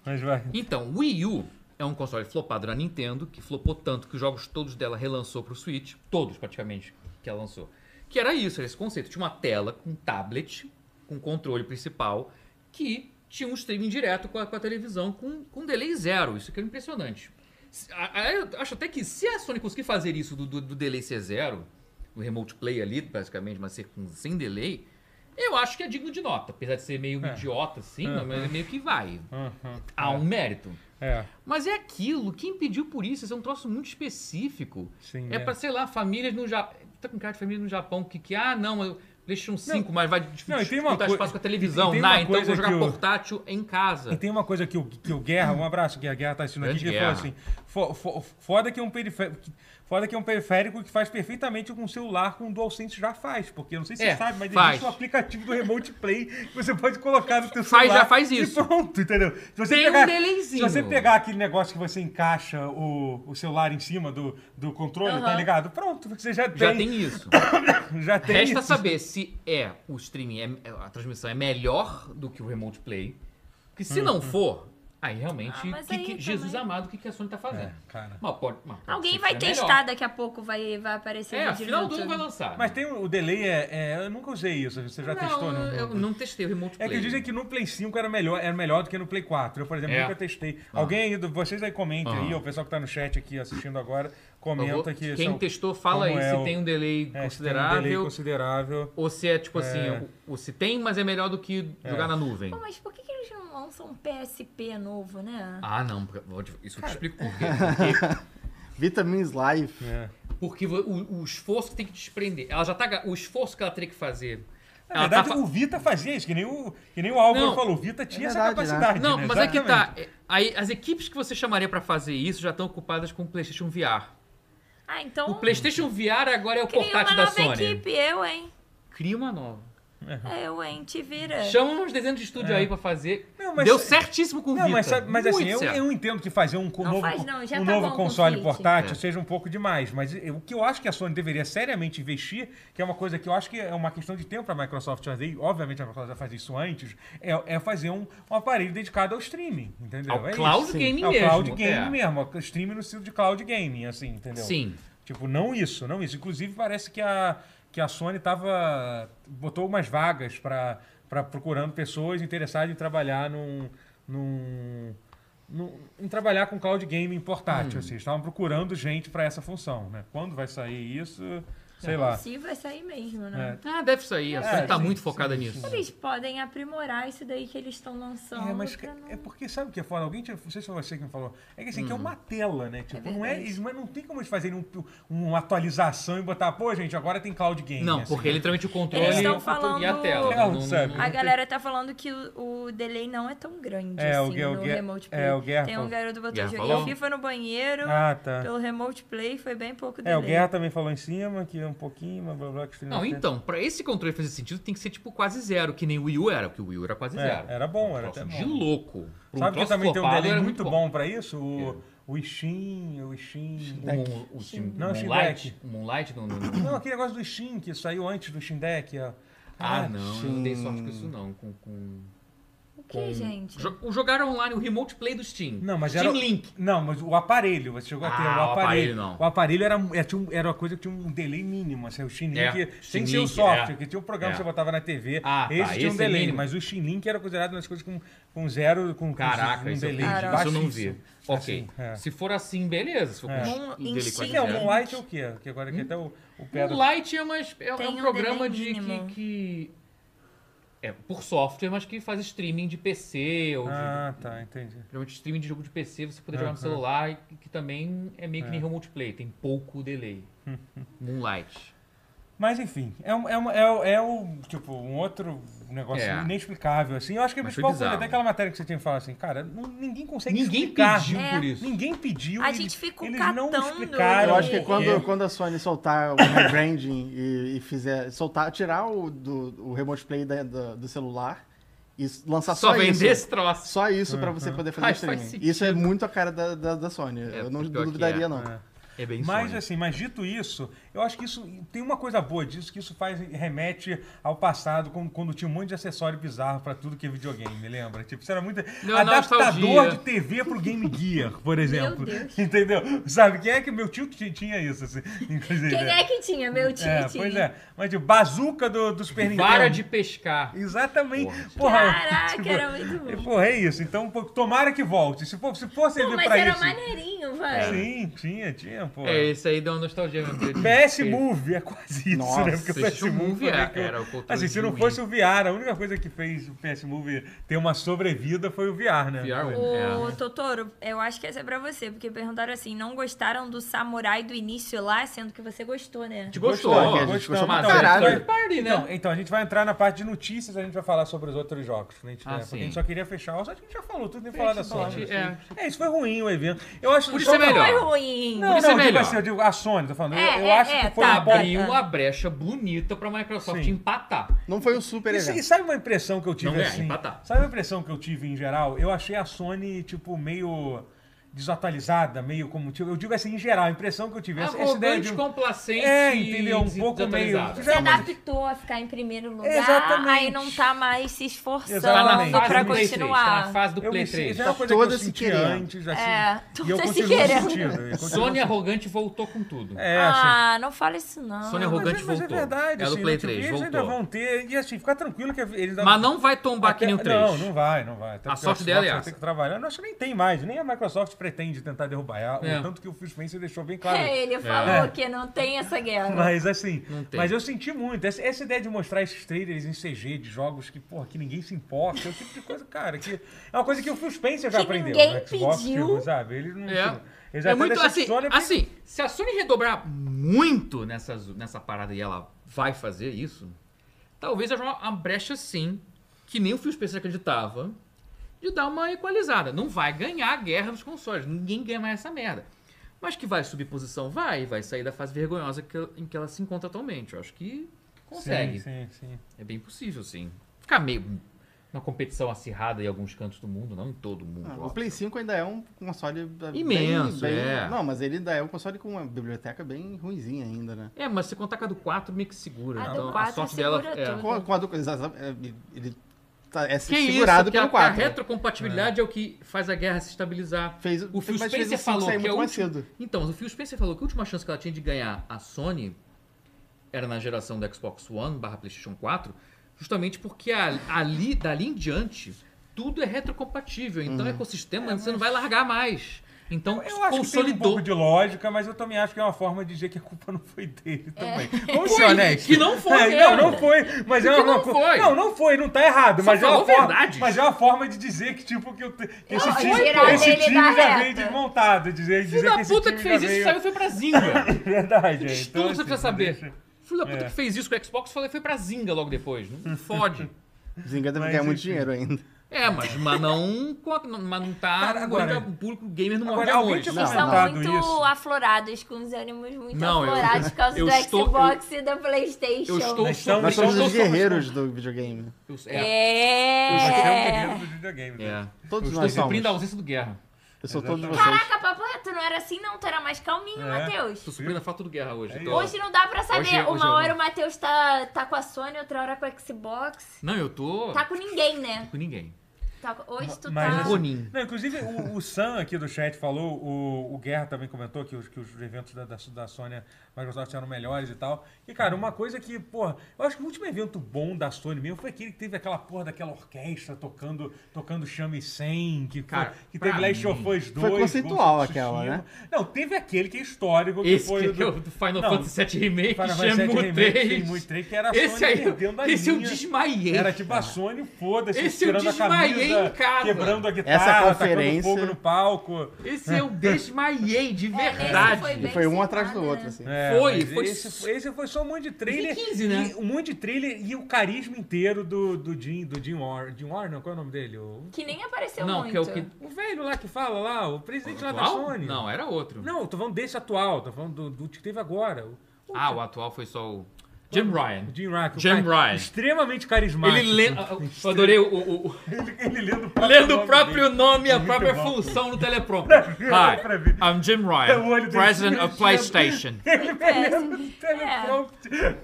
Speaker 1: Mas vai.
Speaker 2: Então, o Wii U é um console flopado da Nintendo, que flopou tanto que os jogos todos dela relançou pro Switch, todos praticamente que ela lançou. Que era isso, era esse conceito. Tinha uma tela com um tablet, com controle principal, que tinha um streaming direto com a, com a televisão com, com delay zero. Isso que era impressionante. Se- a- a- Eu acho até que se a Sony conseguir fazer isso do, do, do delay ser zero, do remote play ali, basicamente, mas ser com, sem delay, eu acho que é digno de nota. Apesar de ser meio idiota assim, mas meio que vai.
Speaker 1: Uhum.
Speaker 2: Há um mérito.
Speaker 1: É,
Speaker 2: Mas é aquilo, quem pediu por isso? Isso é um troço muito específico.
Speaker 1: sim.
Speaker 2: É, pra, sei lá, famílias no Japão. Tá com cara de família no Japão que, que ah, não, eu PlayStation 5, mas vai dis-
Speaker 1: Não, e tem uma
Speaker 2: disputar
Speaker 1: coi-
Speaker 2: espaço com a
Speaker 1: e
Speaker 2: televisão.
Speaker 1: tem uma
Speaker 2: Nah, então eu
Speaker 1: coisa
Speaker 2: vou jogar
Speaker 1: que o-
Speaker 2: portátil em
Speaker 1: E
Speaker 2: casa.
Speaker 1: tem uma coisa que o, que o Guerra, um abraço, Guerra, Guerra tá assistindo aqui, que
Speaker 2: Grande
Speaker 1: ele falou
Speaker 2: Guerra.
Speaker 1: assim: "Fo- fo- foda que, é um periférico, que- foda que é um periférico que faz perfeitamente o que um celular com o DualSense já faz. Porque eu não sei se
Speaker 2: É,
Speaker 1: você sabe, mas
Speaker 2: faz.
Speaker 1: existe um aplicativo do Remote Play que você pode colocar no teu
Speaker 2: Faz,
Speaker 1: celular.
Speaker 2: já faz isso.
Speaker 1: E pronto, entendeu? Se você
Speaker 2: Tem um
Speaker 1: pegar, Se
Speaker 2: delayzinho.
Speaker 1: você pegar aquele negócio que você encaixa o, o celular em cima do, do controle, tá
Speaker 3: Aham.
Speaker 1: ligado? Pronto, você já tem.
Speaker 2: Já tem isso.
Speaker 1: já tem
Speaker 2: Resta
Speaker 1: isso.
Speaker 2: saber se é o streaming, é- a transmissão é melhor do que o remote play. Porque se
Speaker 1: Uhum.
Speaker 2: não for, aí realmente,
Speaker 3: Ah, mas
Speaker 2: que-
Speaker 3: aí
Speaker 2: que-
Speaker 3: também-
Speaker 2: Jesus amado, o que, que a Sony tá fazendo?
Speaker 1: Cara.
Speaker 2: Mas pode, mas pode ser
Speaker 3: Alguém
Speaker 2: que
Speaker 3: vai
Speaker 2: seja
Speaker 3: testar,
Speaker 2: melhor.
Speaker 3: daqui a pouco vai, vai aparecer
Speaker 2: É,
Speaker 3: vídeo
Speaker 2: final
Speaker 3: no
Speaker 2: do ano vai
Speaker 3: YouTube.
Speaker 2: lançar.
Speaker 1: Mas tem o, o delay, é, é- Eu nunca usei isso, você já
Speaker 2: não,
Speaker 1: testou? né? no-
Speaker 2: eu-
Speaker 1: no-
Speaker 2: Eu não testei o remote
Speaker 1: É
Speaker 2: play.
Speaker 1: que dizem que no Play 5 era melhor, era melhor do que no Play 4. Eu, por exemplo,
Speaker 2: É.
Speaker 1: nunca testei. Alguém aí, do- vocês aí comentem aí, o pessoal que tá no chat aqui assistindo agora,
Speaker 2: Por favor,
Speaker 1: comenta que.
Speaker 2: Quem
Speaker 1: são-
Speaker 2: testou, fala aí
Speaker 1: como é
Speaker 2: se
Speaker 1: o-
Speaker 2: tem um delay
Speaker 1: é, se tem um
Speaker 2: considerável.
Speaker 1: delay considerável.
Speaker 2: Ou se é tipo assim,
Speaker 1: É.
Speaker 2: ou, ou se tem, mas é melhor do que jogar na nuvem.
Speaker 3: Pô, mas por que, que eles não lançam um PSP novo, né?
Speaker 2: Ah, não, porque- vou te- isso eu te explico por quê. Porque,
Speaker 4: Vitamins Life.
Speaker 1: É.
Speaker 2: porque vo- o, o esforço que tem que desprender. Ela já tá. ga- O esforço que ela teria que fazer.
Speaker 1: Na
Speaker 2: ela
Speaker 1: verdade,
Speaker 2: tá fa-
Speaker 1: o Vita fazia isso, que nem o, que nem o Álvaro
Speaker 2: Não.
Speaker 1: falou. O Vita tinha
Speaker 4: É verdade, né?
Speaker 1: essa capacidade.
Speaker 2: Não,
Speaker 1: né?
Speaker 2: mas é que tá. é, Aí, as equipes que você chamaria pra fazer isso já estão ocupadas com o PlayStation VR.
Speaker 3: Ah, então.
Speaker 2: O PlayStation VR agora é o
Speaker 3: Cria uma
Speaker 2: portátil da
Speaker 3: nova
Speaker 2: Sony.
Speaker 3: equipe, eu, hein?
Speaker 2: Cria uma nova.
Speaker 3: Eu, hein? Te vira.
Speaker 2: Chama uns desenhos de estúdio aí pra fazer.
Speaker 1: É. Não, mas- é-
Speaker 2: Deu certíssimo com o
Speaker 1: Não,
Speaker 2: Vita.
Speaker 1: mas, sabe- mas
Speaker 2: Muito
Speaker 1: assim, eu,
Speaker 2: certo.
Speaker 1: eu entendo que fazer um, co-
Speaker 3: Não
Speaker 1: novo,
Speaker 3: faz não, já
Speaker 1: um
Speaker 3: tá
Speaker 1: novo
Speaker 3: bom com
Speaker 1: console
Speaker 3: o Switch.
Speaker 1: portátil
Speaker 2: É.
Speaker 1: seja um pouco demais. Mas eu- o que eu acho que a Sony deveria seriamente investir, que é uma coisa que eu acho que é uma questão de tempo para a Microsoft fazer, e obviamente a Microsoft já faz isso antes, é, é fazer um, um aparelho dedicado ao streaming, entendeu?
Speaker 2: Ao
Speaker 1: é
Speaker 2: cloud
Speaker 1: isso.
Speaker 2: gaming
Speaker 1: ao
Speaker 2: mesmo,
Speaker 1: cloud gaming
Speaker 2: é.
Speaker 1: mesmo, ao streaming no sentido de cloud gaming, assim, entendeu?
Speaker 2: Sim.
Speaker 1: Tipo, não isso, não isso. Inclusive, parece que a, que a Sony tava. botou umas vagas para procurando pessoas interessadas em trabalhar num. num, num- em trabalhar com cloud gaming
Speaker 2: Hum.
Speaker 1: portátil. Assim, estavam procurando gente para essa função, né? Quando vai sair isso, sei lá.
Speaker 3: Se vai sair mesmo, né?
Speaker 2: Ah, deve sair. A
Speaker 1: É,
Speaker 2: Sony tá
Speaker 1: sim,
Speaker 2: muito
Speaker 1: sim,
Speaker 2: focada
Speaker 1: sim.
Speaker 2: nisso.
Speaker 3: Eles podem aprimorar isso daí que eles estão lançando.
Speaker 1: É, mas
Speaker 3: pra não-
Speaker 1: é porque sabe o que é foda? Alguém, tinha- não sei se foi você que me falou. É que assim,
Speaker 2: Hum.
Speaker 1: que é uma tela, né? Tipo, não é,
Speaker 3: verdade.
Speaker 1: eles- mas não tem como eles fazerem um, uma atualização e botar, pô, gente, agora tem cloud gaming.
Speaker 2: Não,
Speaker 1: assim.
Speaker 2: porque literalmente o controle
Speaker 3: Eles
Speaker 2: e,
Speaker 3: tão
Speaker 2: o- e a
Speaker 3: falando-
Speaker 2: tela.
Speaker 1: Não,
Speaker 2: Não-
Speaker 1: sabe?
Speaker 2: não-
Speaker 3: A galera tá falando que o, o delay não é tão grande
Speaker 1: É, o
Speaker 3: assim
Speaker 1: Gue- o
Speaker 3: no
Speaker 1: Gue-
Speaker 3: remote play.
Speaker 1: é, o Guerra
Speaker 3: Tem
Speaker 1: falou.
Speaker 3: um garoto botou
Speaker 2: Guerra
Speaker 3: joguei
Speaker 2: falou?
Speaker 3: FIFA no banheiro
Speaker 1: Ah, tá.
Speaker 3: pelo remote play, foi bem pouco
Speaker 1: É,
Speaker 3: delay.
Speaker 1: o Guerra também falou em cima, que é um pouquinho, blá blá blá. Que isso
Speaker 2: Não,
Speaker 1: tem.
Speaker 2: então, pra esse controle fazer sentido, tem que ser tipo quase zero, que nem o Wii U era, porque o Wii U era quase
Speaker 1: É,
Speaker 2: zero.
Speaker 1: era bom, era
Speaker 2: Nossa,
Speaker 1: até
Speaker 2: De
Speaker 1: bom.
Speaker 2: louco. Pra um
Speaker 1: Sabe que
Speaker 2: troço
Speaker 1: também tem um
Speaker 2: flopado,
Speaker 1: delay
Speaker 2: era É.
Speaker 1: muito bom pra isso? O, o Ishin, o Ishin.
Speaker 2: O, Moon- o, Steam-
Speaker 1: Não, o Steam
Speaker 2: Moonlight,
Speaker 1: Deck.
Speaker 2: o Moonlight não, não- não-
Speaker 1: Não, aquele negócio do Ishin, que saiu antes do Steam Deck. ó.
Speaker 2: Ah,
Speaker 1: Ah,
Speaker 2: não, eu não dei sorte com isso não. Com, com...
Speaker 3: O que, gente?
Speaker 2: Jo- O jogar online, o remote play do Steam.
Speaker 1: Não, mas
Speaker 2: Steam
Speaker 1: era. um
Speaker 2: Link.
Speaker 1: Não, mas o aparelho, você chegou a ter
Speaker 2: Ah,
Speaker 1: o
Speaker 2: o
Speaker 1: aparelho.
Speaker 2: aparelho não.
Speaker 1: O aparelho era, era, tinha um- era uma coisa que tinha um delay mínimo. Assim, o Shin
Speaker 2: É,
Speaker 1: Link, sem
Speaker 2: Steam
Speaker 1: ser o
Speaker 2: Link,
Speaker 1: software,
Speaker 2: é.
Speaker 1: que tinha um programa que você
Speaker 2: É.
Speaker 1: botava na TV.
Speaker 2: Ah,
Speaker 1: esse
Speaker 2: tá,
Speaker 1: tinha um
Speaker 2: esse é
Speaker 1: delay,
Speaker 2: mínimo.
Speaker 1: mas o Shin Link era considerado umas coisas com, com zero, com, com
Speaker 2: Caraca,
Speaker 1: um
Speaker 2: isso,
Speaker 1: delay
Speaker 2: eu,
Speaker 1: baixíssimo.
Speaker 2: isso eu não vi. Ok.
Speaker 1: Assim, é.
Speaker 2: Se for assim, beleza. Se for com
Speaker 1: É.
Speaker 2: um
Speaker 3: Moon-
Speaker 2: delay
Speaker 3: em né?
Speaker 2: quase
Speaker 1: Que é o
Speaker 2: zero.
Speaker 1: Moonlight é o quê? Que agora aqui até o, o Pedro.
Speaker 2: Moonlight é, uma, es- é, é
Speaker 3: Tem
Speaker 2: um
Speaker 3: um
Speaker 2: programa de
Speaker 3: delay
Speaker 2: que,
Speaker 3: mínimo.
Speaker 2: que- É por software, mas que faz streaming de PC ou de-
Speaker 1: Ah, tá, entendi.
Speaker 2: Geralmente streaming de jogo de PC você poder jogar no
Speaker 1: Aham.
Speaker 2: celular, e que- que também é meio que nem remote play, tem pouco delay. Moonlight.
Speaker 1: Mas enfim, é, um- é, uma- é, o- é o, tipo, um outro negócio
Speaker 2: É.
Speaker 1: inexplicável, assim. Eu acho que a
Speaker 2: Mas foi
Speaker 1: principal coisa,
Speaker 2: bizarro.
Speaker 1: até aquela matéria que você tinha falado assim, cara, não- ninguém consegue
Speaker 2: Ninguém
Speaker 1: explicar.
Speaker 2: pediu
Speaker 3: É.
Speaker 2: por isso.
Speaker 1: Ninguém pediu.
Speaker 3: A
Speaker 1: eles-
Speaker 3: gente ficou
Speaker 1: eles não
Speaker 3: catando
Speaker 1: explicaram.
Speaker 4: Eu acho que
Speaker 1: o
Speaker 4: quando,
Speaker 1: é.
Speaker 4: quando a Sony soltar o rebranding e, e fizer. soltar, tirar o, do, o remote play da- da- do celular e s- lançar só,
Speaker 2: Só vender
Speaker 4: isso.
Speaker 2: esse troço.
Speaker 4: Só isso pra você poder fazer
Speaker 2: Ai, faz
Speaker 4: streaming. Isso é
Speaker 2: sentido.
Speaker 4: muito a cara da, da, da Sony. Eu não
Speaker 2: pior que é.
Speaker 4: duvidaria, não.
Speaker 1: É.
Speaker 2: É bem
Speaker 1: Mas
Speaker 2: Sony.
Speaker 1: assim, mas dito isso, eu acho que isso tem uma coisa boa disso, que isso faz remete ao passado, quando, quando tinha um monte de acessório bizarro pra tudo que é videogame, lembra? Tipo, isso era muito
Speaker 2: Não,
Speaker 1: adaptador
Speaker 2: nostalgia.
Speaker 1: de TV pro Game Gear, por exemplo.
Speaker 3: Deus.
Speaker 1: Entendeu? Sabe quem é que meu tio que tinha isso assim, inclusive.
Speaker 3: Quem é que tinha? Meu tio
Speaker 1: É,
Speaker 3: tinha.
Speaker 1: pois é. Mas de bazuca do, do Super Nintendo.
Speaker 2: Vara de pescar.
Speaker 1: Exatamente. Porra,
Speaker 3: Caraca,
Speaker 1: tipo,
Speaker 3: era muito bom.
Speaker 1: Porra, é isso. Então, pô, tomara que volte. Se for, se for
Speaker 3: Pô,
Speaker 1: servir
Speaker 3: mas
Speaker 1: pra
Speaker 3: era
Speaker 1: isso. É.
Speaker 3: maneirinho, vai.
Speaker 1: Sim, tinha, tinha, pô.
Speaker 2: É, esse aí deu uma nostalgia mesmo.
Speaker 1: PS Move é quase isso,
Speaker 4: Nossa,
Speaker 1: né? Porque o PS
Speaker 2: PlayStation
Speaker 1: Move
Speaker 2: Move
Speaker 1: era,
Speaker 2: era- um é, era o controle
Speaker 1: Assim, se
Speaker 2: de
Speaker 1: não
Speaker 2: Wii.
Speaker 1: fosse o VR, a única coisa que fez o PS Move ter uma sobrevida foi o VR, né?
Speaker 2: VR,
Speaker 1: Foi.
Speaker 2: É.
Speaker 3: Ô, Totoro, eu acho que essa é pra você, porque perguntaram assim, não gostaram do samurai do início lá, sendo que você gostou, né?
Speaker 2: Te gostou,
Speaker 4: Gostou,
Speaker 2: ó.
Speaker 4: a gente gostou pra
Speaker 2: mas
Speaker 4: caralho.
Speaker 2: é third party, né?
Speaker 1: Então, então, a gente vai entrar na parte de notícias, a gente vai falar sobre os outros jogos. né? A gente,
Speaker 2: Ah,
Speaker 1: né? Porque
Speaker 2: sim.
Speaker 1: a gente só queria fechar. Nossa, a gente já falou tudo, nem falar da Sony.
Speaker 2: É.
Speaker 1: É, isso foi ruim o evento. Eu acho
Speaker 2: Por
Speaker 1: que
Speaker 2: isso é melhor.
Speaker 3: Foi ruim.
Speaker 1: Não,
Speaker 2: Por isso
Speaker 1: não,
Speaker 2: é
Speaker 1: digo
Speaker 2: melhor.
Speaker 1: assim, eu digo a Sony, tô falando.
Speaker 3: É,
Speaker 1: eu eu
Speaker 3: é,
Speaker 1: acho
Speaker 3: é,
Speaker 1: que foi
Speaker 3: tá,
Speaker 1: um bom.
Speaker 3: tá.
Speaker 2: Abriu uma brecha bonita pra Microsoft
Speaker 1: Sim.
Speaker 2: empatar.
Speaker 4: Não foi um super
Speaker 1: E, sa- e
Speaker 4: evento.
Speaker 1: sabe uma impressão que eu tive
Speaker 2: Não ganhar,
Speaker 1: assim?
Speaker 2: empatar.
Speaker 1: Sabe uma impressão que eu tive em geral? Eu achei a Sony, tipo, meio desatualizada, meio como. Tipo, eu digo assim, em geral, a impressão que eu tive. essa, essa ideia
Speaker 2: Ah, Arrogante,
Speaker 1: de. um-
Speaker 2: complacente
Speaker 1: É, entendeu? Um
Speaker 2: e
Speaker 1: pouco meio-
Speaker 2: desatualizada.
Speaker 3: Se adaptou a ficar em primeiro lugar,
Speaker 1: Exatamente.
Speaker 3: aí não tá mais se esforçando
Speaker 1: Exatamente.
Speaker 2: Tá na
Speaker 3: pra
Speaker 2: fase do Play 3. Tá na
Speaker 3: continuar.
Speaker 2: fase do
Speaker 1: Eu
Speaker 2: Play
Speaker 1: me, isso
Speaker 2: 3.
Speaker 1: é uma
Speaker 4: Tá
Speaker 1: coisa que eu
Speaker 4: toda se
Speaker 1: senti
Speaker 4: querendo.
Speaker 1: antes, assim.
Speaker 3: É,
Speaker 1: e eu
Speaker 3: toda se
Speaker 1: continuo
Speaker 3: querendo.
Speaker 1: sentindo, eu continuo
Speaker 2: Sony
Speaker 1: sentindo.
Speaker 2: arrogante voltou com tudo.
Speaker 1: É, assim.
Speaker 3: Ah, não fala isso não.
Speaker 2: Sony
Speaker 1: Mas é-
Speaker 2: arrogante
Speaker 1: mas
Speaker 2: voltou.
Speaker 1: É verdade,
Speaker 2: É do
Speaker 1: assim,
Speaker 2: Play
Speaker 1: tipo,
Speaker 2: 3,
Speaker 1: eles ainda
Speaker 2: voltou.
Speaker 1: vão ter. E assim, fica tranquilo que eles ainda
Speaker 2: Mas não vai tombar
Speaker 1: Até-
Speaker 2: que nem o 3.
Speaker 1: Não, não vai, não vai. Até
Speaker 2: A
Speaker 1: porque
Speaker 2: sorte dela
Speaker 1: Xbox
Speaker 2: é
Speaker 1: vai
Speaker 2: essa.
Speaker 1: ter que trabalhar. Eu acho que nem tem mais, nem a Microsoft pretende tentar derrubar ela,
Speaker 2: É.
Speaker 1: o tanto que o Phil Spencer deixou bem claro.
Speaker 3: É, Ele falou que não tem essa guerra.
Speaker 1: Mas assim,
Speaker 2: Não tem.
Speaker 1: mas eu senti muito. Essa, essa ideia de mostrar esses trailers em CG de jogos que, porra, que ninguém se importa, é o tipo de coisa, cara, que é uma coisa que o Phil Spencer já
Speaker 3: Que
Speaker 1: aprendeu.
Speaker 3: ninguém
Speaker 1: no Xbox,
Speaker 3: pediu.
Speaker 1: tipo, sabe? Ele não.
Speaker 2: É.
Speaker 1: tipo, eles
Speaker 2: É
Speaker 1: até
Speaker 2: muito assim,
Speaker 1: decepcionam porque-
Speaker 2: assim, se a Sony redobrar muito nessa, nessa parada e ela vai fazer isso, talvez haja uma, uma brecha sim, que nem o Phil Spencer acreditava, de dar uma equalizada. Não vai ganhar a guerra dos consoles, ninguém ganha mais essa merda. Mas que vai subir posição, vai, vai sair da fase vergonhosa que ela- em que ela se encontra atualmente. Eu acho que consegue.
Speaker 1: Sim, sim, sim.
Speaker 2: É bem possível, sim. Ficar meio uma competição acirrada em alguns cantos do mundo, não em todo mundo.
Speaker 4: Ah, O
Speaker 2: óbvio.
Speaker 4: Play 5 ainda é um console bem-
Speaker 2: Imenso,
Speaker 4: bem-
Speaker 2: é.
Speaker 4: Não, mas ele ainda é um console com uma biblioteca bem ruinzinha ainda, né?
Speaker 2: É, mas se contar com a do 4, meio que segura.
Speaker 3: A do
Speaker 2: então, a
Speaker 3: 4
Speaker 2: sorte dela
Speaker 3: segura
Speaker 2: é.
Speaker 3: tudo.
Speaker 4: Com a, com a do- exa- é, ele tá, é
Speaker 2: Que
Speaker 4: segurado
Speaker 2: isso, que
Speaker 4: pelo
Speaker 2: a, a
Speaker 1: né?
Speaker 4: 4.
Speaker 2: retrocompatibilidade é. o que faz a guerra se estabilizar.
Speaker 4: Fez,
Speaker 2: O Phil
Speaker 4: mas fez
Speaker 2: Spencer
Speaker 4: o 5
Speaker 2: falou
Speaker 4: sair
Speaker 2: que é
Speaker 4: muito
Speaker 2: o
Speaker 4: mais
Speaker 2: último...
Speaker 4: cedo.
Speaker 2: Então, mas o Phil Spencer falou que a última chance que ela tinha de ganhar a Sony era na geração do Xbox One barra PlayStation 4, justamente porque a- ali, dali em diante, tudo é retrocompatível. Então, o ecossistema
Speaker 3: É,
Speaker 2: você não vai largar mais. Então,
Speaker 1: Uhum. Eu acho que tem um
Speaker 2: consolidou.
Speaker 1: pouco de lógica, mas eu também acho que é uma forma de dizer que a culpa não foi dele também.
Speaker 3: É.
Speaker 1: Vamos
Speaker 2: Foi,
Speaker 1: ser honestos.
Speaker 2: que não foi né?
Speaker 1: É, não,
Speaker 2: mesmo.
Speaker 1: não foi. Mas é
Speaker 2: Que
Speaker 1: uma
Speaker 2: não
Speaker 1: co-
Speaker 2: foi.
Speaker 1: Não, não foi, não tá errado.
Speaker 2: Só
Speaker 1: mas, é uma
Speaker 2: falou
Speaker 1: forma,
Speaker 2: verdades.
Speaker 1: mas é uma forma de dizer que, tipo, que, eu te- que esse
Speaker 3: Não,
Speaker 1: time,
Speaker 3: tirar
Speaker 1: esse
Speaker 3: ele
Speaker 1: time
Speaker 3: da
Speaker 1: já
Speaker 3: reta.
Speaker 1: veio desmontado. Dizer, dizer
Speaker 2: Filho da
Speaker 1: que esse
Speaker 2: puta
Speaker 1: time já
Speaker 2: que fez isso
Speaker 1: veio...
Speaker 2: saiu e foi pra Zinga.
Speaker 1: Verdade. é,
Speaker 2: Estudo
Speaker 1: então,
Speaker 2: você
Speaker 1: assim,
Speaker 2: precisa saber.
Speaker 1: deixa-
Speaker 2: Filho da puta
Speaker 1: É.
Speaker 2: que fez isso com o Xbox foi, foi pra Zinga logo depois. Não fode.
Speaker 4: Zinga deve
Speaker 1: Mas
Speaker 4: ganhar muito
Speaker 1: enfim.
Speaker 4: dinheiro ainda.
Speaker 2: É, mas, mas não, com a- mas não tá
Speaker 1: Cara, agora-
Speaker 2: agora, o público gamer não
Speaker 1: Agora,
Speaker 2: morde
Speaker 1: alguém
Speaker 2: aonde.
Speaker 1: tinha
Speaker 4: Não,
Speaker 3: Vocês Estão
Speaker 1: comentado
Speaker 3: muito
Speaker 1: isso.
Speaker 3: aflorados, com os ânimos muito
Speaker 2: Não, eu-
Speaker 3: aflorados por causa
Speaker 2: eu
Speaker 3: do
Speaker 2: estou-
Speaker 3: Xbox e da Playstation.
Speaker 2: Eu estou...
Speaker 1: Nós somos-
Speaker 4: Nós
Speaker 1: Então,
Speaker 4: somos
Speaker 1: nós
Speaker 4: os
Speaker 1: somos-
Speaker 4: guerreiros do videogame.
Speaker 2: Eu- É.
Speaker 1: Nós temos
Speaker 3: É.
Speaker 1: guerreiros dos videogames, né?
Speaker 2: é.
Speaker 4: Todos
Speaker 2: Eu estou
Speaker 4: nós
Speaker 2: suprindo
Speaker 4: somos.
Speaker 2: a ausência do Guerra.
Speaker 4: Eu sou todos
Speaker 1: Exatamente.
Speaker 4: vocês.
Speaker 3: Caraca, papai, tu não era assim não, tu era mais calminho,
Speaker 1: É.
Speaker 2: Estou
Speaker 3: Matheus.
Speaker 2: suprindo a falta do Guerra hoje.
Speaker 1: É
Speaker 2: então-
Speaker 3: Hoje não dá pra
Speaker 2: Hoje-
Speaker 3: saber.
Speaker 2: hoje
Speaker 3: Uma
Speaker 2: eu-
Speaker 3: hora o Matheus tá, tá com a Sony, outra hora com o Xbox.
Speaker 2: Não, eu tô
Speaker 3: Tá com ninguém, né?
Speaker 2: com ninguém.
Speaker 3: tá. Hoje tu
Speaker 1: Mas,
Speaker 3: tá.
Speaker 1: assim,
Speaker 2: Ronin.
Speaker 1: Não, inclusive, o, o Sam aqui do chat falou, o, o Guerra também comentou que os, que os eventos da, da, da Sony Microsoft eram melhores e tal. E, cara, uma coisa que, porra, eu acho que o último evento bom da Sony mesmo foi aquele que teve aquela porra daquela orquestra tocando, tocando Chame 100, que,
Speaker 2: Cara,
Speaker 1: foi- que teve
Speaker 2: pra
Speaker 1: lá em
Speaker 2: mim,
Speaker 1: Chofãs 2.
Speaker 4: foi conceitual
Speaker 1: Ghost of
Speaker 4: aquela,
Speaker 1: Tsushima.
Speaker 4: né?
Speaker 1: Não, teve aquele que é histórico, que
Speaker 2: Esse
Speaker 1: foi
Speaker 2: que
Speaker 1: o do...
Speaker 2: é o do Final
Speaker 1: Não,
Speaker 2: Fantasy VII Remake,
Speaker 1: Final Fantasy VII
Speaker 2: Shenmue
Speaker 1: Remake,
Speaker 2: 3.
Speaker 1: Shenmue 3, que era a
Speaker 2: esse
Speaker 1: Sony
Speaker 2: aí, é
Speaker 1: perdendo a
Speaker 2: esse eu
Speaker 1: linha.
Speaker 2: desmaiei.
Speaker 1: Era tipo a Sony, foda-se,
Speaker 2: Esse eu
Speaker 1: tirando a
Speaker 2: desmaiei
Speaker 1: camisa,
Speaker 2: em casa.
Speaker 1: quebrando a guitarra,
Speaker 4: Essa
Speaker 1: tacando
Speaker 4: conferência-
Speaker 1: fogo no palco.
Speaker 2: Esse
Speaker 1: É.
Speaker 2: eu desmaiei, de
Speaker 3: É, esse
Speaker 2: verdade.
Speaker 3: foi bem
Speaker 4: E foi um
Speaker 3: sem
Speaker 4: atrás do
Speaker 3: nada,
Speaker 4: outro,
Speaker 3: né?
Speaker 4: assim.
Speaker 1: É,
Speaker 2: Foi,
Speaker 1: mas
Speaker 2: foi-
Speaker 1: Esse, esse foi só um monte de trailer.
Speaker 2: 15, né?
Speaker 1: e- um monte de trailer e o carisma inteiro do, do Jim, do Jim Warren. Jim Warren, não, qual é o nome dele? O,
Speaker 3: Que nem apareceu
Speaker 2: Não,
Speaker 3: muito.
Speaker 2: que é o que.
Speaker 1: o velho lá que fala lá, o presidente lá da
Speaker 2: Atual?
Speaker 1: Sony.
Speaker 2: Não, é. era outro.
Speaker 1: Não, eu tô falando desse atual, tô falando do, do que teve agora. O,
Speaker 2: Ah, o atual foi só o. Jim Ryan.
Speaker 1: o Jim Ryan. que é um
Speaker 2: Jim
Speaker 1: cara
Speaker 2: Ryan.
Speaker 1: Extremamente carismático.
Speaker 2: Ele lê. Eu adorei o. o, o
Speaker 1: Ele, ele lendo o
Speaker 2: lendo o
Speaker 1: nome
Speaker 2: próprio nome e a
Speaker 1: Muito
Speaker 2: própria
Speaker 1: bom.
Speaker 2: função no teleprompter. Hi,
Speaker 1: pra ver.
Speaker 2: I'm Jim
Speaker 1: É o olho
Speaker 2: Ryan,
Speaker 1: dele
Speaker 2: president of
Speaker 1: mexendo.
Speaker 2: PlayStation.
Speaker 1: dele. Teleprompter.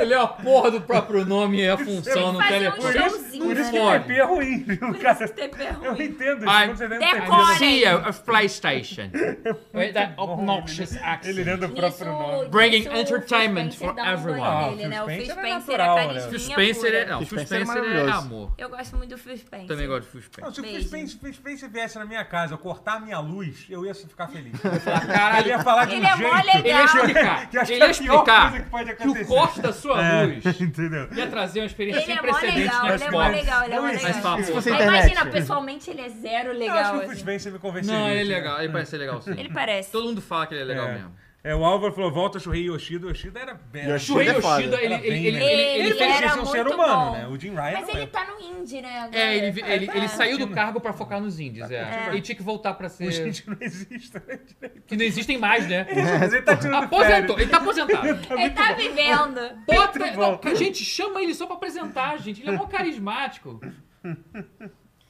Speaker 2: Ele é a porra do próprio nome e a
Speaker 1: é
Speaker 2: função no
Speaker 3: Fazer um
Speaker 2: teleprompter.
Speaker 3: showzinho,
Speaker 1: Por
Speaker 3: né?
Speaker 1: isso que
Speaker 2: Fone.
Speaker 1: TP é ruim, viu,
Speaker 3: Esse
Speaker 1: cara?
Speaker 3: TP é
Speaker 1: Eu
Speaker 3: ruim.
Speaker 1: entendo,
Speaker 2: Ai,
Speaker 1: quando você vê um É
Speaker 3: decola.
Speaker 1: TP.
Speaker 3: Olha.
Speaker 2: CEO of PlayStation. With that obnoxious
Speaker 1: Ele
Speaker 2: accent.
Speaker 1: lendo o próprio nome.
Speaker 2: Bringing
Speaker 3: nisso o
Speaker 2: entertainment
Speaker 3: Phil Spencer
Speaker 2: for
Speaker 3: dá um banho
Speaker 2: everyone.
Speaker 3: Nele, né? O Phil
Speaker 1: Phil Spencer é
Speaker 3: Spencer é
Speaker 1: natural, né?
Speaker 3: carisminha
Speaker 2: Phil Spencer é.
Speaker 3: pura.
Speaker 2: Não,
Speaker 4: Phil
Speaker 2: Phil
Speaker 4: Spencer é
Speaker 2: Spencer é
Speaker 4: maravilhoso.
Speaker 2: amor.
Speaker 3: Eu gosto muito do Phil Spencer.
Speaker 2: Também gosto de Phil Spencer.
Speaker 1: Não, se o Phil
Speaker 3: Beijo.
Speaker 1: Spencer, Phil Spencer viesse na minha casa eu cortar a minha luz, eu ia ficar feliz.
Speaker 2: Caralho,
Speaker 1: Ele ia falar de um
Speaker 3: Ele é mó
Speaker 1: jeito.
Speaker 2: Ele ia
Speaker 3: legal.
Speaker 2: explicar.
Speaker 1: Que acho que
Speaker 2: Ele
Speaker 1: é
Speaker 2: ia
Speaker 1: a pior
Speaker 2: explicar
Speaker 1: coisa que pode
Speaker 2: que o
Speaker 1: acontecer.
Speaker 2: corte da sua
Speaker 1: É,
Speaker 2: luz
Speaker 1: entendeu?
Speaker 2: ia trazer uma experiência
Speaker 3: Ele
Speaker 2: sem né?
Speaker 3: é mó
Speaker 2: precedentes
Speaker 3: legal,
Speaker 2: nas
Speaker 3: ele é mó
Speaker 2: costas.
Speaker 3: legal, ele é mó
Speaker 1: Não,
Speaker 3: legal.
Speaker 1: mas
Speaker 2: fala,
Speaker 4: Se
Speaker 2: pô,
Speaker 4: você
Speaker 3: Mas
Speaker 4: internet.
Speaker 3: imagina, pessoalmente ele é
Speaker 1: Eu
Speaker 3: zero
Speaker 1: acho que
Speaker 3: legal.
Speaker 1: o Phil
Speaker 3: assim.
Speaker 1: Spencer me convenceria.
Speaker 2: Não, ele é
Speaker 1: assim.
Speaker 2: legal. Ele parece ser legal, sim.
Speaker 3: Ele parece.
Speaker 2: Todo mundo fala que ele é legal
Speaker 1: É.
Speaker 2: mesmo.
Speaker 1: É, o Álvaro falou, volta Shuhei Yoshida. O Yoshida era... era
Speaker 4: Yoshida.
Speaker 2: Shuhei
Speaker 4: Ele é foda.
Speaker 2: Yoshida, ele,
Speaker 1: Era
Speaker 2: ele,
Speaker 1: bem
Speaker 2: ele,
Speaker 1: legal.
Speaker 2: ele- ele
Speaker 3: Ele
Speaker 2: fez...
Speaker 1: fez
Speaker 3: era
Speaker 1: isso um ser
Speaker 3: muito
Speaker 1: humano,
Speaker 3: bom.
Speaker 1: né? O Jim Ryan
Speaker 3: Mas
Speaker 1: não
Speaker 3: ele
Speaker 1: é.
Speaker 3: tá no indie, né? agora?
Speaker 2: É, ele, ele, ele,
Speaker 3: É.
Speaker 2: saiu do
Speaker 1: Tá.
Speaker 2: cargo pra focar nos indies, é. E tinha que voltar pra
Speaker 1: O
Speaker 2: ser...
Speaker 1: gente não existe. né?
Speaker 2: Que não existem mais, né?
Speaker 1: Mas ele tá tirando
Speaker 2: Aposentou,
Speaker 1: férias.
Speaker 2: ele tá aposentado.
Speaker 3: Ele tá vivendo.
Speaker 2: Bota,
Speaker 1: Muito
Speaker 2: não,
Speaker 1: bom.
Speaker 2: a gente chama ele só pra apresentar, gente. Ele é mó carismático.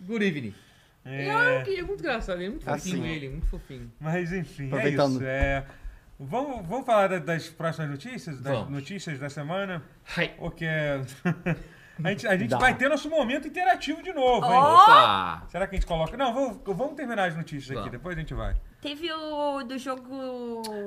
Speaker 2: Good evening. Ele É. é muito engraçado, ele é muito
Speaker 4: Assim.
Speaker 2: fofinho ele, muito fofinho.
Speaker 1: Mas enfim, é
Speaker 4: Aproveitando.
Speaker 1: isso. É, Vamos, vamos falar da- das próximas notícias? Das
Speaker 2: Vamos.
Speaker 1: notícias da semana?
Speaker 2: Hi.
Speaker 1: Ou que é... a gente, a gente
Speaker 4: Dá.
Speaker 1: vai ter nosso momento interativo de novo, hein?
Speaker 3: Ó!
Speaker 2: Opa!
Speaker 1: Será que a gente coloca... Não, vou- vamos terminar as notícias aqui,
Speaker 2: Vamos.
Speaker 1: depois a gente vai.
Speaker 3: Teve o do jogo.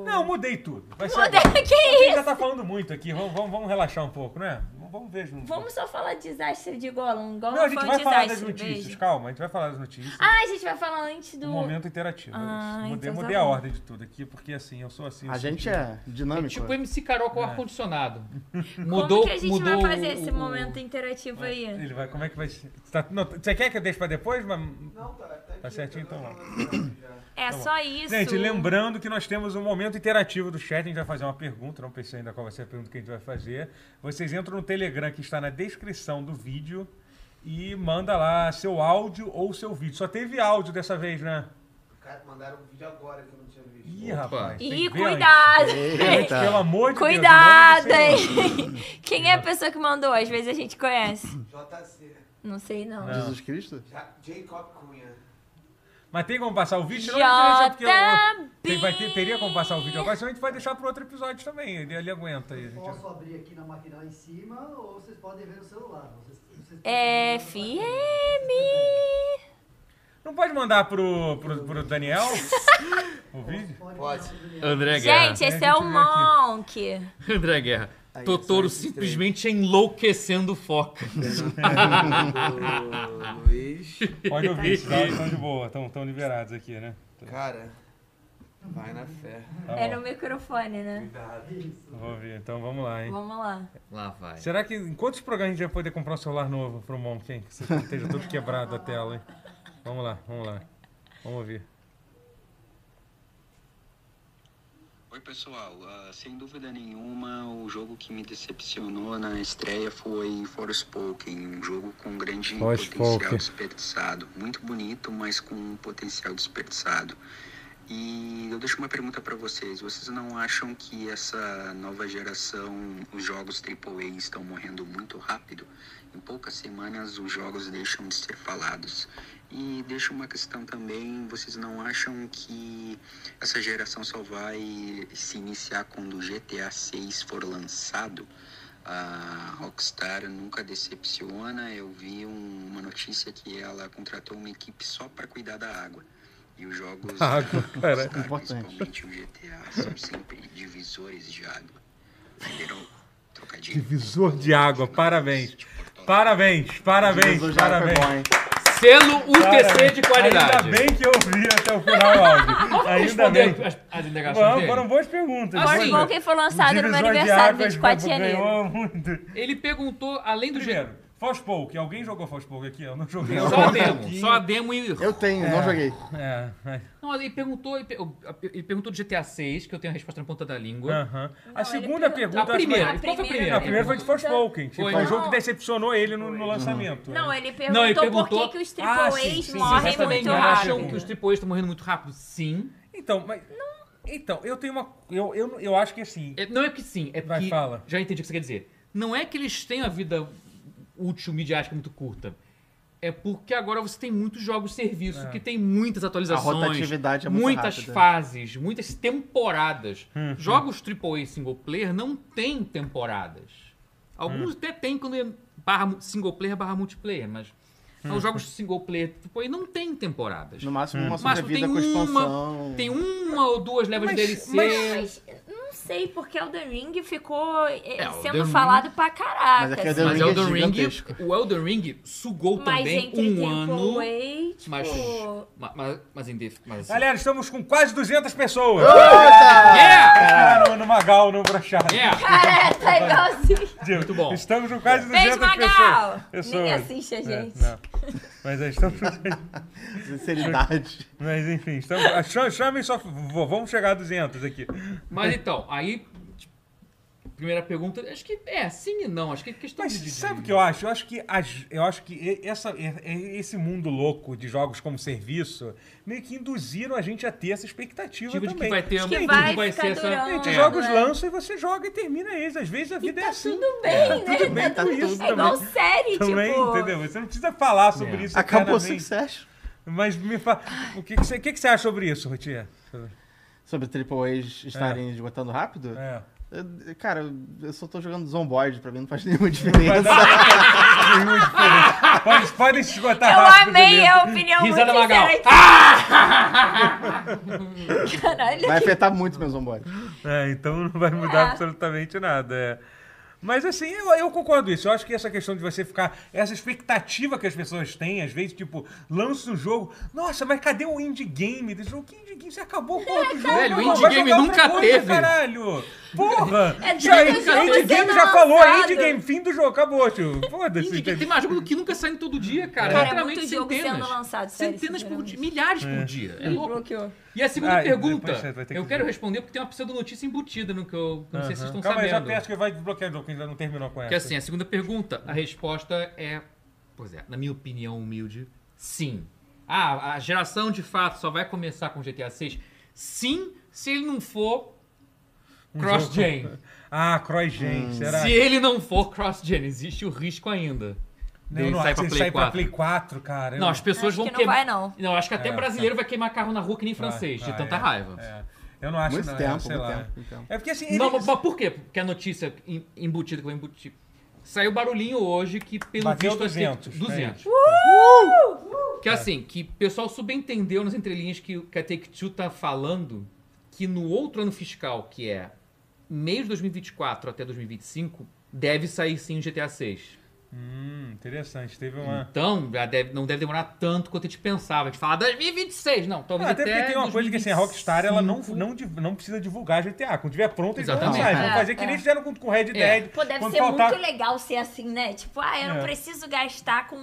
Speaker 1: Não, mudei tudo. Vai ser
Speaker 3: Mudei-
Speaker 1: agora.
Speaker 3: Que
Speaker 1: A
Speaker 3: isso?
Speaker 1: gente já tá falando muito aqui, vamos, vamos, vamos relaxar um pouco, né? Vamos- Vamos ver junto.
Speaker 3: Vamos só falar de desastre de Gollum. Gollum
Speaker 1: Não, a gente
Speaker 3: foi um
Speaker 1: vai falar das
Speaker 3: desastre,
Speaker 1: notícias,
Speaker 3: beijo.
Speaker 1: calma, a gente vai falar das notícias.
Speaker 3: Ah, a gente vai falar antes do.
Speaker 1: Um momento interativo, é isso.
Speaker 3: Ah,
Speaker 1: Mudei,
Speaker 3: então tá
Speaker 1: mudei a
Speaker 3: bom.
Speaker 1: ordem de tudo aqui, porque assim, eu sou assim. eu
Speaker 4: A
Speaker 1: sou
Speaker 4: gente
Speaker 1: assim.
Speaker 4: é dinâmico.
Speaker 2: Tipo MC Carol com ar-condicionado.
Speaker 3: É. Como
Speaker 2: Mudou,
Speaker 3: que a gente
Speaker 2: mudou
Speaker 3: vai fazer esse
Speaker 2: o- o-
Speaker 3: momento interativo aí?
Speaker 1: Ele vai, como é que vai ser? Você tá- não, você quer que eu deixe pra depois? Mas...
Speaker 7: Não, tá. Tá, aqui,
Speaker 1: Tá certinho,
Speaker 7: tá
Speaker 1: então, ó.
Speaker 7: falando já.
Speaker 3: É só isso.
Speaker 1: tá Gente, lembrando que nós temos um momento interativo do chat, a gente vai fazer uma pergunta, não pensei ainda qual vai ser a pergunta que a gente vai fazer. Vocês entram no Telegram que está na descrição do vídeo e manda lá seu áudio ou seu vídeo. Só teve áudio dessa vez, né?
Speaker 7: Cara, mandaram um vídeo agora que eu não tinha visto.
Speaker 1: Ih,
Speaker 2: Opa.
Speaker 1: rapaz. tem
Speaker 3: Ih,
Speaker 1: que ver antes.
Speaker 3: cuidado!
Speaker 1: Gente, Pelo
Speaker 4: Eita.
Speaker 1: amor de
Speaker 3: Cuidado,
Speaker 1: Deus. em nome do Senhor.
Speaker 3: hein? Quem é a pessoa que mandou? Às vezes a gente conhece.
Speaker 7: JC.
Speaker 3: Não sei, não.
Speaker 1: Não.
Speaker 4: Jesus Cristo?
Speaker 7: Ja- Jacob Cunha.
Speaker 1: Mas tem como passar o vídeo? Senão a gente deixa, porque eu- eu- tem- vai ter-
Speaker 3: JB!
Speaker 1: teria como passar o vídeo agora, senão a gente vai deixar para outro episódio também. Ele, ele aguenta aí. a gente-
Speaker 5: Posso abrir aqui na máquina lá em cima ou vocês podem ver no celular? Vocês, vocês
Speaker 3: É.
Speaker 5: podem ver na máquina.
Speaker 3: FM!
Speaker 1: Não pode mandar pro, pro, pro Daniel o vídeo?
Speaker 5: Pode.
Speaker 7: Pode.
Speaker 2: André Guerra.
Speaker 3: Gente,
Speaker 1: a
Speaker 3: esse
Speaker 1: gente
Speaker 3: é o
Speaker 1: vê aqui.
Speaker 3: Monk.
Speaker 2: André Guerra.
Speaker 7: Aí,
Speaker 2: Totoro
Speaker 7: só esses
Speaker 2: simplesmente enlouquecendo o foca.
Speaker 7: Do Luiz.
Speaker 1: Pode ouvir, estão de boa, estão liberados aqui, né?
Speaker 7: Cara, vai na fé.
Speaker 1: Tá
Speaker 3: É
Speaker 1: bom.
Speaker 3: no microfone, né?
Speaker 7: Cuidado.
Speaker 1: Vou ver, então vamos lá, hein?
Speaker 3: Vamos lá.
Speaker 2: Lá vai.
Speaker 1: Será que em quantos programas a gente vai poder comprar um celular novo pro Monk, hein? Que você esteja todo quebrado a tela, hein? Vamos lá, vamos lá. Vamos ouvir.
Speaker 8: Oi pessoal, Ah, sem dúvida nenhuma o jogo que me decepcionou na estreia foi Forspoken, um jogo com grande
Speaker 1: Forspoken.
Speaker 8: potencial desperdiçado, muito bonito, mas com um potencial desperdiçado. E eu deixo uma pergunta para vocês, vocês não acham que essa nova geração, os jogos AAA estão morrendo muito rápido? Em poucas semanas os jogos deixam de ser falados. E deixa uma questão também, vocês não acham que essa geração só vai se iniciar quando o GTA 6 for lançado? A Rockstar nunca decepciona. Eu vi um- uma notícia que ela contratou uma equipe só para cuidar da água. E os jogos
Speaker 1: Da água, cara. é
Speaker 8: Rockstar,
Speaker 4: Importante.
Speaker 8: principalmente o GTA, são sempre divisores de água. Entenderam? Trocadilho.
Speaker 1: Divisor de água, parabéns. Parabéns, parabéns,
Speaker 4: Jesus, já
Speaker 2: é
Speaker 4: foi
Speaker 1: parabéns.
Speaker 4: bom, hein?
Speaker 2: Selo UTC de qualidade.
Speaker 1: Ainda bem que eu vi até o final o áudio. Ainda
Speaker 2: Responder
Speaker 1: bem.
Speaker 2: as, as indagações
Speaker 1: Foram,
Speaker 2: dele.
Speaker 1: foram boas perguntas.
Speaker 2: Assim,
Speaker 1: boas-
Speaker 2: bom
Speaker 3: Qual que foi lançado no meu
Speaker 1: Divisor de
Speaker 3: aniversário,
Speaker 1: águas
Speaker 3: 24 de janeiro.
Speaker 1: ganhou muito.
Speaker 2: Ele perguntou, além do
Speaker 1: Primeiro,
Speaker 2: gênero.
Speaker 1: Fospoke. Alguém jogou Fospoke aqui? Eu não joguei.
Speaker 2: Só a demo. Só a demo e.
Speaker 4: Eu tenho, não joguei.
Speaker 1: É, é.
Speaker 2: Não, ele perguntou, ele pe- ele perguntou do GTA VI, que eu tenho a resposta na ponta da língua.
Speaker 1: Aham. A segunda pergunta...
Speaker 2: A primeira.
Speaker 1: acho que-
Speaker 2: Qual foi a primeira?
Speaker 1: A primeira foi de Forspoken. Tipo,
Speaker 2: Foi. né?
Speaker 1: foi um
Speaker 2: Não.
Speaker 1: jogo que decepcionou ele no, no lançamento. né?
Speaker 3: Não, é- ele perguntou,
Speaker 2: Não, ele
Speaker 3: por
Speaker 2: perguntou-
Speaker 3: que, que os
Speaker 1: Ah,
Speaker 3: AAAs
Speaker 1: sim, sim,
Speaker 3: morrem
Speaker 2: Vocês também
Speaker 3: muito
Speaker 2: acham
Speaker 3: rápido.
Speaker 2: que os AAA estão morrendo muito rápido? Sim.
Speaker 1: Então, mas... Então, eu tenho uma... Eu, eu, eu acho que assim...
Speaker 2: É, não é que sim, é
Speaker 1: Vai,
Speaker 2: porque.
Speaker 1: fala.
Speaker 2: Já entendi o que você quer dizer. Não é que eles têm a vida útil midiática muito curta. É porque agora você tem muitos jogos de serviço
Speaker 1: É.
Speaker 2: que tem muitas atualizações.
Speaker 4: A rotatividade é muito
Speaker 2: Muitas
Speaker 4: rápida.
Speaker 2: fases, muitas temporadas.
Speaker 1: Uhum.
Speaker 2: Jogos AAA single player não têm temporadas. Alguns
Speaker 1: Uhum.
Speaker 2: até tem quando é barra mu- single player barra multiplayer, mas
Speaker 1: Uhum.
Speaker 2: os jogos single player AAA não têm temporadas.
Speaker 4: No
Speaker 1: Hum.
Speaker 4: máximo, uma
Speaker 2: No máximo tem
Speaker 4: sobrevida com expansão.
Speaker 2: uma, tem uma ou duas levas de DLC.
Speaker 3: Mas não sei, porque Elden Ring ficou eh,
Speaker 2: É,
Speaker 3: sendo
Speaker 2: Elden Ring-
Speaker 3: falado pra caraca.
Speaker 4: Mas é que Elden
Speaker 2: Mas
Speaker 4: Ring
Speaker 3: assim.
Speaker 4: é
Speaker 2: Elden Ring,
Speaker 4: gigantesco.
Speaker 2: o Elden Ring sugou
Speaker 3: Mas
Speaker 2: também
Speaker 3: entre
Speaker 2: um ano.
Speaker 3: AAA, tipo...
Speaker 2: Mas, ma- mas, mas em def- mas assim-
Speaker 1: Galera, estamos com quase 200 pessoas.
Speaker 2: Ah! Yeah!
Speaker 1: Lá no, no Magal, no Brachado.
Speaker 2: Yeah!
Speaker 3: Cara, tá igualzinho.
Speaker 1: Muito
Speaker 2: bom.
Speaker 1: Estamos com quase 200
Speaker 3: Beijo, Magal!
Speaker 1: pessoas.
Speaker 3: Ninguém
Speaker 1: pessoas.
Speaker 3: assiste a
Speaker 1: É,
Speaker 3: gente.
Speaker 1: não. Mas aí estamos.
Speaker 4: Sinceridade.
Speaker 1: Mas enfim, estamos. ah, cha- Chamem só. v- Vamos chegar a 200 aqui.
Speaker 2: Mas então, aí. tipo, Primeira pergunta, acho que é, sim e não. Acho que é questão
Speaker 1: Mas
Speaker 2: de. de-
Speaker 1: sabe o que eu acho? Eu acho que, as- eu acho que e- essa, e- e- esse mundo louco de jogos como serviço meio que induziram a gente a ter essa expectativa
Speaker 2: Tipo de que
Speaker 1: também.
Speaker 2: vai ter-
Speaker 1: Gente,
Speaker 3: Que
Speaker 2: Tudo
Speaker 3: vai,
Speaker 2: vai
Speaker 3: ficar
Speaker 2: ser essa-
Speaker 3: durando.
Speaker 1: Gente,
Speaker 2: É.
Speaker 1: os jogos
Speaker 3: né?
Speaker 1: lançam e você joga e termina eles. Às vezes a vida é
Speaker 3: Tá
Speaker 1: assim.
Speaker 3: tudo bem, né?
Speaker 1: Tudo bem
Speaker 4: Tá
Speaker 1: com
Speaker 4: tudo
Speaker 1: isso
Speaker 3: É igual
Speaker 1: também.
Speaker 3: série,
Speaker 1: Também,
Speaker 3: tipo...
Speaker 1: entendeu? Você não precisa falar sobre
Speaker 2: É.
Speaker 1: isso.
Speaker 4: Acabou o
Speaker 1: eternamente.
Speaker 4: sucesso.
Speaker 1: Mas me fala. O que, que, você, o que que você acha sobre isso, Routier?
Speaker 4: Sobre AAAs estarem esgotando rápido?
Speaker 1: É.
Speaker 4: Eu- Cara, eu só tô jogando Zomboid, pra mim não faz nenhuma diferença.
Speaker 1: Nenhuma diferença. Pode, podem se esgotar
Speaker 3: Eu
Speaker 1: rápido.
Speaker 3: amei
Speaker 1: mesmo.
Speaker 3: a opinião
Speaker 2: Risada
Speaker 3: muito
Speaker 2: Magal.
Speaker 1: Ah,
Speaker 3: sincera aqui. Caralho.
Speaker 4: Vai afetar muito meu Zomboid.
Speaker 1: É, então não vai mudar
Speaker 3: É.
Speaker 1: absolutamente nada. é. Mas assim, eu, eu concordo isso. Eu acho que essa questão de você ficar. Essa expectativa que as pessoas têm, às vezes, tipo, lança um jogo. Nossa, mas cadê o indie game desse jogo? Que indie game? Você acabou com outro jogo.
Speaker 2: Velho, o
Speaker 1: não,
Speaker 2: indie
Speaker 1: vai
Speaker 2: game
Speaker 1: jogar outra
Speaker 2: nunca
Speaker 1: coisa,
Speaker 2: teve.
Speaker 1: Caralho! Porra!
Speaker 3: É
Speaker 1: já,
Speaker 3: tanto jogo
Speaker 1: indie game
Speaker 3: sendo
Speaker 1: já falou, é
Speaker 3: lançado.
Speaker 1: indie game, fim do jogo, acabou, tio. Foda-se.
Speaker 2: Indie, que
Speaker 1: entendeu?
Speaker 2: tem mais jogo que nunca sai todo dia, cara.
Speaker 3: Cara, é
Speaker 2: Literalmente
Speaker 3: muito jogo
Speaker 2: centenas.
Speaker 3: sendo lançado, sério, é
Speaker 2: centenas por
Speaker 3: sinceramente.
Speaker 2: dia, milhares por dia. É louco.
Speaker 3: Bloqueou.
Speaker 2: E a segunda
Speaker 1: Ah, e depois
Speaker 2: pergunta,
Speaker 1: você vai ter que
Speaker 2: eu quero
Speaker 1: dizer.
Speaker 2: responder porque tem uma pseudo-notícia embutida no que eu que eu não sei se vocês estão
Speaker 1: Calma aí, já
Speaker 2: sabendo.
Speaker 1: peço que vai desbloquear o jogo, que ainda não terminou com essa.
Speaker 2: Que assim, a segunda pergunta, a resposta é, pois é, na minha opinião humilde, sim. Ah, a geração de fato só vai começar com GTA 6? Sim, se ele não for
Speaker 1: Um
Speaker 2: cross-gen.
Speaker 1: Uhum. Ah,
Speaker 4: Hum.
Speaker 1: CrossGen, será?
Speaker 2: Se ele não for cross-gen, existe o risco ainda.
Speaker 1: Não,
Speaker 2: Dele
Speaker 1: não,
Speaker 2: sair
Speaker 1: acho
Speaker 2: pra
Speaker 1: que
Speaker 2: Play
Speaker 1: sai pra
Speaker 2: 4.
Speaker 1: Play 4, cara.
Speaker 2: Não, as pessoas
Speaker 3: Acho
Speaker 2: vão
Speaker 3: que não
Speaker 2: queimar.
Speaker 3: vai, não.
Speaker 2: Não, acho que até
Speaker 1: É,
Speaker 2: brasileiro vai queimar carro na rua que nem francês,
Speaker 1: vai,
Speaker 2: de tanta
Speaker 1: é,
Speaker 2: raiva.
Speaker 1: É. Eu não acho,
Speaker 4: Muito
Speaker 1: não,
Speaker 4: tempo,
Speaker 1: sei
Speaker 4: muito
Speaker 1: lá.
Speaker 4: tempo, muito tempo.
Speaker 1: É porque assim,
Speaker 2: Não,
Speaker 1: ele-
Speaker 2: mas mas por quê? Porque a notícia em- embutida que eu embuti. Saiu barulhinho hoje que, pelo
Speaker 1: Bateu né? é
Speaker 2: visto, assim,
Speaker 1: 200,
Speaker 2: 200.
Speaker 1: É.
Speaker 2: Que assim, que o pessoal subentendeu nas entrelinhas que, o- que a Take-Two tá falando que no outro ano fiscal, que é meio de 2024 até 2025, deve sair sim o GTA 6.
Speaker 1: Hum, interessante, teve uma...
Speaker 2: Então, já deve- não deve demorar tanto quanto a gente pensava. A gente fala 2026, não, talvez
Speaker 1: Ah, até
Speaker 2: Uhum. até
Speaker 1: porque tem uma coisa que assim, a Rockstar ela não,
Speaker 2: 2025.
Speaker 1: não, div- não precisa divulgar GTA. Quando tiver pronto, eles vão
Speaker 2: Exatamente. É.
Speaker 1: lançar. Eles vão
Speaker 3: É,
Speaker 1: fazer que nem fizeram com com Red Dead.
Speaker 3: Pô, deve
Speaker 1: quando
Speaker 3: ser
Speaker 1: faltar...
Speaker 3: muito legal ser assim, né? Tipo, ah, eu não
Speaker 1: É.
Speaker 3: preciso gastar com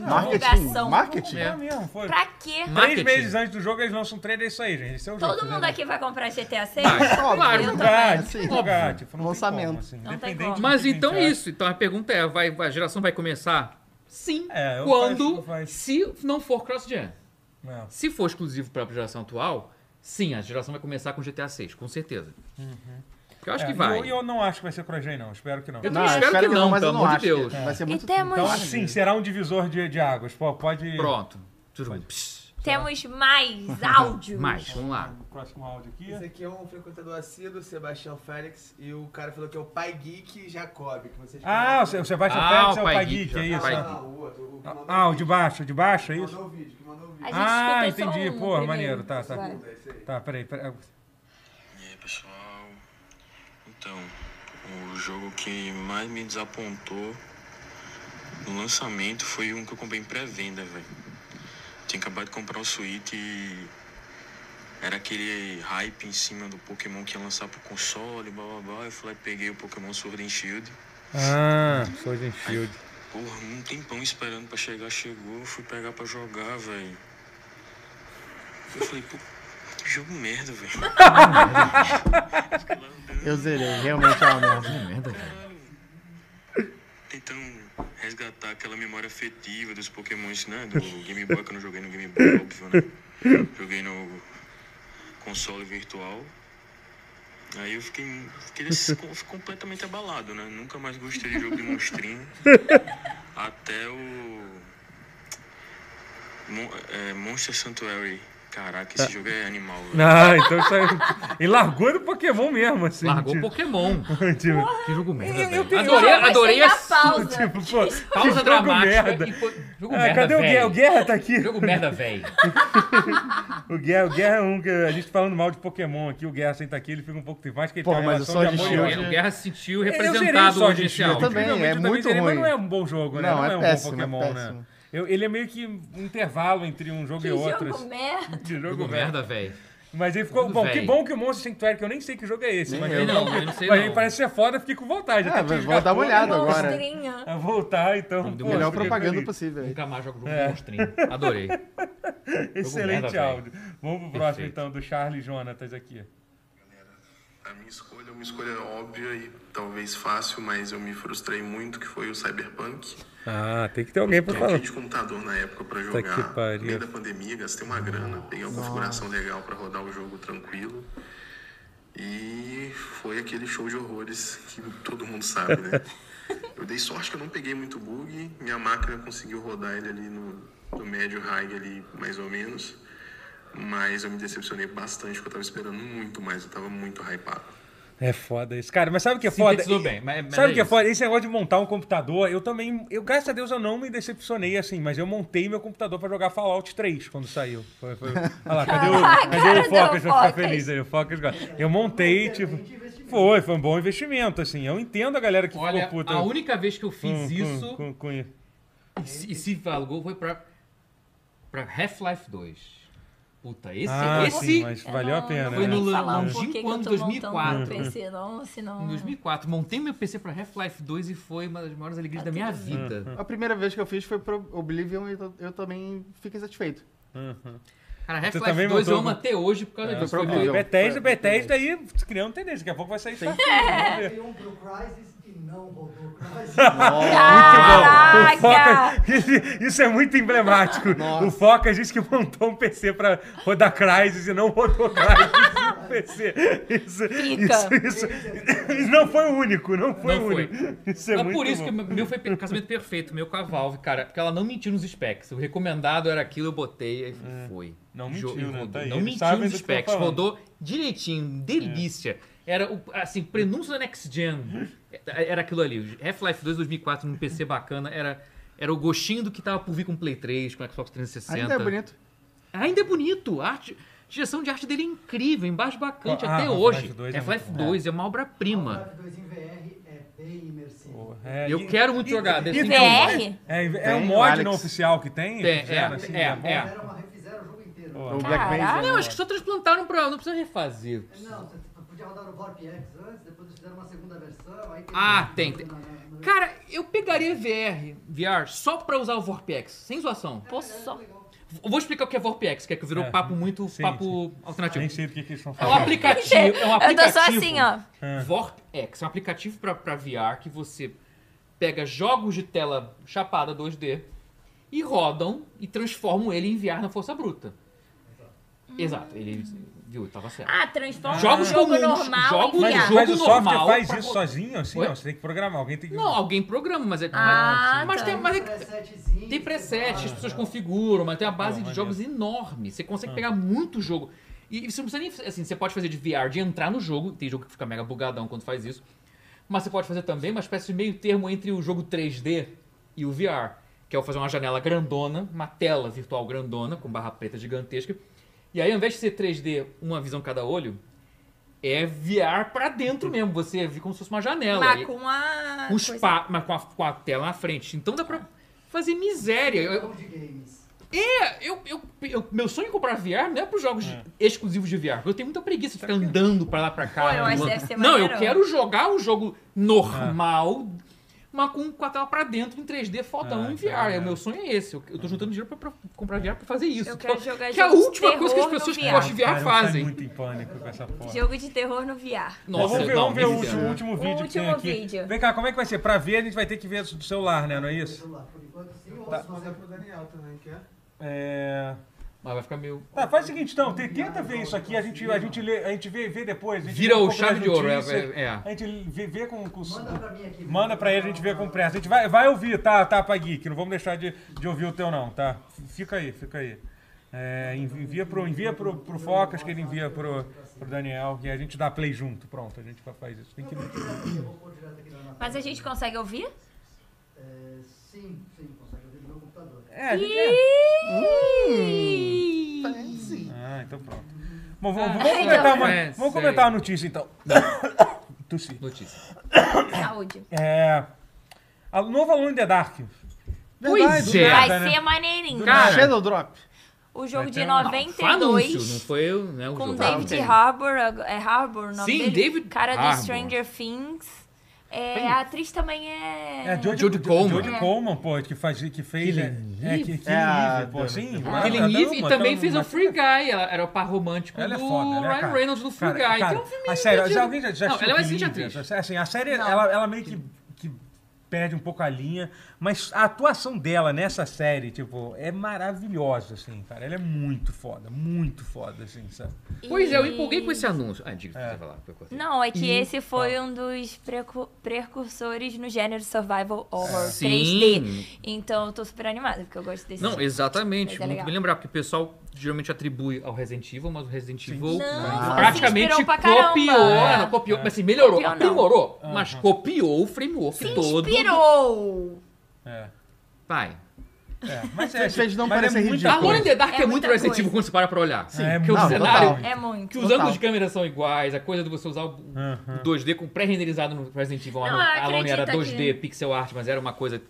Speaker 4: Marketing,
Speaker 3: divulgação.
Speaker 4: marketing.
Speaker 1: É mesmo, foi.
Speaker 3: né? Pra quê?
Speaker 1: Três
Speaker 2: Marketing.
Speaker 1: meses antes do jogo, eles lançam um trailer, é isso aí, gente. Esse é o jogo.
Speaker 4: né,
Speaker 3: Todo mundo
Speaker 1: entendeu?
Speaker 3: aqui vai comprar GTA 6?
Speaker 1: é
Speaker 2: Claro.
Speaker 3: Eu
Speaker 1: Divulgar,
Speaker 3: também.
Speaker 4: Sim.
Speaker 1: divulgar, tipo, não tem
Speaker 4: Lançamento.
Speaker 1: como, assim,
Speaker 3: Não tem
Speaker 1: independente
Speaker 3: como.
Speaker 1: do
Speaker 2: Mas
Speaker 1: que a
Speaker 2: então
Speaker 1: gente
Speaker 2: é
Speaker 1: acha.
Speaker 2: isso. Então a pergunta é: vai, a geração vai começar? Sim.
Speaker 1: É, eu faço- eu
Speaker 2: quando?
Speaker 1: faço.
Speaker 2: Se não for cross-gen.
Speaker 1: É.
Speaker 2: Se for exclusivo para a geração atual, sim, a geração vai começar com GTA 6, com certeza. Porque eu acho
Speaker 1: É,
Speaker 2: que vai.
Speaker 1: E eu, e eu não acho que vai ser CrossGen, não. Espero que não.
Speaker 2: Eu
Speaker 4: Não,
Speaker 2: espero que não,
Speaker 4: mas
Speaker 2: pelo
Speaker 4: eu não
Speaker 2: amor de
Speaker 4: acho.
Speaker 2: Deus.
Speaker 4: Vai ser muito
Speaker 3: temos-
Speaker 1: Então, assim, será um divisor de, de águas. Pô, pode.
Speaker 2: Pronto. Tudo bem. Psst.
Speaker 3: Temos mais áudios.
Speaker 2: Mais, vamos lá.
Speaker 1: Próximo áudio aqui.
Speaker 7: Esse aqui é um frequentador assíduo, Sebastião Félix, e o cara falou que é o Pai Geek Jacob, que vocês
Speaker 1: Ah, o
Speaker 7: conhecem.
Speaker 1: Se- o Sebastião
Speaker 2: Ah,
Speaker 1: Félix é
Speaker 2: o
Speaker 1: o
Speaker 2: Pai
Speaker 1: Pai
Speaker 2: Geek,
Speaker 1: Geek, é
Speaker 2: é o
Speaker 1: isso?
Speaker 2: Pai
Speaker 1: né?
Speaker 2: Geek.
Speaker 7: Ah, o outro, o que mandou
Speaker 1: Ah,
Speaker 7: o
Speaker 1: o de baixo, o de baixo, é
Speaker 7: vídeo.
Speaker 1: isso?
Speaker 7: Mandou o vídeo, que mandou o
Speaker 6: A
Speaker 7: vídeo.
Speaker 6: gente
Speaker 1: Ah,
Speaker 6: escutou só
Speaker 1: entendi.
Speaker 6: um
Speaker 1: Pô,
Speaker 6: primeiro.
Speaker 1: maneiro, tá, tá.
Speaker 6: Vai.
Speaker 7: É isso aí.
Speaker 1: Tá, peraí, peraí.
Speaker 9: E aí, pessoal? Então, o jogo que mais me desapontou no lançamento foi um que eu comprei em pré-venda, velho. Tinha acabado de comprar o Switch e era aquele hype em cima do Pokémon que ia lançar pro console, blá blá blá. Eu fui lá e peguei o Pokémon Sword and Shield.
Speaker 1: Ah, Sword and Shield.
Speaker 9: Porra, um tempão esperando pra chegar, chegou, eu fui pegar pra jogar, velho. Eu falei, pô, que jogo merda, velho.
Speaker 4: Eu zerei, realmente é uma merda.
Speaker 2: Merda, cara.
Speaker 9: Tentando Então, resgatar aquela memória afetiva dos pokémons, né? Do Game Boy, que eu não joguei no Game Boy, óbvio, né? Joguei no console virtual. Aí eu fiquei, fiquei des- com- completamente abalado, né? Nunca mais gostei de jogo de monstrinho. Até o... Mon- é, Monster Sanctuary. Caraca, esse jogo é animal, velho.
Speaker 1: Ah, então saiu. E largou do Pokémon mesmo, assim.
Speaker 2: Largou
Speaker 1: tipo,
Speaker 2: Pokémon.
Speaker 1: tipo,
Speaker 2: Que jogo merda,
Speaker 1: Eu- eu
Speaker 2: velho.
Speaker 1: tenho-
Speaker 2: Adorei,
Speaker 6: Eu
Speaker 2: adorei
Speaker 6: gostei da
Speaker 2: a
Speaker 6: pausa.
Speaker 1: tipo, pô, que
Speaker 2: pausa
Speaker 1: jogo
Speaker 2: dramática.
Speaker 1: merda.
Speaker 2: E foi... Jogo
Speaker 1: Ah,
Speaker 2: merda,
Speaker 1: cadê o Guerra? O
Speaker 2: velho.
Speaker 1: Guerra tá aqui.
Speaker 2: Jogo merda, velho.
Speaker 1: O Guerra, o Guerra é um que a gente falando mal de Pokémon aqui, o Guerra sem tá aqui, ele fica um pouco triste, mas que ele
Speaker 4: Pô,
Speaker 1: tem uma
Speaker 4: mas o
Speaker 1: relação de
Speaker 4: Sword
Speaker 1: amor
Speaker 4: and
Speaker 1: e
Speaker 4: Shield
Speaker 1: ódio.
Speaker 2: O Guerra se sentiu
Speaker 1: Eu
Speaker 2: representado
Speaker 1: zerei o
Speaker 2: hoje
Speaker 1: Sword
Speaker 2: esse
Speaker 1: and Shield,
Speaker 2: áudio.
Speaker 4: também,
Speaker 1: incrivelmente,
Speaker 4: é
Speaker 1: eu também
Speaker 4: muito
Speaker 1: zerei, Mas
Speaker 4: ruim.
Speaker 1: não é um bom jogo, né?
Speaker 4: Não,
Speaker 1: Não, é,
Speaker 4: é
Speaker 1: um
Speaker 4: péssimo,
Speaker 1: bom Pokémon,
Speaker 4: é
Speaker 1: né?
Speaker 4: péssimo.
Speaker 1: Eu- ele é meio que um intervalo entre um jogo
Speaker 6: Que
Speaker 1: e outro.
Speaker 6: jogo
Speaker 1: assim,
Speaker 6: merda.
Speaker 1: de jogo
Speaker 2: Jogo
Speaker 1: velho.
Speaker 2: merda, velho.
Speaker 1: Mas ele ficou.
Speaker 2: Tudo
Speaker 1: bom,
Speaker 2: velho.
Speaker 1: que bom que o Monstro Sanctuary, que eu nem sei que jogo é esse, mas,
Speaker 4: eu
Speaker 1: ele,
Speaker 2: não, eu não sei
Speaker 1: mas
Speaker 2: não.
Speaker 1: ele parece ser foda, fiquei com vontade.
Speaker 4: É,
Speaker 1: até que
Speaker 4: vou
Speaker 1: jogar
Speaker 4: dar uma
Speaker 1: tudo.
Speaker 4: olhada agora.
Speaker 6: Monstrinha.
Speaker 1: Ah, voltar, então.
Speaker 2: Vamos
Speaker 1: pô,
Speaker 4: Melhor
Speaker 1: fiquei
Speaker 4: propaganda
Speaker 1: feliz.
Speaker 4: possível. aí.
Speaker 2: Nunca mais jogo
Speaker 1: É.
Speaker 2: jogo de monstrinho. Adorei.
Speaker 1: Excelente
Speaker 2: merda,
Speaker 1: áudio. Vamos pro próximo,
Speaker 2: Perfeito.
Speaker 1: então, do Charles Jonatas aqui.
Speaker 9: A minha escolha é uma escolha óbvia e talvez fácil, mas eu me frustrei muito, que foi o Cyberpunk.
Speaker 1: Ah, tem que ter alguém pra
Speaker 9: Eu tinha de computador na época pra jogar.
Speaker 1: que pariu.
Speaker 9: No meio da pandemia, gastei uma grana, peguei uma configuração legal pra rodar o jogo tranquilo. E foi aquele show de horrores que todo mundo sabe, né? Eu dei sorte que eu não peguei muito bug, minha máquina conseguiu rodar ele ali no, no médio high ali, mais ou menos. Mas eu me decepcionei bastante, porque eu tava esperando muito mais, eu tava muito hypado.
Speaker 1: É foda isso. Cara, mas sabe o que é foda?
Speaker 2: Sintetizou bem. Mas, mas
Speaker 1: Sabe o que é
Speaker 2: isso.
Speaker 1: foda? Esse negócio de montar um computador, eu também. Eu, graças a Deus, eu não me decepcionei assim, mas eu montei meu computador pra jogar Fallout 3 quando saiu. Foi, foi... Olha lá, cadê o, cadê o
Speaker 6: cara,
Speaker 1: Focus?
Speaker 6: deu
Speaker 1: Vai ficar
Speaker 6: Focus.
Speaker 1: feliz aí. O Focus gosta. Eu montei, tipo. Foi, foi um bom investimento, assim. Eu entendo a galera que
Speaker 2: Olha,
Speaker 1: ficou puta. Hum,
Speaker 2: a única vez que eu fiz
Speaker 1: com-
Speaker 2: isso
Speaker 1: com- com- com-
Speaker 2: e se- e se valgou foi pra, pra Half-Life 2. Puta, esse,
Speaker 1: Ah,
Speaker 2: esse
Speaker 1: sim, mas
Speaker 3: É
Speaker 1: valeu a
Speaker 6: não-
Speaker 1: pena.
Speaker 2: foi
Speaker 1: né?
Speaker 2: no-
Speaker 6: Falar o
Speaker 3: um
Speaker 2: Landim
Speaker 6: porquê que eu
Speaker 2: quando
Speaker 6: tô montando
Speaker 2: 2004.
Speaker 6: meu PC, não, senão...
Speaker 2: em 2004. Montei meu PC pra Half-Life 2 e foi uma das maiores alegrias da
Speaker 1: Ah.
Speaker 2: minha vida.
Speaker 4: A primeira vez que eu fiz foi pro Oblivion e eu- eu também fiquei satisfeito.
Speaker 2: Cara,
Speaker 1: também
Speaker 2: Half-Life 2 eu
Speaker 1: montou algum-
Speaker 2: amo até hoje por causa
Speaker 4: É,
Speaker 2: disso.
Speaker 4: foi pra
Speaker 2: Foi-
Speaker 4: Oblivion.
Speaker 1: Bethesda, Bethesda aí criando tendência. Daqui a pouco vai sair isso aqui.
Speaker 5: Tem um pro Crysis e não rodou o Crysis.
Speaker 3: Caraca!
Speaker 1: Foca- Isso é muito emblemático. O Foca disse que montou um PC pra rodar Crysis e não rodou Crysis no PC. Isso, isso, isso. E Não foi o único, não foi
Speaker 2: Não
Speaker 1: o
Speaker 2: foi.
Speaker 1: único. Isso é
Speaker 2: Mas
Speaker 1: muito
Speaker 2: por isso
Speaker 1: bom.
Speaker 2: que o meu foi pe- casamento perfeito, meu com a Valve, cara. Porque ela não mentiu nos specs. O recomendado era aquilo, eu botei e foi.
Speaker 1: É. Não
Speaker 2: Jo-
Speaker 1: mentiu,
Speaker 2: e
Speaker 1: né?
Speaker 2: rodou.
Speaker 1: Tá aí,
Speaker 2: Não
Speaker 1: eles
Speaker 2: mentiu
Speaker 1: sabem
Speaker 2: nos
Speaker 1: do que eu tô
Speaker 2: specs.
Speaker 1: falando.
Speaker 2: Rodou direitinho, delícia. Era, o, assim, prenúncio da Next Gen. É, Era aquilo ali. Half-Life 2 2004 num PC bacana. Era, era o gostinho do que tava por vir com o Play 3, com o Xbox 360.
Speaker 4: Ainda é bonito.
Speaker 2: Ainda é bonito. A arte, a direção de arte dele é incrível, embaixo bacante
Speaker 1: Ah,
Speaker 2: até
Speaker 1: Half-Life
Speaker 2: hoje.
Speaker 1: 2 é
Speaker 2: Half-Life
Speaker 1: muito
Speaker 2: 2 é uma obra-prima.
Speaker 5: Half-Life 2 em VR é bem imersivo.
Speaker 1: É,
Speaker 2: Eu
Speaker 1: e-
Speaker 2: quero muito
Speaker 1: e-
Speaker 2: jogar.
Speaker 1: e-
Speaker 2: definitivamente.
Speaker 3: VR?
Speaker 1: É, é um
Speaker 4: Tem,
Speaker 1: mod
Speaker 4: Alex.
Speaker 1: não oficial que tem?
Speaker 2: Tem,
Speaker 1: Fizeram
Speaker 2: é,
Speaker 1: assim,
Speaker 2: é,
Speaker 1: bom?
Speaker 2: é.
Speaker 5: Fizeram uma- Refizeram o jogo inteiro.
Speaker 1: Pô,
Speaker 4: Black Mesa.
Speaker 3: Caraca.
Speaker 2: Não, acho que né? só transplantaram pra. Não precisa refazer.
Speaker 5: Não, você podia rodar no VorpX antes, depois eles fizeram uma segunda versão. Aí
Speaker 2: Ah, tem, tem.
Speaker 5: Na- na- na-
Speaker 2: Cara, eu pegaria VR, VR, só pra usar o Vorpex, sem zoação.
Speaker 6: Posso só...
Speaker 2: Eu Vou explicar o que é Vorpex, que é que virou
Speaker 1: É,
Speaker 2: papo muito
Speaker 1: sim,
Speaker 2: papo alternativo.
Speaker 1: Nem sei do que, que eles estão
Speaker 2: É um
Speaker 1: falando.
Speaker 2: aplicativo, é um
Speaker 3: Eu
Speaker 2: aplicativo.
Speaker 3: tô só assim, ó.
Speaker 2: Vorpex, é um aplicativo pra, pra VR que você pega jogos de tela chapada 2D
Speaker 3: Hum.
Speaker 2: e rodam e transformam ele em VR na força bruta. Exato, ele Viu, tava certo.
Speaker 3: Ah, transforma
Speaker 2: Jogos
Speaker 3: um jogo
Speaker 2: comuns,
Speaker 3: normal
Speaker 2: jogos-
Speaker 3: em
Speaker 2: Mas
Speaker 1: Mas,
Speaker 3: VR.
Speaker 2: jogo
Speaker 1: o software
Speaker 2: normal
Speaker 1: faz
Speaker 2: pra
Speaker 1: isso
Speaker 2: co-
Speaker 1: sozinho, assim?
Speaker 2: Oi?
Speaker 1: Não, você tem que programar. Alguém tem que.
Speaker 2: Não, alguém programa, mas é.
Speaker 3: Ah,
Speaker 2: mas
Speaker 3: tá.
Speaker 5: um
Speaker 2: tem, mas é que-
Speaker 5: Presetzinho.
Speaker 2: tem preset, as pessoas configuram, mas tem uma base
Speaker 1: Bom,
Speaker 2: de jogos enorme. Você consegue pegar muito jogo. E e você não precisa nem. Assim, você pode fazer de VR, de entrar no jogo. Tem jogo que fica mega bugadão quando faz isso. Mas você pode fazer também uma espécie de meio termo entre o jogo 3D e o VR. Que é eu fazer uma janela grandona, uma tela virtual grandona, com barra preta gigantesca. E aí, ao invés de ser 3D, uma visão cada olho, é VR pra dentro mesmo. Você vê como se fosse uma janela.
Speaker 3: Mas
Speaker 2: E-
Speaker 3: com a.
Speaker 2: um
Speaker 3: coisa-
Speaker 2: spa, mas com a, com a tela na frente. Então dá pra fazer miséria. Eu- eu-
Speaker 5: um Jogo de games.
Speaker 2: eu- eu- eu- meu sonho em comprar VR não é pros jogos exclusivos de VR. porque Eu tenho muita preguiça de ficar
Speaker 1: é?
Speaker 2: andando pra lá pra cá.
Speaker 3: Pô, eu acho que deve ser
Speaker 2: não, eu
Speaker 3: maneiro.
Speaker 2: quero jogar o jogo normal,
Speaker 1: É.
Speaker 2: mas com, com a tela pra dentro em 3D fodão
Speaker 1: Ah,
Speaker 2: em VR.
Speaker 1: tá,
Speaker 2: O meu sonho é esse. Eu, eu tô juntando dinheiro pra, pra comprar VR pra fazer isso.
Speaker 3: Eu
Speaker 2: que
Speaker 3: quero
Speaker 2: é-
Speaker 3: jogar
Speaker 2: que é a
Speaker 3: jogos de
Speaker 2: última coisa que as
Speaker 3: terror no
Speaker 2: pessoas que
Speaker 3: VR.
Speaker 2: gostam de VR
Speaker 1: Cara, eu
Speaker 2: fazem.
Speaker 1: caio muito em pânico com essa porra.
Speaker 3: Jogo de terror no VR.
Speaker 2: Nossa,
Speaker 1: vamos ver,
Speaker 2: não,
Speaker 1: vamos ver o
Speaker 2: nem
Speaker 1: último,
Speaker 2: fudendo.
Speaker 1: último vídeo que tem
Speaker 3: Último
Speaker 1: aqui.
Speaker 3: vídeo.
Speaker 1: Vem cá, como é que vai ser? Pra ver, a gente vai ter que ver do celular, né? Não é isso?
Speaker 5: Vamos lá, por enquanto sim, ou
Speaker 2: Tá.
Speaker 7: Posso
Speaker 5: se você
Speaker 7: fazer pro Daniel também, quer?
Speaker 1: É...
Speaker 2: Mas vai ficar meio.
Speaker 1: Tá, faz o seguinte então, te- tenta ver isso aqui, a gente, a gente, lê, a gente vê, vê depois. a gente
Speaker 2: Vira
Speaker 1: lê um
Speaker 2: o
Speaker 1: pouco
Speaker 2: chave
Speaker 1: das
Speaker 2: de ouro. É,
Speaker 1: notícias,
Speaker 2: é- é.
Speaker 1: A gente vê, vê com, com...
Speaker 5: Manda pra mim aqui.
Speaker 1: Manda pra ele, a gente vê com pressa. A gente vai, vai ouvir, tá, tá, Pagui, que não vamos deixar de, de ouvir o teu não, tá? F- Fica aí, fica aí. É, envi- envia pro, envia pro, pro Focas, que ele envia pro, pro Daniel, que a gente dá play junto. Pronto, a gente fa- faz isso. Tem que...
Speaker 5: Eu vou pôr direto aqui na minha
Speaker 3: Mas a gente consegue ouvir?
Speaker 5: É, sim, sim, consegue abrir no meu computador. Tá
Speaker 1: É, a gente é.
Speaker 3: Ih!
Speaker 1: Ah, então pronto. Bom, vamos, vamos
Speaker 3: então
Speaker 1: comentar, uma,
Speaker 2: é,
Speaker 1: vamos
Speaker 2: sei.
Speaker 1: comentar a notícia então. Tossi.
Speaker 2: Notícia.
Speaker 3: Saúde.
Speaker 1: É. A, novo aluno de Dark.
Speaker 2: Pois é.
Speaker 3: Vai
Speaker 1: Nada, né?
Speaker 3: ser maneirinho.
Speaker 2: Cara,
Speaker 4: Shadow Drop.
Speaker 3: O jogo
Speaker 1: vai
Speaker 3: de
Speaker 1: ter um-
Speaker 2: Foi anúncio, não
Speaker 3: 92
Speaker 2: foi né, o
Speaker 3: com
Speaker 2: jogo.
Speaker 3: David
Speaker 1: Ah,
Speaker 2: Não,
Speaker 3: Harbour, ag- é Harbour o nome
Speaker 2: Sim,
Speaker 3: dele?
Speaker 2: David
Speaker 3: cara
Speaker 2: Harbour.
Speaker 3: do Stranger Things. É,
Speaker 2: Tem-
Speaker 3: a atriz também é...
Speaker 1: É Jodie
Speaker 2: Jodie Coleman.
Speaker 1: Jodie Coleman, pô, que, faz, que fez.
Speaker 2: Killing
Speaker 1: é, é, que, que
Speaker 4: É a
Speaker 1: Eve, pô,
Speaker 4: dona-
Speaker 1: sim.
Speaker 4: Killing
Speaker 1: ela-
Speaker 2: Killing
Speaker 1: ela
Speaker 2: Eve e
Speaker 1: uma-
Speaker 2: também
Speaker 1: tá
Speaker 2: fez
Speaker 1: uma-
Speaker 2: o Free Guy. Ela era o par romântico
Speaker 1: Ela é
Speaker 2: do
Speaker 1: foda, ela é
Speaker 2: Ryan
Speaker 1: cara-
Speaker 2: Reynolds no Free
Speaker 1: cara, cara,
Speaker 2: Guy. que é um filminho
Speaker 1: a série,
Speaker 2: de-
Speaker 1: já, alguém já, já
Speaker 2: Não, ela é uma excelente
Speaker 1: Killing Eve,
Speaker 2: atriz.
Speaker 1: essa- Assim, a série, ela, ela meio que, que perde um pouco a linha, mas a atuação dela nessa série, tipo, é maravilhosa, assim, cara. Ela é muito foda, muito foda, assim, sabe?
Speaker 2: Pois é, eu
Speaker 3: E-
Speaker 2: empolguei com esse anúncio. Ah, diga o que você vai falar. porque eu cortei.
Speaker 3: Não, é que esse foi um dos precu- precursores no gênero survival horror
Speaker 2: Ah. Sim.
Speaker 3: 3D. Então eu tô super animada, porque eu gosto desse
Speaker 2: Não,
Speaker 3: tipo.
Speaker 2: exatamente.
Speaker 3: Mas é
Speaker 2: Muito
Speaker 3: legal.
Speaker 2: bem lembrar, porque o pessoal geralmente atribui ao Resident Evil, mas o Resident Evil
Speaker 3: Não,
Speaker 2: praticamente
Speaker 3: se inspirou pra caramba.
Speaker 2: copiou.
Speaker 3: É.
Speaker 2: Não, copiou, mas assim, melhorou,
Speaker 3: Copiou, não.
Speaker 2: aprimorou, mas copiou o framework todo.
Speaker 3: Inspirou!
Speaker 1: É.
Speaker 2: Vai.
Speaker 1: É, mas é,
Speaker 4: Fez não
Speaker 1: mas é
Speaker 4: parecer
Speaker 1: muita
Speaker 4: ridículo.
Speaker 2: A
Speaker 4: coisa.
Speaker 2: Alone in the Dark é,
Speaker 3: É
Speaker 2: muito
Speaker 3: muita
Speaker 2: Resident Evil
Speaker 3: coisa.
Speaker 2: quando você para pra olhar.
Speaker 1: É,
Speaker 2: Porque o
Speaker 1: não,
Speaker 2: cenário
Speaker 4: total.
Speaker 3: É
Speaker 2: Que
Speaker 3: muito.
Speaker 2: os
Speaker 4: Total.
Speaker 2: ângulos de câmera são iguais, a coisa de você usar o o
Speaker 1: Aham.
Speaker 2: 2D com pré-renderizado no Resident Evil.
Speaker 3: Não,
Speaker 2: Não,
Speaker 3: eu
Speaker 2: a Alone era
Speaker 3: acredito
Speaker 2: 2D,
Speaker 3: que-
Speaker 2: pixel art, mas era uma coisa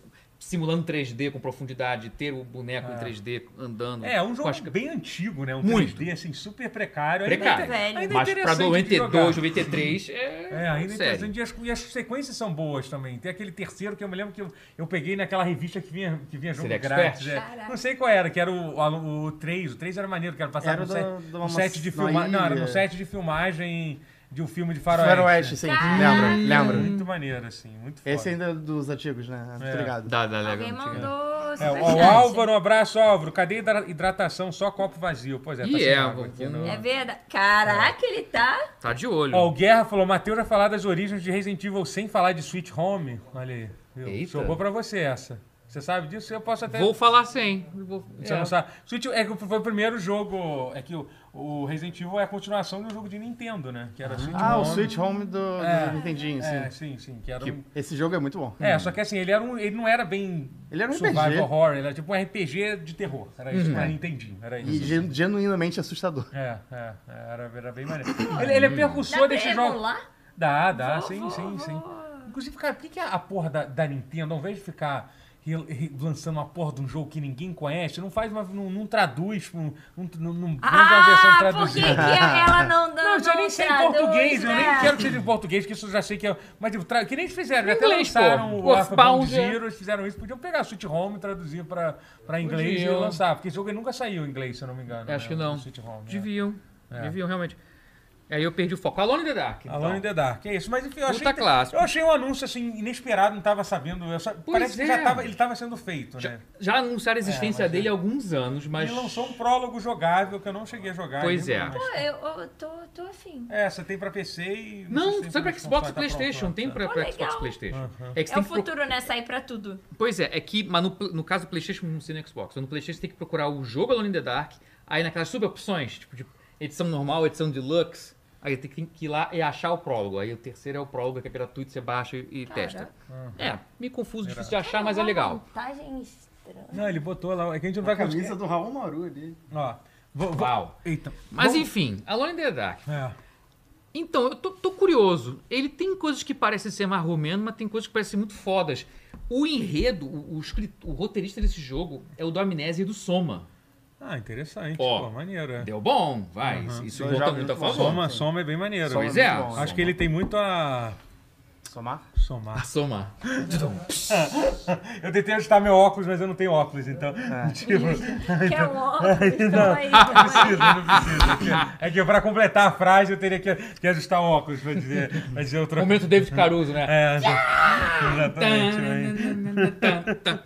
Speaker 2: simulando 3D com profundidade, ter o boneco em 3D andando.
Speaker 1: Ah. É, um
Speaker 2: com
Speaker 1: jogo
Speaker 2: as-
Speaker 1: bem antigo, né? Um
Speaker 2: Muito.
Speaker 1: 3D, assim, super precário.
Speaker 2: Precário.
Speaker 1: Ainda, é- ainda é
Speaker 2: Mas pra
Speaker 1: interessante de
Speaker 2: 92,
Speaker 1: jogar.
Speaker 2: 93, é...
Speaker 1: É, ainda é
Speaker 2: sério.
Speaker 1: interessante. E as, e as sequências são boas também. Tem aquele terceiro que eu me lembro que eu, eu peguei naquela revista que vinha, que vinha jogo
Speaker 2: Seria
Speaker 1: grátis.
Speaker 2: Expert?
Speaker 1: é.
Speaker 3: Caraca.
Speaker 1: Não sei qual era, que era o, o, o 3. O 3 era maneiro, que era passar
Speaker 4: Era
Speaker 1: num
Speaker 4: do-
Speaker 1: set,
Speaker 4: de
Speaker 1: num
Speaker 4: uma
Speaker 1: set de
Speaker 4: maçã-
Speaker 1: filmagem. Não, era
Speaker 4: ilha.
Speaker 1: num set de filmagem de um filme de faroeste.
Speaker 4: Faroeste, sim. Lembra, lembra.
Speaker 1: Muito maneiro, assim. Muito foda.
Speaker 4: Esse ainda é dos antigos, né?
Speaker 1: É.
Speaker 4: Tô ligado.
Speaker 2: Dá, dá, legal.
Speaker 3: Alguém
Speaker 2: não sei.
Speaker 3: mandou
Speaker 1: É, o, o
Speaker 3: superchat.
Speaker 1: Álvaro, um abraço, Álvaro. Cadê hidra- hidratação? Só copo vazio. Pois é, tá
Speaker 2: Ih,
Speaker 1: sem
Speaker 2: é,
Speaker 1: água
Speaker 2: vamos-
Speaker 1: aqui no-
Speaker 3: É verdade. Caraca, ele tá.
Speaker 2: Tá de olho.
Speaker 1: Ó, o Guerra falou, Matheus vai falar das origens de Resident Evil sem falar de Sweet Home. Olha aí. viu?
Speaker 2: Eita.
Speaker 1: Jogou pra você essa. Você sabe disso? Eu posso até...
Speaker 2: Vou falar sem. Vou-
Speaker 1: Você
Speaker 2: é.
Speaker 1: não sabe. Sweet é que foi o primeiro jogo... É que o, o Resident Evil é a continuação do jogo de Nintendo, né? Que era Sweet
Speaker 4: Ah, o
Speaker 1: Home.
Speaker 4: Switch Home do, do
Speaker 1: É.
Speaker 4: Nintendinho, sim.
Speaker 1: É, sim, sim. Que era um-
Speaker 4: Esse jogo é muito bom.
Speaker 1: É, só que assim, ele, era um, ele não era bem
Speaker 4: Ele era um
Speaker 1: survival
Speaker 4: RPG.
Speaker 1: horror, ele era tipo um RPG de terror. Era
Speaker 2: Uhum.
Speaker 1: isso, pra Nintendinho, era isso. assim.
Speaker 4: E gen- genuinamente assustador.
Speaker 1: É, é, era, era bem maneiro. Ele,
Speaker 2: Uhum.
Speaker 1: ele é
Speaker 3: Dá
Speaker 1: percussor
Speaker 3: pra
Speaker 1: desse jogo.
Speaker 3: emular?
Speaker 1: Dá, dá,
Speaker 3: Vou,
Speaker 1: sim,
Speaker 3: vou,
Speaker 1: sim,
Speaker 3: vou.
Speaker 1: sim. Inclusive, cara, por que, que a porra da, da Nintendo, ao invés de ficar re- re- lançando uma porra de um jogo que ninguém conhece, não faz uma. não, não traduz, não, não, não, não vende uma versão
Speaker 3: Ah, por que, que
Speaker 1: traduzida?
Speaker 3: ela não dá
Speaker 1: Não, isso eu nem sei em
Speaker 3: traduz,
Speaker 1: português, eu nem
Speaker 3: né?
Speaker 1: quero que seja em português, que isso eu já sei que é. Mas tipo, tra... que nem eles fizeram, eles até
Speaker 2: Inglês, pô.
Speaker 1: lançaram
Speaker 2: Pô,
Speaker 1: o Alphabet
Speaker 2: Bound, é.
Speaker 1: Zero, eles fizeram isso, podiam pegar Sweet Home e traduzir pra, pra inglês e
Speaker 2: Podiam.
Speaker 1: lançar, porque esse jogo nunca saiu em inglês, se eu não me engano.
Speaker 2: Acho
Speaker 1: né,
Speaker 2: que
Speaker 1: o
Speaker 2: não.
Speaker 1: Sweet Home, né?
Speaker 2: Deviam.
Speaker 1: É.
Speaker 2: Deviam, realmente. Aí eu perdi o foco. Alone in the Dark. Então.
Speaker 1: Alone in the Dark, é isso. Mas enfim, eu
Speaker 2: Puta
Speaker 1: achei, inte-
Speaker 2: clássico.
Speaker 1: eu achei um anúncio assim, inesperado, não tava sabendo. eu só-
Speaker 2: Pois
Speaker 1: parece que já
Speaker 2: é.
Speaker 1: tava, ele tava sendo feito,
Speaker 2: Já,
Speaker 1: né?
Speaker 2: então. já anunciaram a
Speaker 1: É,
Speaker 2: existência
Speaker 1: mas
Speaker 2: dele há alguns anos, mas.
Speaker 1: Ele lançou um prólogo jogável que eu não cheguei a jogar.
Speaker 2: Pois
Speaker 1: ainda,
Speaker 2: é.
Speaker 1: mas-
Speaker 3: Pô, eu, eu tô, tô afim.
Speaker 1: É, você tem pra PC e.
Speaker 2: Não,
Speaker 1: sei se
Speaker 2: só pra
Speaker 1: tem
Speaker 2: Xbox e
Speaker 1: console, tá
Speaker 2: PlayStation.
Speaker 1: pronto,
Speaker 2: tem
Speaker 1: né?
Speaker 2: pra,
Speaker 3: Pô,
Speaker 2: pra
Speaker 3: legal.
Speaker 2: Xbox e PlayStation. É, que
Speaker 3: É o
Speaker 2: tem que pro-
Speaker 3: futuro, né? Sair pra tudo.
Speaker 2: Pois é, é que, mas no, pl- no caso do PlayStation, não sei no Xbox, Então, no PlayStation você tem que procurar o jogo Alone in the Dark, aí naquelas subopções, tipo de edição normal, edição deluxe, aí tem que, tem que ir lá e achar o prólogo. Aí o terceiro é o prólogo, que é gratuito, você baixa e, e testa. É, meio confuso, difícil de achar, mas é legal.
Speaker 6: Montagem estranha.
Speaker 1: Não, ele botou lá. É que a gente não
Speaker 4: A
Speaker 1: vai
Speaker 4: camisa do Raul Maru ali.
Speaker 1: Ó. Vou, vou...
Speaker 2: Uau.
Speaker 1: Eita.
Speaker 2: Mas
Speaker 1: Vamos-
Speaker 2: enfim, Alone in the Dark.
Speaker 1: É.
Speaker 2: Então, eu tô, tô curioso. Ele tem coisas que parecem ser mais romeno, mas tem coisas que parecem muito fodas. O enredo, o, o escrit- o roteirista desse jogo é o do Amnésia e do Soma.
Speaker 1: Ah, interessante.
Speaker 2: Ó.
Speaker 1: Pô, maneiro, é.
Speaker 2: Deu bom, vai. Isso
Speaker 4: Dois jogos
Speaker 2: volta muito a
Speaker 4: muito bons.
Speaker 2: favor.
Speaker 1: Então Soma, soma é bem maneiro.
Speaker 4: Soma
Speaker 2: Pois
Speaker 4: muito
Speaker 2: é.
Speaker 4: bom,
Speaker 1: Acho que ele tem muito a
Speaker 4: Somar?
Speaker 1: somar.
Speaker 2: Ah, Soma.
Speaker 1: Eu tentei ajustar meu óculos, mas eu não tenho óculos, então.
Speaker 4: É.
Speaker 1: Tipo,
Speaker 3: Quer um óculos? Então aí.
Speaker 1: preciso, não preciso. É que pra completar a frase eu teria que, que ajustar o óculos pra dizer, pra dizer outra
Speaker 2: Momento David Caruso, né?
Speaker 1: É, exa- exatamente.
Speaker 2: Tá.
Speaker 1: né?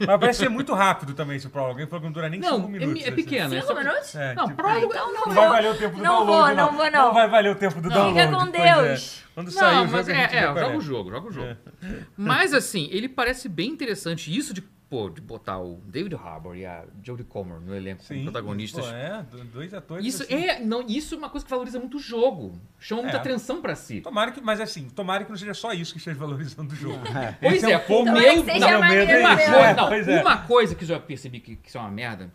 Speaker 1: Mas parece ser muito rápido também esse prólogo. Ele falou que não dura nem 5
Speaker 2: Não, é,
Speaker 1: minutos.
Speaker 2: mi- é pequeno. é
Speaker 3: Cinco
Speaker 2: só-
Speaker 3: minutos?
Speaker 1: assim. É,
Speaker 2: Não,
Speaker 1: tipo,
Speaker 2: prólogo.
Speaker 3: Então não
Speaker 1: não
Speaker 3: vou.
Speaker 1: vai valer o tempo do
Speaker 3: não
Speaker 1: download.
Speaker 3: vou, não vou, não.
Speaker 1: Não vai valer o tempo do download.
Speaker 3: Fica com
Speaker 1: pois é.
Speaker 3: Deus.
Speaker 1: Quando
Speaker 2: Não,
Speaker 1: sair o
Speaker 2: mas
Speaker 1: jogo, a
Speaker 2: é,
Speaker 1: gente É. vê
Speaker 2: é,
Speaker 1: qual
Speaker 2: joga o jogo, joga o jogo. Mas assim, ele parece bem interessante. Isso de, pô, de botar o David Harbour e a Jodie Comer no elenco
Speaker 1: Sim,
Speaker 2: como protagonistas.
Speaker 1: pô, é, do- dois atores.
Speaker 2: Isso
Speaker 1: assim.
Speaker 2: é, não, isso é uma coisa que valoriza muito o jogo. Chama muita
Speaker 1: É.
Speaker 2: atenção pra si.
Speaker 1: Tomara que, mas assim, tomara que não seja só isso que esteja valorizando o jogo.
Speaker 2: Pois
Speaker 1: Esse é,
Speaker 2: é,
Speaker 1: o ponto.
Speaker 2: o
Speaker 3: Tomara que
Speaker 2: meu-
Speaker 3: seja
Speaker 1: não,
Speaker 3: maneiro
Speaker 1: meu
Speaker 2: Uma
Speaker 1: Deus.
Speaker 3: mesmo.
Speaker 2: coisa,
Speaker 1: É,
Speaker 2: não,
Speaker 1: pois é.
Speaker 2: uma coisa que eu já percebi que, que isso é uma merda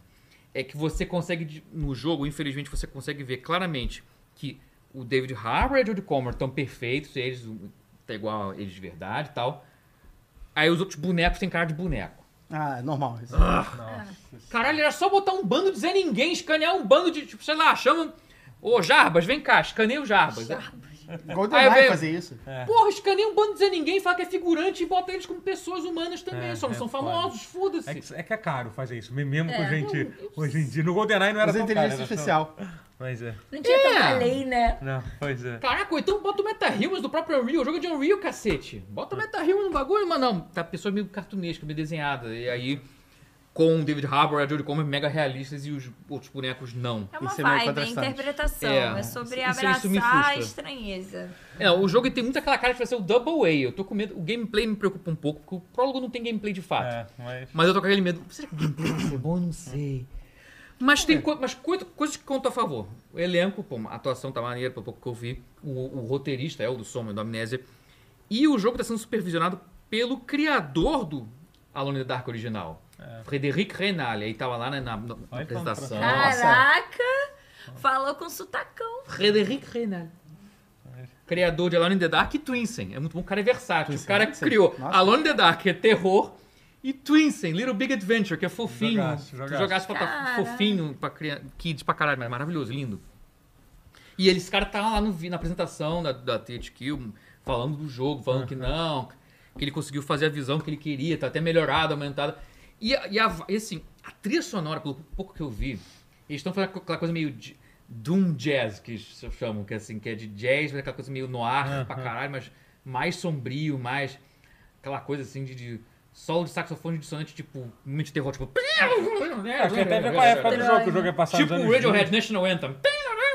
Speaker 2: é que você consegue, de- no jogo, infelizmente, você consegue ver claramente que o David Harbour e o Jodie Comer estão perfeitos, eles um, tá igual a eles de verdade e tal. Aí os outros bonecos têm cara de boneco.
Speaker 4: Ah, é normal. Isso.
Speaker 1: é.
Speaker 2: Caralho, era só botar um bando de Zé Ninguém, escanear um bando de, tipo, sei lá, chama... Ô, Jarbas, vem cá, escaneia o Jarbas. Aí
Speaker 4: Golden Eye
Speaker 2: veio-
Speaker 4: fazer isso.
Speaker 2: Porra, escaneia um bando de Zé Ninguém, fala que é figurante e bota eles como pessoas humanas também.
Speaker 1: É,
Speaker 2: só não
Speaker 1: é
Speaker 2: são
Speaker 1: foda.
Speaker 2: famosos, foda-se.
Speaker 1: É que, é que é caro fazer isso, mesmo
Speaker 2: É,
Speaker 1: com gente hoje em dia. No GoldenEye não era
Speaker 4: Fazer
Speaker 1: tão caro.
Speaker 4: inteligência
Speaker 1: era só-
Speaker 4: artificial.
Speaker 1: Pois é.
Speaker 3: Não tinha tanta
Speaker 2: É.
Speaker 3: lei, né?
Speaker 1: Não, pois é.
Speaker 2: Caraca, ou então bota o Meta Humans do próprio Unreal, joga de Unreal, cacete. Bota o Meta Humans no bagulho, mas não, tá a pessoa meio cartunesca, meio desenhada. E aí, com o David Harbour e a Jodie Comer mega realistas e os outros bonecos não.
Speaker 3: É uma
Speaker 4: Isso é meio
Speaker 3: vibe, é
Speaker 4: contrastante.
Speaker 3: interpretação.
Speaker 2: É,
Speaker 3: É, sobre
Speaker 2: isso- isso- isso me
Speaker 3: abraçar a
Speaker 2: frustra.
Speaker 3: estranheza.
Speaker 2: É, o jogo tem muita aquela cara de vai ser o Double A. Eu tô com medo, o gameplay me preocupa um pouco, porque o prólogo não tem gameplay de fato.
Speaker 1: É, mas.
Speaker 2: Mas eu tô com aquele medo, será que o gameplay vai ser bom? Eu não sei. Mas tem co- mas coi- coisas que contam a favor. O elenco, pô, a atuação tá maneira, pelo pouco que eu vi. O, o roteirista é o do Soma, do Amnésia. E o jogo está sendo supervisionado pelo criador do Alone in the Dark original. Frederic Renal. Aí tava lá né, na, na- na
Speaker 1: Olha como
Speaker 2: apresentação.
Speaker 3: Caraca! Falou com sotacão.
Speaker 2: Frederic Renal. Criador de Alone in the Dark e Twinsen. É muito bom, o cara é versátil. O cara que
Speaker 4: sim.
Speaker 2: criou
Speaker 4: Nossa.
Speaker 2: Alone in the Dark, que é terror, e Twinsen, Little Big Adventure, que é fofinho.
Speaker 1: Jogaço,
Speaker 2: Tu
Speaker 1: jogaço.
Speaker 2: jogasse pra- pra-
Speaker 3: Caralho.
Speaker 2: fofinho pra criar, kids pra caralho, mas é maravilhoso, lindo. E ele, esse cara tá lá no vi- na apresentação da, da THQ, falando do jogo, falando que não, que ele conseguiu fazer a visão que ele queria, tá até melhorado, aumentado. E, a- e, a- e assim, a trilha sonora, pelo pouco que eu vi, eles estão fazendo aquela coisa meio de- doom jazz, que eles chamam, que, assim, que é de jazz, mas aquela coisa meio noir pra caralho, mas mais sombrio, mais aquela coisa assim de... de solo de saxofone dissonante, tipo, muito de terror, tipo... É,
Speaker 1: Acho É, que até a ver com a época do jogo, que o jogo é passado
Speaker 2: Tipo
Speaker 1: nos
Speaker 2: o
Speaker 1: anos
Speaker 2: Radiohead National Anthem.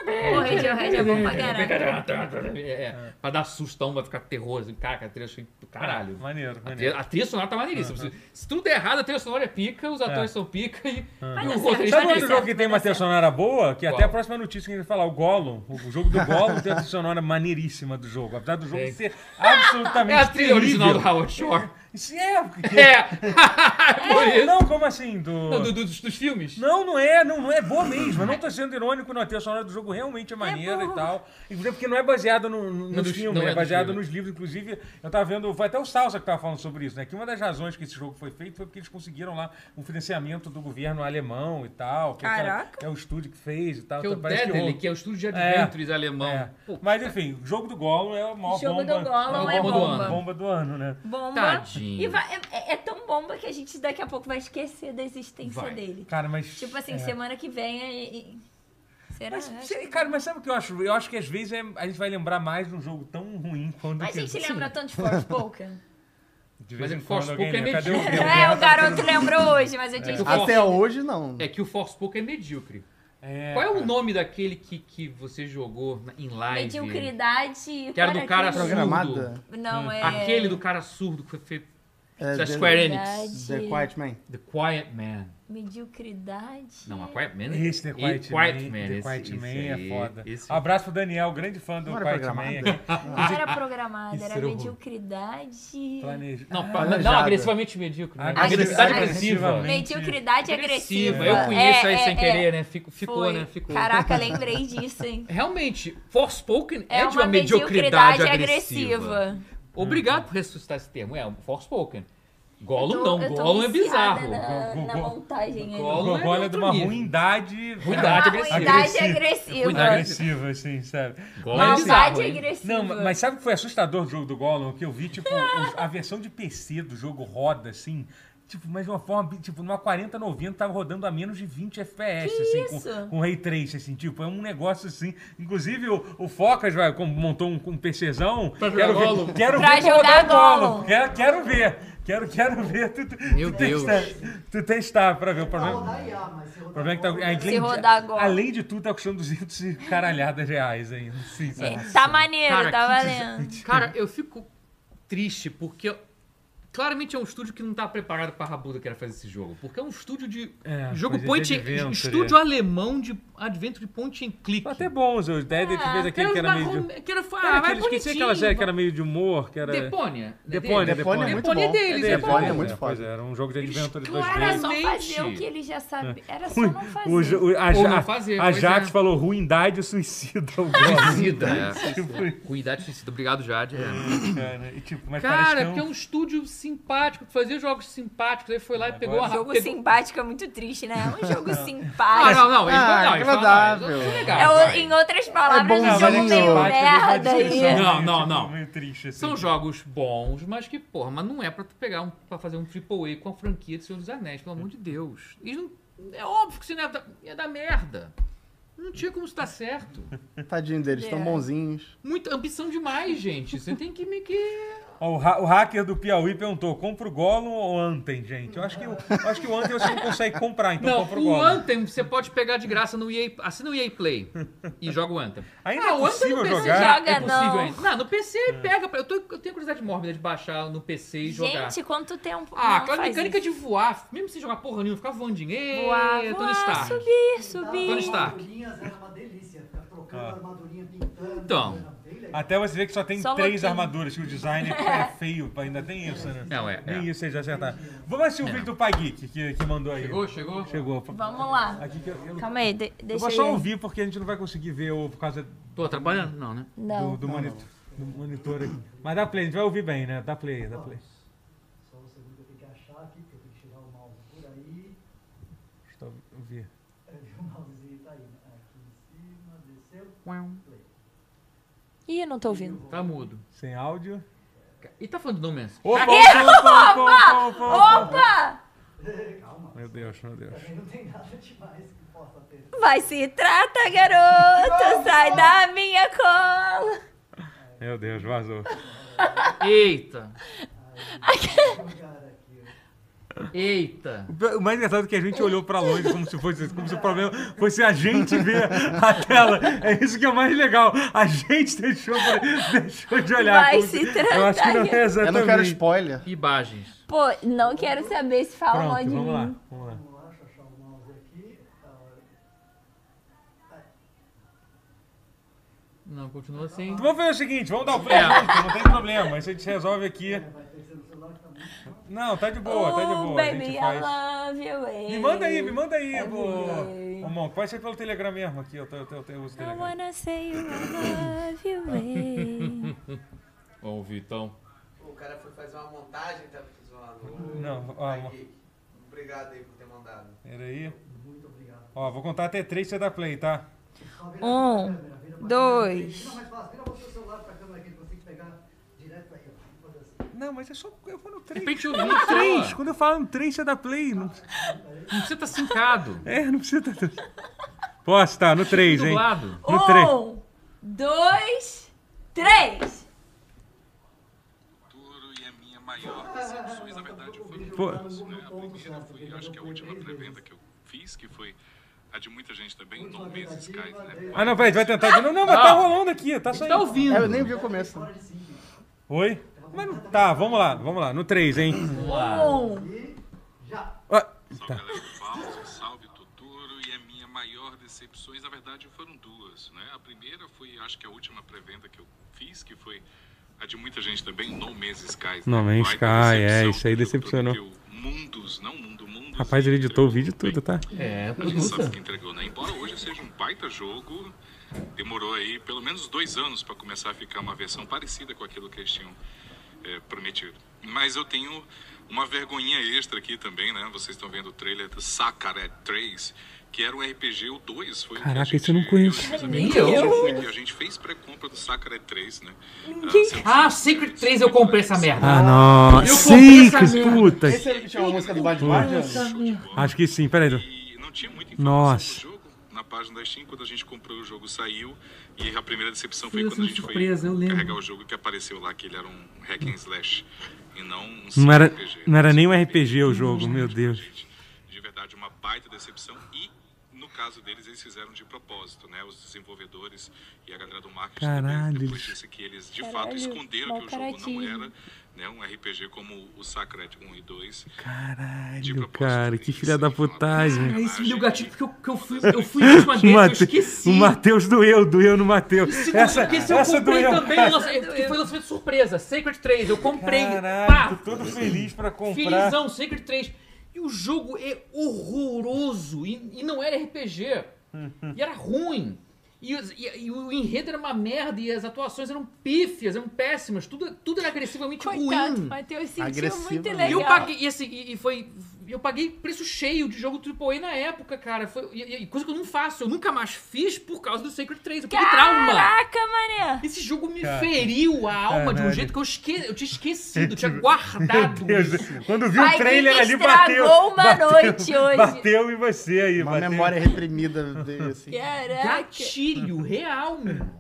Speaker 3: O Radiohead é bom pra caralho.
Speaker 2: É, é. Pra dar sustão, vai ficar terror, assim, caraca, a trilha sonora do
Speaker 1: 20.
Speaker 2: caralho.
Speaker 1: Maneiro,
Speaker 2: A trilha,
Speaker 1: Ah, maneiro.
Speaker 2: a trilha sonora tá maneiríssima. Se, se tudo der errado, a trilha sonora é pica, os atores são pica e,
Speaker 1: Ah.
Speaker 2: e o
Speaker 3: certo,
Speaker 1: Sabe outro
Speaker 2: roteirista é
Speaker 3: vai dar
Speaker 2: pica.
Speaker 1: jogo
Speaker 3: certo,
Speaker 1: que
Speaker 3: vai
Speaker 1: tem
Speaker 3: dar
Speaker 1: uma trilha
Speaker 3: certo.
Speaker 1: sonora boa? Que até
Speaker 2: Qual?
Speaker 1: a próxima notícia que a gente vai falar, o Gollum. O jogo do Gollum tem a trilha sonora maneiríssima do jogo. Apesar do jogo
Speaker 2: Tem.
Speaker 1: ser
Speaker 2: É
Speaker 1: absolutamente
Speaker 2: a trilha original do
Speaker 1: terrível.
Speaker 2: Howard Shore.
Speaker 1: Isso é... porque-
Speaker 2: É! é por isso.
Speaker 1: Não, como assim? Do...
Speaker 2: Não, do- do- dos, dos filmes?
Speaker 1: Não, não é, não, não é boa mesmo. Eu não tô sendo irônico, não. A trilha sonora do jogo realmente é maneira e
Speaker 3: boa.
Speaker 1: tal. Inclusive, porque não é baseado no, no, nos
Speaker 2: dos-
Speaker 1: filmes,
Speaker 2: não é
Speaker 1: é
Speaker 2: dos
Speaker 1: baseado
Speaker 2: filmes.
Speaker 1: nos livros. Inclusive, eu tava vendo, foi até o Salsa que tava falando sobre isso, né? Que uma das razões que esse jogo foi feito foi porque eles conseguiram lá um financiamento do governo alemão e tal. que aquela-
Speaker 3: Caraca.
Speaker 1: É o estúdio que fez e tal.
Speaker 2: Que é o
Speaker 1: então parece que
Speaker 2: Dedele,
Speaker 1: rolou-
Speaker 2: que é o estúdio de adventures alemão.
Speaker 1: É.
Speaker 2: Pô,
Speaker 1: Mas enfim, o jogo do Gollum é o maior
Speaker 3: Jogo do
Speaker 1: bomba,
Speaker 3: Gollum
Speaker 2: é
Speaker 1: a maior
Speaker 2: bomba.
Speaker 1: bomba do ano, né?
Speaker 3: Bomba.
Speaker 2: Tadinho.
Speaker 3: E vai- é, é tão bomba que a gente daqui a pouco vai esquecer da existência
Speaker 2: Vai.
Speaker 3: dele.
Speaker 1: Cara, mas.
Speaker 3: Tipo assim,
Speaker 1: é.
Speaker 3: semana que vem. é- é- Será?
Speaker 1: Mas, sei, cara, mas sabe o que eu acho? Eu acho que às vezes é- a gente vai lembrar mais de um jogo tão ruim quando
Speaker 3: Mas a
Speaker 1: que...
Speaker 3: gente lembra tanto de Forspoken.
Speaker 1: De vez
Speaker 2: Mas
Speaker 1: em
Speaker 2: o
Speaker 1: quando alguém
Speaker 2: Forspoken é
Speaker 1: lembra. Cadê o
Speaker 2: medíocre.
Speaker 1: meu?
Speaker 3: É, o garoto lembrou hoje, mas eu tinha
Speaker 2: É.
Speaker 3: esquecido.
Speaker 4: Até hoje, não.
Speaker 2: É que o Forspoken é medíocre.
Speaker 1: É,
Speaker 2: Qual é o
Speaker 1: cara.
Speaker 2: nome daquele que, que você jogou na- em live?
Speaker 3: Mediocridade.
Speaker 2: Que era
Speaker 3: qual
Speaker 2: do cara
Speaker 3: aquele?
Speaker 4: Programada.
Speaker 2: Hum.
Speaker 3: Não, é.
Speaker 2: Aquele do cara surdo que foi feito.
Speaker 4: É,
Speaker 2: da
Speaker 4: The-
Speaker 2: Square Enix.
Speaker 3: Verdade.
Speaker 4: The Quiet Man.
Speaker 2: The Quiet Man.
Speaker 3: Mediocridade.
Speaker 2: Não, a Quiet Man. é
Speaker 1: Esse The Quiet, Man, The
Speaker 2: esse-
Speaker 1: Quiet
Speaker 2: esse
Speaker 1: Man
Speaker 2: aí,
Speaker 1: é foda.
Speaker 2: esse-
Speaker 1: Abraço pro Daniel, grande fã do
Speaker 4: Não era
Speaker 1: Quiet Man
Speaker 4: programado?
Speaker 1: aqui.
Speaker 3: Não era
Speaker 2: Ah.
Speaker 3: programada,
Speaker 1: Isso
Speaker 3: era
Speaker 1: era o-
Speaker 3: mediocridade.
Speaker 1: Planeja.
Speaker 2: Não,
Speaker 1: Ah,
Speaker 2: pra- não,
Speaker 4: planejada.
Speaker 2: agressivamente medíocre. Né?
Speaker 1: Agressi-
Speaker 2: Agressividade
Speaker 1: agressiva.
Speaker 2: agressiva.
Speaker 3: Mediocridade agressiva.
Speaker 2: Agressiva. Eu conheço
Speaker 3: É,
Speaker 2: aí
Speaker 3: é,
Speaker 2: sem
Speaker 3: é.
Speaker 2: querer, né? Fico- Ficou,
Speaker 3: Foi.
Speaker 2: né? Ficou.
Speaker 3: Caraca, lembrei disso, hein?
Speaker 2: Realmente, Forspoken é,
Speaker 3: É
Speaker 2: de uma
Speaker 3: uma
Speaker 2: mediocridade,
Speaker 3: mediocridade
Speaker 2: agressiva.
Speaker 3: agressiva.
Speaker 2: Obrigado por ressuscitar esse termo. É, Forspoken. Gollum
Speaker 3: Eu tô-
Speaker 2: não,
Speaker 3: eu tô
Speaker 2: Gollum é
Speaker 3: viciada
Speaker 2: bizarro.
Speaker 3: Na,
Speaker 1: Go- go-
Speaker 3: na
Speaker 1: go-
Speaker 3: montagem aí.
Speaker 2: Gollum
Speaker 1: Gogo
Speaker 2: é
Speaker 1: olha de uma
Speaker 2: outro nível.
Speaker 1: ruindade.
Speaker 2: Ruindade agressiva.
Speaker 3: Ruindade
Speaker 1: Agressiva.
Speaker 3: é agressiva.
Speaker 2: Ruindade
Speaker 1: Agressiva, assim, sabe?
Speaker 2: é Gollum é
Speaker 1: Mas,
Speaker 3: Maldade
Speaker 2: bizarro. hein?
Speaker 3: agressiva.
Speaker 1: Não, ma- mas sabe o que foi assustador do jogo do Gollum? Que eu vi, tipo, os- a versão de PC do jogo roda, assim. Tipo, mas de uma forma, bi- tipo, numa 4090 tava rodando a menos de 20 FPS, assim, com-
Speaker 3: isso?
Speaker 1: com, Ray Trace, assim, tipo, é um negócio assim. Inclusive, o, o Focas vai, como montou um, um PCzão.
Speaker 2: Pra jogar
Speaker 1: quero
Speaker 2: Gollum.
Speaker 1: ver, quero
Speaker 3: Pra
Speaker 1: ver tu rodar
Speaker 3: jogar
Speaker 1: o Gollum.
Speaker 3: Gollum.
Speaker 1: Quero, quero ver. Quero, quero ver tu, tu-
Speaker 2: Meu
Speaker 1: tu
Speaker 2: Deus.
Speaker 1: testar- tu testar pra ver o
Speaker 5: Pra
Speaker 1: problema.
Speaker 5: rodar IA, ah, mas se
Speaker 1: O
Speaker 5: rodar
Speaker 1: problema é que tá,
Speaker 5: Gollum,
Speaker 1: além, de-
Speaker 3: rodar Gollum.
Speaker 1: além de tudo, tá custando 200 e caralhadas reais ainda. Sim, sabe?
Speaker 3: É, Tá maneiro,
Speaker 2: Cara,
Speaker 3: tá
Speaker 2: que des-
Speaker 3: valendo.
Speaker 2: Cara, eu fico triste porque claramente é um estúdio que não tá preparado pra rabuda que era fazer esse jogo. Porque é um estúdio de.
Speaker 1: É,
Speaker 2: jogo
Speaker 1: coisa de
Speaker 2: point.
Speaker 1: adventure.
Speaker 2: Estúdio alemão de advento de point and click.
Speaker 1: Foi até bons, os Dead que fez aquele que era meio de.
Speaker 2: Que era, ah,
Speaker 1: Era
Speaker 2: vai
Speaker 1: aquele, esqueci aquela série que era meio de humor, que era.
Speaker 2: Deponia. né,
Speaker 1: Deponia,
Speaker 2: dele?
Speaker 4: Deponia é muito
Speaker 2: Deponia
Speaker 4: bom.
Speaker 2: deles,
Speaker 4: é
Speaker 2: Deponia
Speaker 4: Deponia é muito
Speaker 1: Pois
Speaker 4: foda.
Speaker 1: era um jogo de adventura de dois
Speaker 3: Era só
Speaker 2: Claramente.
Speaker 3: fazer o que ele já sabe.
Speaker 2: Ah.
Speaker 3: Era só não fazer.
Speaker 1: O, jo- o, a,
Speaker 2: Ou não
Speaker 1: Ja-
Speaker 2: fazer,
Speaker 1: a
Speaker 2: pois
Speaker 1: Jax
Speaker 2: é.
Speaker 1: falou ruindade e suicida. o Gollum",
Speaker 2: Suicida, é.
Speaker 1: tipo,
Speaker 2: Cuidado suicida. Obrigado, Jade.
Speaker 1: cara, e, tipo, mas parece
Speaker 2: Cara,
Speaker 1: que
Speaker 2: que é um estúdio simpático, que fazia jogos simpáticos, aí foi lá e pegou a
Speaker 3: Um jogo
Speaker 2: pegou-
Speaker 3: simpático é muito triste, né? É um jogo
Speaker 2: Ah,
Speaker 3: simpático.
Speaker 2: não, não, ele
Speaker 4: Ah,
Speaker 2: vai não, ele fala,
Speaker 4: agradável.
Speaker 2: não, isso é legal,
Speaker 3: É o-
Speaker 2: vai.
Speaker 3: em outras palavras,
Speaker 4: É bom,
Speaker 1: Não,
Speaker 3: um
Speaker 1: mas
Speaker 4: jogo
Speaker 1: é
Speaker 3: jogo
Speaker 1: que
Speaker 3: meio
Speaker 1: simpático, mas
Speaker 3: merda
Speaker 1: a descrição
Speaker 3: aí.
Speaker 1: é
Speaker 2: Não,
Speaker 1: meio,
Speaker 2: não,
Speaker 1: tipo,
Speaker 2: não.
Speaker 1: meio triste, assim.
Speaker 2: São jogos bons, mas que, porra, mas não é pra tu pegar um, pra fazer um AAA com a franquia de Senhor dos Anéis, pelo amor de Deus. E não, é óbvio que isso não ia dar, ia dar merda. Não tinha como estar certo.
Speaker 4: Tadinho deles, tão
Speaker 3: É.
Speaker 4: bonzinhos.
Speaker 2: Muita ambição demais, gente. Você tem que me que.
Speaker 1: Ó, O, ha- o hacker do Piauí perguntou: compra o Gollum ou Anten, gente? Eu acho que o, eu acho que o Anten você não consegue comprar, então
Speaker 2: Não,
Speaker 1: compra o
Speaker 2: o
Speaker 1: Gollum.
Speaker 2: Anthem você pode pegar de graça no EA. Assina o EA Play e joga o Anthem.
Speaker 1: Ainda
Speaker 2: Ah,
Speaker 1: é
Speaker 2: o Anthem no
Speaker 1: possível
Speaker 2: PC
Speaker 1: jogar? É.
Speaker 2: já
Speaker 3: Joga
Speaker 2: é possível
Speaker 3: não.
Speaker 2: ainda. Não, no PC pega. pra- Eu, tô- eu tenho curiosidade mórbida de baixar no PC e jogar.
Speaker 3: Gente, quanto tempo.
Speaker 2: Ah,
Speaker 3: não,
Speaker 2: aquela
Speaker 3: faz
Speaker 2: mecânica
Speaker 3: isso.
Speaker 2: de voar, mesmo sem jogar porra nenhuma, ficar voando dinheiro.
Speaker 3: voar,
Speaker 2: Tony
Speaker 3: voar,
Speaker 2: Stark.
Speaker 3: subir,
Speaker 2: Tony
Speaker 3: subir.
Speaker 2: Stark.
Speaker 5: armadurinhas era uma delícia. Ficar trocando
Speaker 1: Ah.
Speaker 5: armadurinha, pintando.
Speaker 2: Então.
Speaker 5: era bem legal.
Speaker 1: Até você ver que só tem
Speaker 3: Só
Speaker 1: três
Speaker 3: botinha.
Speaker 1: armaduras, que o design é é feio, ainda tem isso, né?
Speaker 2: Não, é,
Speaker 1: Nem
Speaker 2: é.
Speaker 1: isso vocês já acertaram. Vamos assistir o vídeo do Pai Geek que, que mandou aí.
Speaker 2: Chegou, chegou?
Speaker 1: Chegou.
Speaker 3: Vamos lá.
Speaker 1: Aqui que eu, eu-
Speaker 3: Calma aí, de-
Speaker 1: eu
Speaker 3: deixa
Speaker 1: vou
Speaker 3: eu.
Speaker 1: só ouvir porque a gente não vai conseguir ver o, por causa
Speaker 2: Tô atrapalhando? Não, né?
Speaker 3: Não.
Speaker 1: do, do monitor, do monitor aqui. Mas dá play, a gente vai ouvir bem, né? Dá play, dá play.
Speaker 5: Só um segundo que eu tenho que achar aqui, porque eu tenho que tirar o mouse por aí.
Speaker 1: Deixa eu ouvir.
Speaker 5: Cadê o mousezinho? Tá aí. né? Aqui em cima, desceu.
Speaker 3: Ih, não tô ouvindo.
Speaker 2: Tá mudo.
Speaker 1: Sem áudio.
Speaker 2: E tá falando do No Man's Sky?
Speaker 1: Opa, opa, opa, opa, opa, opa.
Speaker 3: Opa!
Speaker 5: Calma.
Speaker 1: Meu Deus, meu Deus.
Speaker 5: Também não tem nada demais que possa ter. Tá
Speaker 3: Vai se trata, garoto! Sai da minha cola!
Speaker 1: Meu Deus, vazou.
Speaker 2: Eita!
Speaker 5: Cara, aqui.
Speaker 2: Eita!
Speaker 1: O mais engraçado é que a gente olhou pra longe como se fosse como se o problema fosse a gente ver a tela. É isso que é o mais legal. A gente deixou, deixou de olhar.
Speaker 3: Vai
Speaker 1: como
Speaker 3: se
Speaker 1: Eu acho que não é
Speaker 4: Eu
Speaker 1: exatamente.
Speaker 4: não quero spoiler.
Speaker 2: Imagens.
Speaker 6: Pô, não quero saber se fala mal
Speaker 1: Pronto,
Speaker 6: de
Speaker 1: vamos
Speaker 6: mim.
Speaker 1: lá, vamos lá.
Speaker 5: Vamos lá, deixa eu achar o mouse aqui. Ah,
Speaker 2: Não, continua assim.
Speaker 1: Vamos fazer o seguinte, vamos dar o play
Speaker 2: É.
Speaker 1: junto, não tem problema. Isso a gente resolve aqui. Não, tá de boa, tá de
Speaker 3: Oh,
Speaker 1: boa. A
Speaker 3: baby, é
Speaker 1: gente
Speaker 3: I
Speaker 1: faz.
Speaker 3: love you.
Speaker 1: Me manda aí, me manda aí,
Speaker 3: Every
Speaker 1: ô.
Speaker 3: day.
Speaker 1: Ô, Monk, pode ser pelo Telegram mesmo aqui, eu, tô- eu, tô- eu, uso o
Speaker 3: I
Speaker 1: Telegram.
Speaker 3: wanna say you, I love you, baby.
Speaker 2: Vamos ouvir então.
Speaker 7: O cara foi fazer uma montagem, tá zoando. O-
Speaker 1: Não,
Speaker 7: o
Speaker 1: ó,
Speaker 7: Pai
Speaker 1: mo-
Speaker 7: Geek. Obrigado aí por ter mandado.
Speaker 1: Peraí. Ó, vou contar até três você dá play, tá?
Speaker 3: Um, dois.
Speaker 5: mais fácil, vira você o celular pra câmera aqui, ele consegue pegar direto pra ele.
Speaker 1: Não, mas é só. Eu vou no
Speaker 2: De
Speaker 1: 3.
Speaker 2: repente eu vi isso.
Speaker 1: Três!
Speaker 2: Não
Speaker 1: Quando eu falo um três, você dá play. Não,
Speaker 2: tá precisa estar sincado.
Speaker 1: é, não precisa. Posso estar no 3, hein?
Speaker 2: Dublado.
Speaker 1: No 3.
Speaker 3: Um, dois, três.
Speaker 9: futuro e a minha maior decepções, na verdade, foi
Speaker 1: Pô,
Speaker 9: A primeira foi, eu acho que é a última pré-venda que eu fiz, que foi a de muita gente também, Tom Maze Skies, né?
Speaker 1: ah, não, peraí, vai tentar de novo. Não, mas tá
Speaker 2: Não.
Speaker 1: rolando aqui, tá
Speaker 2: Tá
Speaker 1: saindo.
Speaker 2: ouvindo.
Speaker 4: É, eu nem vi o começo.
Speaker 1: Oi? Mas não- Tá, vamos lá, vamos lá. No 3, hein?
Speaker 3: Um,
Speaker 1: Ah,
Speaker 9: Salve, galera do Pausa, salve, Totoro. E a minha maior decepções, na verdade, foram duas, né? A primeira foi, acho que a última pré-venda que eu fiz, que foi a de muita gente também, No Man's Sky.
Speaker 1: No Man's
Speaker 9: Baita
Speaker 1: Sky, é,
Speaker 9: decepção,
Speaker 1: isso aí
Speaker 9: jogo todo
Speaker 1: decepcionou.
Speaker 9: que eu- Mundos, não Mundo, Mundos.
Speaker 1: rapaz, ele
Speaker 9: e
Speaker 1: editou o
Speaker 9: entregou
Speaker 1: vídeo
Speaker 9: bem.
Speaker 1: tudo, tá?
Speaker 2: É,
Speaker 9: A gente sabe que entregou, né? Embora hoje seja um baita jogo, demorou aí pelo menos dois anos para começar a ficar uma versão parecida com aquilo que eles tinham é, prometido. Mas eu tenho uma vergonhinha extra aqui também, né? Vocês estão vendo o trailer do Sakaret 3, que era um RPG, o 2 foi o que a
Speaker 1: Caraca,
Speaker 9: gente,
Speaker 1: esse eu não conheço.
Speaker 9: eu e meus
Speaker 2: Nem
Speaker 9: amigos,
Speaker 2: eu.
Speaker 9: eu fui- a gente fez pré-compra do Sakaret 3, né?
Speaker 2: Ah, Secret 3 eu comprei essa merda.
Speaker 1: Ah, não.
Speaker 2: Eu comprei
Speaker 1: Sim,
Speaker 2: essa
Speaker 1: que
Speaker 2: merda.
Speaker 1: puta.
Speaker 4: Esse é o que tinha uma música do Bad Guardian?
Speaker 1: Acho que sim, peraí.
Speaker 9: E não tinha muita
Speaker 1: Nossa.
Speaker 9: informação do jogo. Na página da Steam, quando a gente comprou o jogo, saiu. E a primeira decepção foi
Speaker 2: Sim, eu
Speaker 9: quando a
Speaker 2: sou
Speaker 9: gente
Speaker 2: surpresa, eu
Speaker 9: foi
Speaker 2: lembro.
Speaker 9: carregar o jogo que apareceu lá, que ele era um hack and slash. E não um
Speaker 1: Não era,
Speaker 9: RPG.
Speaker 1: não era nem um RPG o jogo, meu Deus.
Speaker 9: Gente, de verdade, uma baita decepção. E, no caso deles, eles fizeram de propósito, né? Os desenvolvedores e a galera do marketing
Speaker 1: Caralho,
Speaker 9: também, depois
Speaker 1: eles-
Speaker 9: disse que eles, de fato,
Speaker 6: Caralho,
Speaker 9: esconderam que o jogo não
Speaker 6: malcaratismo.
Speaker 9: era né, um RPG como o Sacred 1 e 2.
Speaker 1: Caralho, cara, que filha da putagem.
Speaker 2: Cara, isso me deu gatilho porque eu, que eu fui, eu fui em cima
Speaker 1: O,
Speaker 2: dele, eu
Speaker 1: Mate...
Speaker 2: esqueci.
Speaker 1: o Matheus doeu, doeu no Matheus.
Speaker 2: Esse-
Speaker 1: Essa,
Speaker 2: porque se eu
Speaker 1: essa
Speaker 2: comprei
Speaker 1: doeu.
Speaker 2: também, eu lancei- que foi lançamento surpresa, Sacred 3, eu comprei,
Speaker 1: Caralho,
Speaker 2: pá,
Speaker 1: tô todo feliz pra comprar.
Speaker 2: felizão, Sacred 3. E o jogo é horroroso, e, e não era RPG,
Speaker 1: Uhum.
Speaker 2: e era ruim. E, os- e- e o enredo era uma merda, e as atuações eram pífias, eram péssimas, tudo, tudo era agressivamente
Speaker 6: Coitado,
Speaker 2: ruim.
Speaker 6: Matheus sentiu
Speaker 4: Agressivo,
Speaker 6: muito
Speaker 4: né?
Speaker 6: legal.
Speaker 2: E eu
Speaker 1: um
Speaker 2: paguei, e assim, e, e foi. Eu paguei preço cheio de jogo AAA na época, cara. Foi, e, e coisa que eu não faço, eu nunca mais fiz por causa do Sacred 3. Eu peguei trauma.
Speaker 3: Caraca, mané.
Speaker 2: Esse jogo me feriu a alma de um
Speaker 1: Caralho.
Speaker 2: jeito que eu, esque, eu tinha esquecido, eu tinha guardado isso.
Speaker 1: Quando viu o
Speaker 3: Vai
Speaker 1: trailer
Speaker 3: vir
Speaker 1: ali,
Speaker 3: que
Speaker 1: bateu.
Speaker 3: estragou uma
Speaker 1: bateu,
Speaker 3: noite hoje.
Speaker 1: Bateu em você aí,
Speaker 4: Uma
Speaker 1: bateu.
Speaker 4: memória reprimida dele, assim.
Speaker 3: Caraca.
Speaker 2: Gatilho real, meu irmão.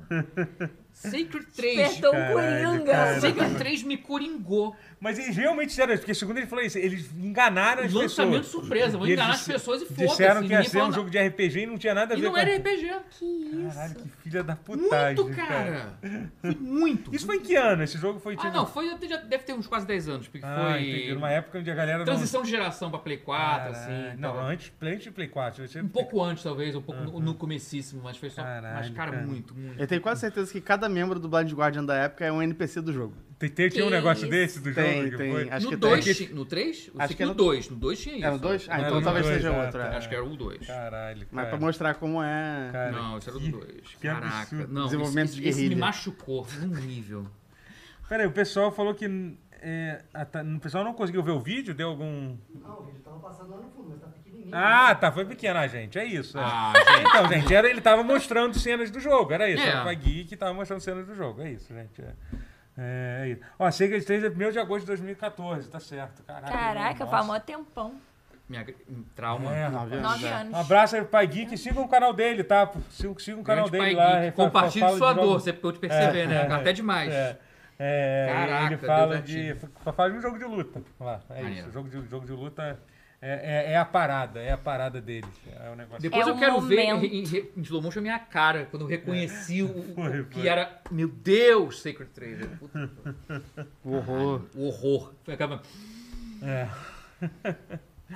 Speaker 2: Sacred 3.
Speaker 3: Apertou um
Speaker 1: Caralho,
Speaker 3: coringa.
Speaker 1: cara.
Speaker 2: Sacred 3 me coringou.
Speaker 1: Mas eles realmente fizeram isso, porque segundo ele falou isso, eles enganaram as
Speaker 2: Lançamento
Speaker 1: pessoas.
Speaker 2: surpresa, vou
Speaker 1: E eles
Speaker 2: enganar as
Speaker 1: disse-
Speaker 2: pessoas e foda-se.
Speaker 1: Disseram que ia
Speaker 2: ninguém
Speaker 1: ser
Speaker 2: fala
Speaker 1: um
Speaker 2: nada.
Speaker 1: jogo de RPG e não tinha nada a
Speaker 2: E
Speaker 1: ver
Speaker 2: não
Speaker 1: com
Speaker 2: era
Speaker 1: a-
Speaker 2: RPG.
Speaker 1: Caralho, que filha da putagem.
Speaker 2: Muito, cara. Foi muito.
Speaker 1: Isso foi em que ano? Esse jogo foi tipo
Speaker 2: Ah, não, foi até já deve ter uns quase 10 anos, porque
Speaker 1: Ah,
Speaker 2: foi
Speaker 1: entendi. Numa época onde a galera. não-
Speaker 2: transição de geração pra Play 4,
Speaker 1: Caralho.
Speaker 2: assim.
Speaker 1: Não,
Speaker 2: tava-
Speaker 1: então, antes, antes de Play 4. Você...
Speaker 2: Um pouco antes, talvez, um pouco no, no comecíssimo, mas foi só. mas,
Speaker 1: Caralho,
Speaker 2: cara,
Speaker 1: cara.
Speaker 2: muito, muito.
Speaker 4: Eu tenho quase certeza que cada membro do Blind Guardian da época é um NPC do jogo.
Speaker 1: Tem, tem, tinha um
Speaker 3: Que
Speaker 1: negócio
Speaker 3: isso.
Speaker 1: desse do
Speaker 4: Tem,
Speaker 1: jogo? que foi?
Speaker 4: tem. Acho
Speaker 2: no
Speaker 4: que
Speaker 2: 2,
Speaker 4: tem.
Speaker 2: no 3?
Speaker 4: Acho que
Speaker 2: no
Speaker 4: era-
Speaker 2: 2. No 2 tinha isso.
Speaker 4: Eram dois? Ah,
Speaker 1: Era
Speaker 4: então
Speaker 1: no
Speaker 4: talvez
Speaker 1: dois,
Speaker 4: seja
Speaker 1: ah,
Speaker 4: outro.
Speaker 1: tá.
Speaker 4: é.
Speaker 2: Acho que era o 2.
Speaker 1: Caralho.
Speaker 4: Mas pra
Speaker 1: cara.
Speaker 4: mostrar como é.
Speaker 1: Cara,
Speaker 2: Não, esse era do
Speaker 1: que-
Speaker 2: 2.
Speaker 1: que
Speaker 2: Caraca.
Speaker 1: absurdo.
Speaker 2: Não,
Speaker 4: Desenvolvimento
Speaker 2: esse,
Speaker 4: de
Speaker 2: esse, esse me
Speaker 4: guerrilha.
Speaker 2: machucou num nível.
Speaker 1: Peraí, o pessoal falou que. é, a ta- o pessoal não conseguiu ver o vídeo? Deu algum.
Speaker 5: Não, o vídeo tava passando lá no fundo, mas tá pequenininho.
Speaker 1: Ah, tá, foi pequena a gente, é isso. é.
Speaker 2: Ah,
Speaker 1: Então, gente, era, ele tava mostrando cenas do jogo, era isso.
Speaker 2: É.
Speaker 1: Era o Pagui que tava mostrando cenas do jogo, é isso, gente. É, é, é isso. Ó, Sega 3 é 1 de agosto de 2014, tá certo. Caraca,
Speaker 3: Caraca,
Speaker 1: nossa.
Speaker 3: faz mó tempão.
Speaker 2: minha, um trauma.
Speaker 1: É,
Speaker 4: Nove anos,
Speaker 3: Nove
Speaker 4: é.
Speaker 3: anos.
Speaker 1: Um abraço aí pro Pai Geek, sigam o canal dele, tá? Sigam, sigam o canal
Speaker 2: Grande
Speaker 1: dele
Speaker 2: pai
Speaker 1: lá.
Speaker 2: geek.
Speaker 1: ele fa- fa-
Speaker 2: Compartilhe
Speaker 1: fala de
Speaker 2: sua
Speaker 1: jogos-
Speaker 2: dor, você pôde perceber,
Speaker 1: É,
Speaker 2: né?
Speaker 1: é,
Speaker 2: Até demais.
Speaker 1: É, é,
Speaker 2: Caraca,
Speaker 1: ele fala de.
Speaker 2: Deus
Speaker 1: fa- Fala de um jogo de luta. Lá, é
Speaker 2: Maneiro.
Speaker 1: isso. Jogo de, jogo de luta é, é- é a parada, é a parada dele. É o negócio.
Speaker 2: Depois
Speaker 3: É
Speaker 2: eu
Speaker 3: um
Speaker 2: quero ver
Speaker 3: momento.
Speaker 2: em, em, em slow motion a minha cara, quando eu reconheci o, o-
Speaker 1: É. Foi,
Speaker 2: o que
Speaker 1: foi.
Speaker 2: era. Meu Deus, Sacred Trailer.
Speaker 4: O horror.
Speaker 2: o horror. Foi aquela-
Speaker 1: É.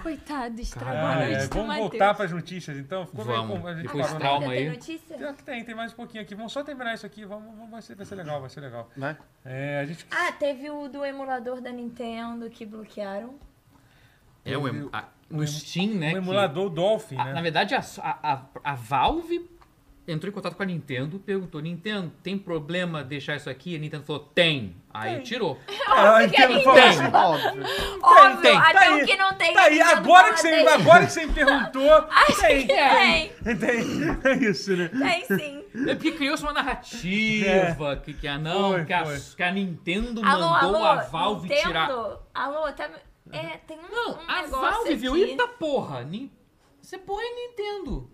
Speaker 6: Coitado, estragou
Speaker 1: Ah,
Speaker 6: a
Speaker 1: é,
Speaker 6: noite do
Speaker 1: Vamos
Speaker 6: Matheus.
Speaker 1: voltar pras notícias então? Ficou meio
Speaker 2: Vamos.
Speaker 1: com- a gente
Speaker 2: Ficou
Speaker 1: parou, né?
Speaker 2: trauma
Speaker 3: Ainda tem
Speaker 2: aí.
Speaker 3: notícia?
Speaker 1: Pior que tem, tem mais um pouquinho aqui. Vamos só terminar isso aqui. Vamos, vamos- vai, ser, vai ser legal, vai ser legal.
Speaker 4: Né?
Speaker 1: É, a gente.
Speaker 3: Ah, teve o do emulador da Nintendo que bloquearam.
Speaker 2: É
Speaker 1: um
Speaker 2: o em- a- no Steam, né?
Speaker 1: O
Speaker 2: que-
Speaker 1: um emulador Dolphin,
Speaker 2: a-
Speaker 1: né?
Speaker 2: na verdade, a, a, a- a Valve entrou em contato com a Nintendo, perguntou: Nintendo, tem problema deixar isso aqui? A Nintendo falou: tem. Aí tirou.
Speaker 1: Ah, a Nintendo falou assim,
Speaker 4: Óbvio.
Speaker 3: Óbvio,
Speaker 2: tem,
Speaker 3: até
Speaker 1: tá
Speaker 3: o
Speaker 1: aí,
Speaker 3: que não tem.
Speaker 1: Tá
Speaker 3: a
Speaker 1: aí,
Speaker 3: Nintendo
Speaker 1: agora
Speaker 3: fala,
Speaker 1: que, você,
Speaker 3: "Tem".
Speaker 1: agora que você me perguntou.
Speaker 3: Acho
Speaker 1: tem,
Speaker 3: que tem.
Speaker 1: tem. É isso, né?
Speaker 3: Tem sim.
Speaker 2: É porque criou-se uma narrativa que, que, a, não,
Speaker 1: É. Foi,
Speaker 2: que, a,
Speaker 1: foi.
Speaker 2: que a Nintendo
Speaker 3: Alô,
Speaker 2: mandou
Speaker 3: alô.
Speaker 2: a Valve
Speaker 3: Nintendo?
Speaker 2: tirar.
Speaker 3: Alô, tá. me- É, tem um.
Speaker 2: Não,
Speaker 3: um
Speaker 2: a
Speaker 1: é
Speaker 3: negócio
Speaker 2: Valve viu. tá
Speaker 3: aqui.
Speaker 2: Eita porra! Nin- Você porra é Nintendo.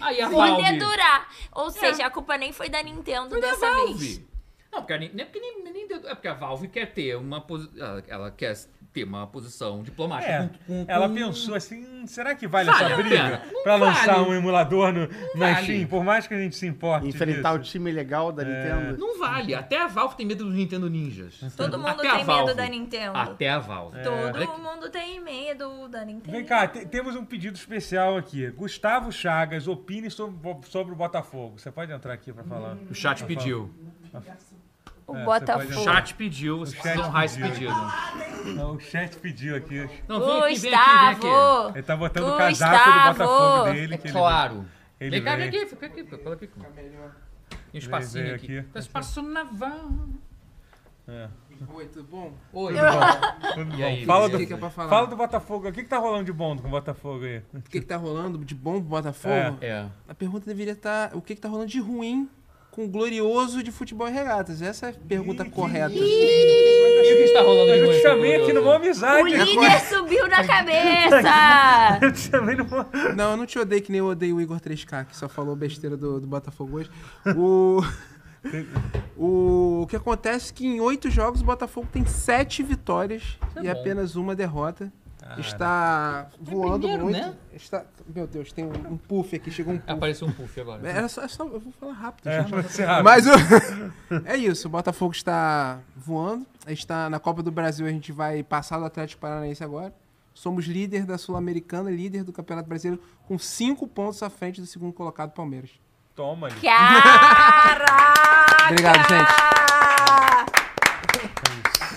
Speaker 2: Aí a
Speaker 3: Poder
Speaker 2: Valve- É.
Speaker 3: durar. Ou seja, a culpa nem foi da Nintendo
Speaker 2: Foi da
Speaker 3: dessa vez.
Speaker 2: Valve. Não, porque, a Nin- nem, porque nem, nem deu- é porque a Valve quer ter uma posição. Ela, ela quer ter uma posição diplomática.
Speaker 1: É,
Speaker 2: com- com- um com-
Speaker 1: ela pensou assim, "Hum, será que vale,
Speaker 2: Vale
Speaker 1: essa
Speaker 2: a
Speaker 1: briga
Speaker 2: pena? Não
Speaker 1: pra lançar
Speaker 2: vale.
Speaker 1: um emulador no, na
Speaker 2: vale.
Speaker 1: Steam? Por mais que a gente se importe
Speaker 4: Enfrentar o
Speaker 1: disso.
Speaker 4: time legal da Nintendo.
Speaker 2: Não vale. Até a Valve tem medo dos Nintendo Ninjas.
Speaker 3: Todo mundo
Speaker 2: Até a
Speaker 3: tem
Speaker 2: Valve.
Speaker 3: medo da Nintendo.
Speaker 2: Até a Valve.
Speaker 1: É.
Speaker 3: Todo
Speaker 2: Olha que-
Speaker 3: mundo tem medo da Nintendo.
Speaker 1: Vem cá, te- temos um pedido especial aqui. Gustavo Chagas, opine sobre, sobre o Botafogo. Você pode entrar aqui pra falar.
Speaker 3: Hum.
Speaker 2: O chat pediu.
Speaker 1: É, você
Speaker 3: O
Speaker 2: O
Speaker 1: pode-
Speaker 3: Botafogo.
Speaker 2: chat pediu, vocês
Speaker 1: O
Speaker 2: precisam
Speaker 1: chat
Speaker 2: honrar esse
Speaker 1: pediu.
Speaker 2: pedido.
Speaker 1: Não, o chat pediu aqui.
Speaker 2: Não, vem aqui, vem aqui, vem aqui.
Speaker 3: Gustavo!
Speaker 1: Ele tá botando o
Speaker 3: Gustavo!
Speaker 1: casaco do Botafogo dele. Que
Speaker 2: É
Speaker 1: ele-
Speaker 2: claro.
Speaker 1: Ele
Speaker 2: vem cá, vem
Speaker 1: vem.
Speaker 2: aqui, fica aqui, cola aqui. Tem um espacinho
Speaker 1: veio
Speaker 2: aqui.
Speaker 1: aqui.
Speaker 2: Tá espaço naval.
Speaker 1: É.
Speaker 10: Oi, tudo bom?
Speaker 2: Oi.
Speaker 1: Tudo
Speaker 2: E
Speaker 1: bom.
Speaker 2: aí,
Speaker 1: fala,
Speaker 10: O que que é
Speaker 1: do,
Speaker 10: pra falar?
Speaker 1: fala do Botafogo. O que, que tá rolando de bom com o Botafogo aí?
Speaker 10: O que, que tá rolando de bom pro Botafogo?
Speaker 1: É.
Speaker 2: É.
Speaker 10: A pergunta deveria estar: o que, que tá rolando de ruim com o glorioso de futebol e regatas? Essa é a pergunta
Speaker 9: Hum,
Speaker 10: correta.
Speaker 2: E o que está rolando aí
Speaker 1: Eu te
Speaker 2: hoje,
Speaker 1: chamei aqui
Speaker 2: Rodolfo?
Speaker 1: numa
Speaker 3: O
Speaker 1: amizade.
Speaker 3: líder subiu na cabeça!
Speaker 1: Eu te chamei numa...
Speaker 10: Não, eu não te odeio que nem eu odeio o Igor 3K, que só falou besteira do, do Botafogo hoje. O. O, o que acontece é que em oito jogos o Botafogo tem sete vitórias
Speaker 2: Isso é
Speaker 10: e
Speaker 2: bom.
Speaker 10: apenas uma derrota. está voando
Speaker 2: primeiro,
Speaker 10: muito.
Speaker 2: né?
Speaker 10: Está, meu Deus, tem um, um puff aqui, chegou um puff.
Speaker 2: Apareceu um puff agora.
Speaker 10: Era só, é só- eu vou falar rápido,
Speaker 1: É,
Speaker 10: gente.
Speaker 1: você abre.
Speaker 10: Mas o... é isso, o Botafogo está voando. A gente está na Copa do Brasil, a gente vai passar do Atlético Paranaense agora. Somos líder da Sul-Americana, líder do Campeonato Brasileiro, com cinco pontos à frente do segundo colocado, Palmeiras.
Speaker 1: Toma, gente.
Speaker 3: Caraca!
Speaker 10: Obrigado, gente.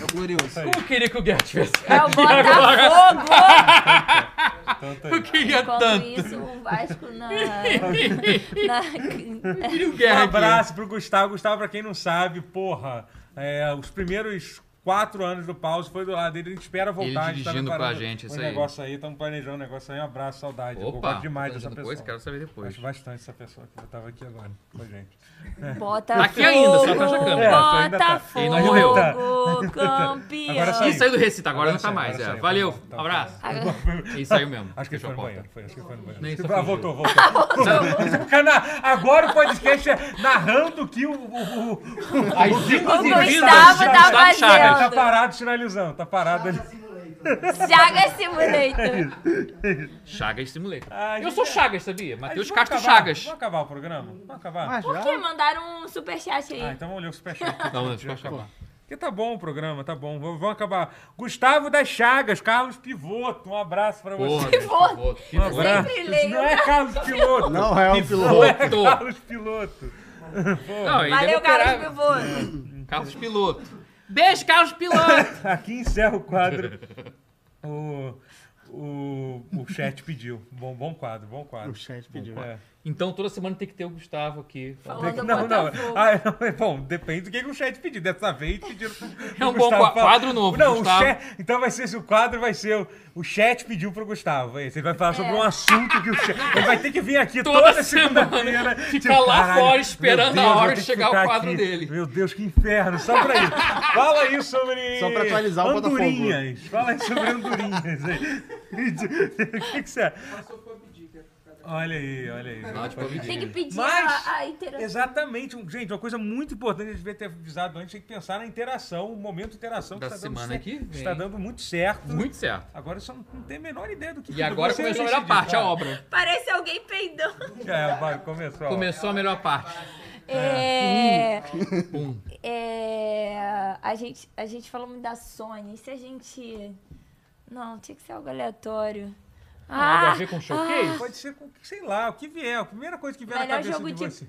Speaker 10: É o glorioso.
Speaker 2: Como eu queria que o Guerra tivesse
Speaker 3: É o
Speaker 2: aqui agora?
Speaker 3: Botafogo!
Speaker 1: Tanto
Speaker 2: Eu
Speaker 1: aí.
Speaker 2: queria
Speaker 3: Enquanto
Speaker 2: tanto.
Speaker 3: isso, o Vasco na... na...
Speaker 2: Eu queria o
Speaker 1: Um
Speaker 2: Guerra é aqui.
Speaker 1: abraço pro Gustavo. Gustavo, pra quem não sabe, porra, é, os primeiros quatro anos do pause foi do lado dele. A gente espera voltar.
Speaker 2: Ele
Speaker 1: a gente tá
Speaker 2: dirigindo com a
Speaker 1: preparando
Speaker 2: gente,
Speaker 1: um
Speaker 2: isso aí.
Speaker 1: negócio aí. Estamos planejando um negócio aí. Um abraço, saudade. eu
Speaker 2: Opa,
Speaker 1: gosto demais dessa
Speaker 2: depois,
Speaker 1: pessoa.
Speaker 2: quero saber depois.
Speaker 1: Gosto bastante dessa pessoa que tava aqui agora com a gente.
Speaker 3: é, Botafogo!
Speaker 2: Tá Aqui ainda, só atrás da câmera.
Speaker 1: É, só ainda tá.
Speaker 2: Ele não morreu.
Speaker 3: Botafogo, campeão!
Speaker 1: Agora saiu.
Speaker 2: Ih, saiu do Recita, agora,
Speaker 1: Agora
Speaker 2: não tá
Speaker 1: saiu,
Speaker 2: mais.
Speaker 1: agora
Speaker 2: é.
Speaker 1: saiu,
Speaker 2: Valeu,
Speaker 1: tá bom, tá bom.
Speaker 2: abraço.
Speaker 3: Agora-
Speaker 2: E saiu mesmo.
Speaker 1: Acho que ele foi
Speaker 2: Fechou a
Speaker 1: no banheiro.
Speaker 2: porta.
Speaker 1: Foi, acho que ele foi no banheiro.
Speaker 2: Nem só
Speaker 1: ah,
Speaker 2: fingiu.
Speaker 1: voltou, voltou. Cana- Agora o podcast é narrando que o. o, o-
Speaker 2: As
Speaker 3: O
Speaker 2: vindas e vindas de
Speaker 3: Gustavo tá
Speaker 2: Gustavo
Speaker 1: tá
Speaker 2: Chagas.
Speaker 3: fazendo.
Speaker 1: parado sinalizando, tá parado ali.
Speaker 3: Jaga
Speaker 1: É
Speaker 3: Simulator!
Speaker 2: Chagas Simulator.
Speaker 1: Ah,
Speaker 2: Eu
Speaker 1: gente,
Speaker 2: sou
Speaker 1: é.
Speaker 2: Chagas, sabia? Matheus
Speaker 1: Vamos
Speaker 2: Castro
Speaker 1: acabar,
Speaker 2: Chagas.
Speaker 1: Vamos acabar o programa? Vamos acabar?
Speaker 4: Mas
Speaker 3: Por
Speaker 4: já?
Speaker 3: que mandaram um superchat
Speaker 1: Ah,
Speaker 3: aí?
Speaker 1: então vamos ler o superchat. aqui,
Speaker 2: Não, não,
Speaker 1: gente, já
Speaker 2: deixa eu
Speaker 1: acabou.
Speaker 2: acabar.
Speaker 1: Porque tá bom o programa, tá bom. Vamos vamos acabar. Gustavo das Chagas, Carlos Pivoto, um abraço pra você.
Speaker 2: Porra, que
Speaker 3: voto.
Speaker 2: voto, que né?
Speaker 1: Um
Speaker 2: voto.
Speaker 1: abraço.
Speaker 3: sempre leio.
Speaker 1: Não é Carlos Piloto.
Speaker 4: Não é o
Speaker 1: Não
Speaker 4: piloto.
Speaker 1: é Carlos Piloto.
Speaker 2: Não, ele deve
Speaker 3: Valeu, Carlos
Speaker 2: operar-
Speaker 3: Pivoto!
Speaker 2: Carlos Piloto. Beijo, Carlos Piloto.
Speaker 1: Aqui encerra o quadro. O, o, o chat pediu. Bom, bom quadro, bom quadro.
Speaker 4: O chat pediu.
Speaker 1: É.
Speaker 2: Então toda semana tem que ter o Gustavo aqui.
Speaker 3: Falando do
Speaker 1: Não, não.
Speaker 3: Botafogo.
Speaker 1: Ah, não, é bom, depende do que que o chat pedir. Dessa vez pediram. pro- pro
Speaker 2: É um bom
Speaker 1: Gustavo
Speaker 2: qua-
Speaker 1: falar.
Speaker 2: quadro novo,
Speaker 1: Não, o
Speaker 2: Gustavo.
Speaker 1: chat. Então vai ser esse o quadro, vai ser o, o chat pediu pro Gustavo. Aí Você vai falar sobre um assunto que o chat. Ele vai ter que vir aqui toda,
Speaker 2: Toda semana,
Speaker 1: segunda-feira. Tipo,
Speaker 2: ficar lá fora esperando
Speaker 1: meu
Speaker 2: a hora
Speaker 1: vou ter
Speaker 2: de
Speaker 1: que
Speaker 2: chegar o
Speaker 1: ficar
Speaker 2: quadro dele.
Speaker 1: Meu Deus, que inferno. Só pra isso. Fala aí sobre.
Speaker 4: Só pra atualizar o Botafogo.
Speaker 1: Andorinhas. Fala aí sobre andorinhas. aí. o que, que você. Olha aí, olha aí.
Speaker 2: Não, tipo, eu me
Speaker 3: Tem que
Speaker 2: digo.
Speaker 3: pedir
Speaker 1: Mas-
Speaker 3: a, a interação.
Speaker 1: Exatamente. Um- Gente, uma coisa muito importante, a gente devia ter avisado antes, tem que pensar na interação, o momento de interação
Speaker 2: Da
Speaker 1: que está dando,
Speaker 2: semana
Speaker 1: certo-
Speaker 2: que vem.
Speaker 1: está dando muito certo.
Speaker 2: Muito certo.
Speaker 1: Agora eu só não não tenho a menor ideia do que...
Speaker 2: E agora
Speaker 1: Você
Speaker 2: começou a melhor
Speaker 1: decidiu,
Speaker 2: parte, a
Speaker 1: vai.
Speaker 2: obra.
Speaker 3: Parece alguém peidando.
Speaker 1: É, vai, começou a obra.
Speaker 2: Começou a melhor parte.
Speaker 3: É.
Speaker 2: Pum.
Speaker 3: É, a, gente, a gente falou muito da Sony. E se a gente. Não, tinha que ser algo aleatório.
Speaker 2: Ah,
Speaker 3: Ah,
Speaker 2: a ver com showcase?
Speaker 1: Pode ser, com, sei lá, o que vier. A primeira coisa que vier na
Speaker 3: Melhor
Speaker 1: cabeça
Speaker 3: jogo
Speaker 1: de,
Speaker 3: de-
Speaker 1: você.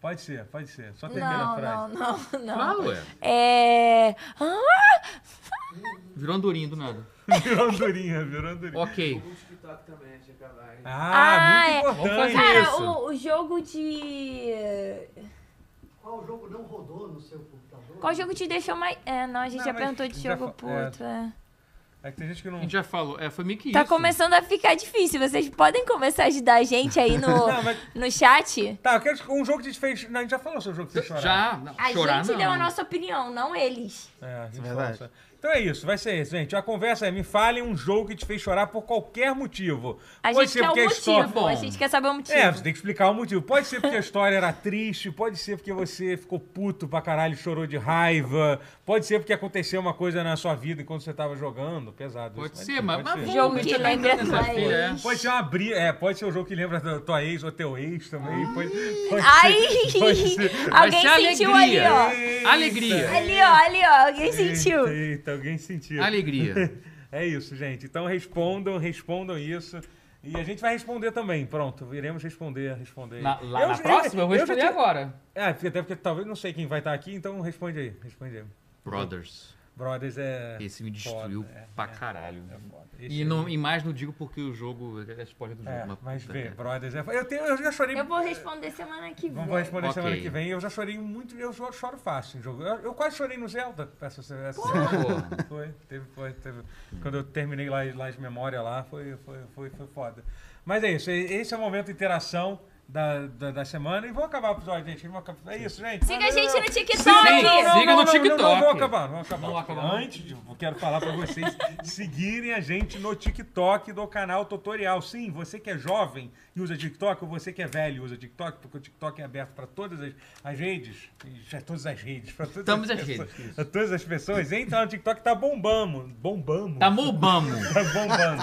Speaker 1: Pode ser, pode ser. Só termina a
Speaker 3: Ah, não,
Speaker 1: frase.
Speaker 3: não, não, não.
Speaker 2: Ah, ué.
Speaker 3: É. Ah,
Speaker 2: Virou andorinha do nada.
Speaker 1: Virou andorinha, virou andorinha.
Speaker 2: Ok.
Speaker 7: TikTok também, antes de acabar, hein?
Speaker 1: Ah,
Speaker 3: Ah, é.
Speaker 1: muito
Speaker 2: Vamos fazer
Speaker 1: importante.
Speaker 3: cara,
Speaker 2: isso.
Speaker 3: o, o jogo de.
Speaker 5: Qual jogo não rodou no seu computador?
Speaker 3: Qual jogo te deixou mais. É, não, a gente
Speaker 1: Não,
Speaker 3: já
Speaker 1: mas
Speaker 3: perguntou de
Speaker 1: já
Speaker 3: jogo
Speaker 1: fa- é.
Speaker 3: puto. é.
Speaker 1: É que tem gente que não...
Speaker 2: A gente já falou. É, foi meio que
Speaker 3: Tá
Speaker 2: isso.
Speaker 3: começando a ficar difícil. Vocês podem começar a ajudar a gente aí no,
Speaker 1: Não, mas-
Speaker 3: no chat?
Speaker 1: Tá, eu quero um jogo que a gente fez... Não, a gente já falou sobre o jogo que fez chorar.
Speaker 2: Já. Não,
Speaker 3: A
Speaker 2: chorar
Speaker 3: gente
Speaker 2: não.
Speaker 3: deu a nossa opinião, não eles.
Speaker 1: É, a gente
Speaker 4: Verdade.
Speaker 1: fala só. Então é isso, vai ser isso, gente. A conversa é, me falem um jogo que te fez chorar por qualquer motivo.
Speaker 3: A gente quer o motivo, a gente quer saber o motivo.
Speaker 1: É, você tem que explicar o motivo. Pode ser porque a história era triste, pode ser porque você ficou puto pra caralho, chorou de raiva, pode ser porque aconteceu uma coisa na sua vida enquanto você tava jogando, pesado. isso,
Speaker 2: Pode
Speaker 1: mas
Speaker 2: ser,
Speaker 1: enfim,
Speaker 2: mas, mas
Speaker 1: pode ser.
Speaker 2: vamos,
Speaker 3: Jogo
Speaker 2: a gente
Speaker 3: que
Speaker 2: tá
Speaker 3: lembra
Speaker 2: entrando nessa
Speaker 3: mais.
Speaker 2: fila, é.
Speaker 1: Pode ser uma briga, é, pode ser um jogo que lembra da tua ex ou teu ex também. Pode, pode
Speaker 3: Ai!
Speaker 1: ser, pode ser.
Speaker 2: Vai ser
Speaker 3: Alguém sentiu ali,
Speaker 2: alegria.
Speaker 3: ó.
Speaker 1: Eita,
Speaker 2: Alegria.
Speaker 3: Ali, ó, ali, ó. Alguém sentiu.
Speaker 1: Eita, eita, alguém sentiu.
Speaker 2: Alegria.
Speaker 1: É isso, gente. Então respondam, respondam isso. E a gente vai responder também, pronto. Iremos responder, responder.
Speaker 2: Na, lá
Speaker 1: Eu-
Speaker 2: na
Speaker 1: eu-
Speaker 2: próxima, eu vou
Speaker 1: eu já
Speaker 2: responder
Speaker 1: tinha-
Speaker 2: agora.
Speaker 1: É, porque- até porque talvez não sei quem vai estar aqui, então responde aí. Responde aí.
Speaker 2: Brothers.
Speaker 1: Brothers é.
Speaker 2: Esse me destruiu
Speaker 1: Foda, é,
Speaker 2: pra caralho.
Speaker 1: é foda. Esse
Speaker 2: E, não, e mais não digo porque o jogo é spoiler do jogo.
Speaker 1: É,
Speaker 2: mas
Speaker 1: mas
Speaker 2: puta,
Speaker 1: vê,
Speaker 2: cara.
Speaker 1: Brothers é. Eu, tenho, eu já chorei.
Speaker 6: Eu vou responder semana que vem.
Speaker 1: Vamos vou responder
Speaker 2: Ok.
Speaker 1: semana que vem. Eu já chorei muito. Eu choro, choro fácil em jogo. Eu, eu quase chorei no Zelda. Essa, essa,
Speaker 2: Porra.
Speaker 1: Foi, teve, foi, teve. Quando eu terminei lá, lá de memória lá, foi, foi, foi, foi foda. Mas é isso, e- esse é o momento de interação da, da, da semana. E vou acabar o episódio, gente. Vamos acabar- É isso, gente.
Speaker 3: Siga a gente no TikTok.
Speaker 1: Não,
Speaker 2: Sim,
Speaker 1: não,
Speaker 2: Siga
Speaker 1: não,
Speaker 2: no
Speaker 1: não,
Speaker 2: TikTok.
Speaker 1: Não, não, vou acabar, vou acabar.
Speaker 2: Vamos acabar.
Speaker 1: Antes, de- eu quero falar pra vocês seguirem a gente no TikTok do canal Tutorial. Sim, você que é jovem e usa TikTok, ou você que é velho e usa TikTok, porque o TikTok é aberto pra todas as, as redes, já todas as redes, pra todas
Speaker 2: Estamos
Speaker 1: as
Speaker 2: às
Speaker 1: pessoas,
Speaker 2: redes, isso.
Speaker 1: pra todas as pessoas. Entra no TikTok, tá bombando, bombando.
Speaker 2: Tá mobamo.
Speaker 1: Tá bombando.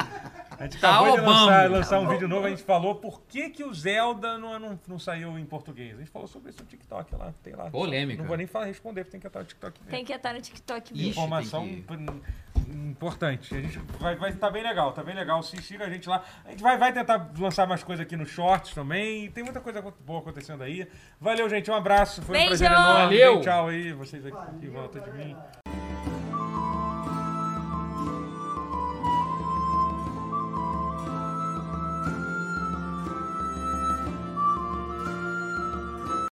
Speaker 1: A gente
Speaker 2: Tá
Speaker 1: acabou de
Speaker 2: Obama.
Speaker 1: lançar, lançar um vídeo novo, a gente falou por que, que o Zelda não, não, não saiu em português. A gente falou sobre isso no TikTok lá, tem lá.
Speaker 2: Polêmica.
Speaker 1: Não vou nem falar, responder, porque tem que entrar no TikTok mesmo.
Speaker 3: Tem que estar no TikTok
Speaker 2: Ih,
Speaker 3: mesmo.
Speaker 1: Informação
Speaker 2: tem que-
Speaker 1: pr- importante. A gente vai, vai tá bem legal, tá bem legal. Se siga a gente lá. A gente vai, vai tentar lançar mais coisas aqui no shorts também. Tem muita coisa boa acontecendo aí. Valeu, gente. Um abraço. Foi um
Speaker 3: Beijo!
Speaker 1: prazer enorme.
Speaker 2: Valeu!
Speaker 1: Tchau aí, vocês aqui em volta de mim.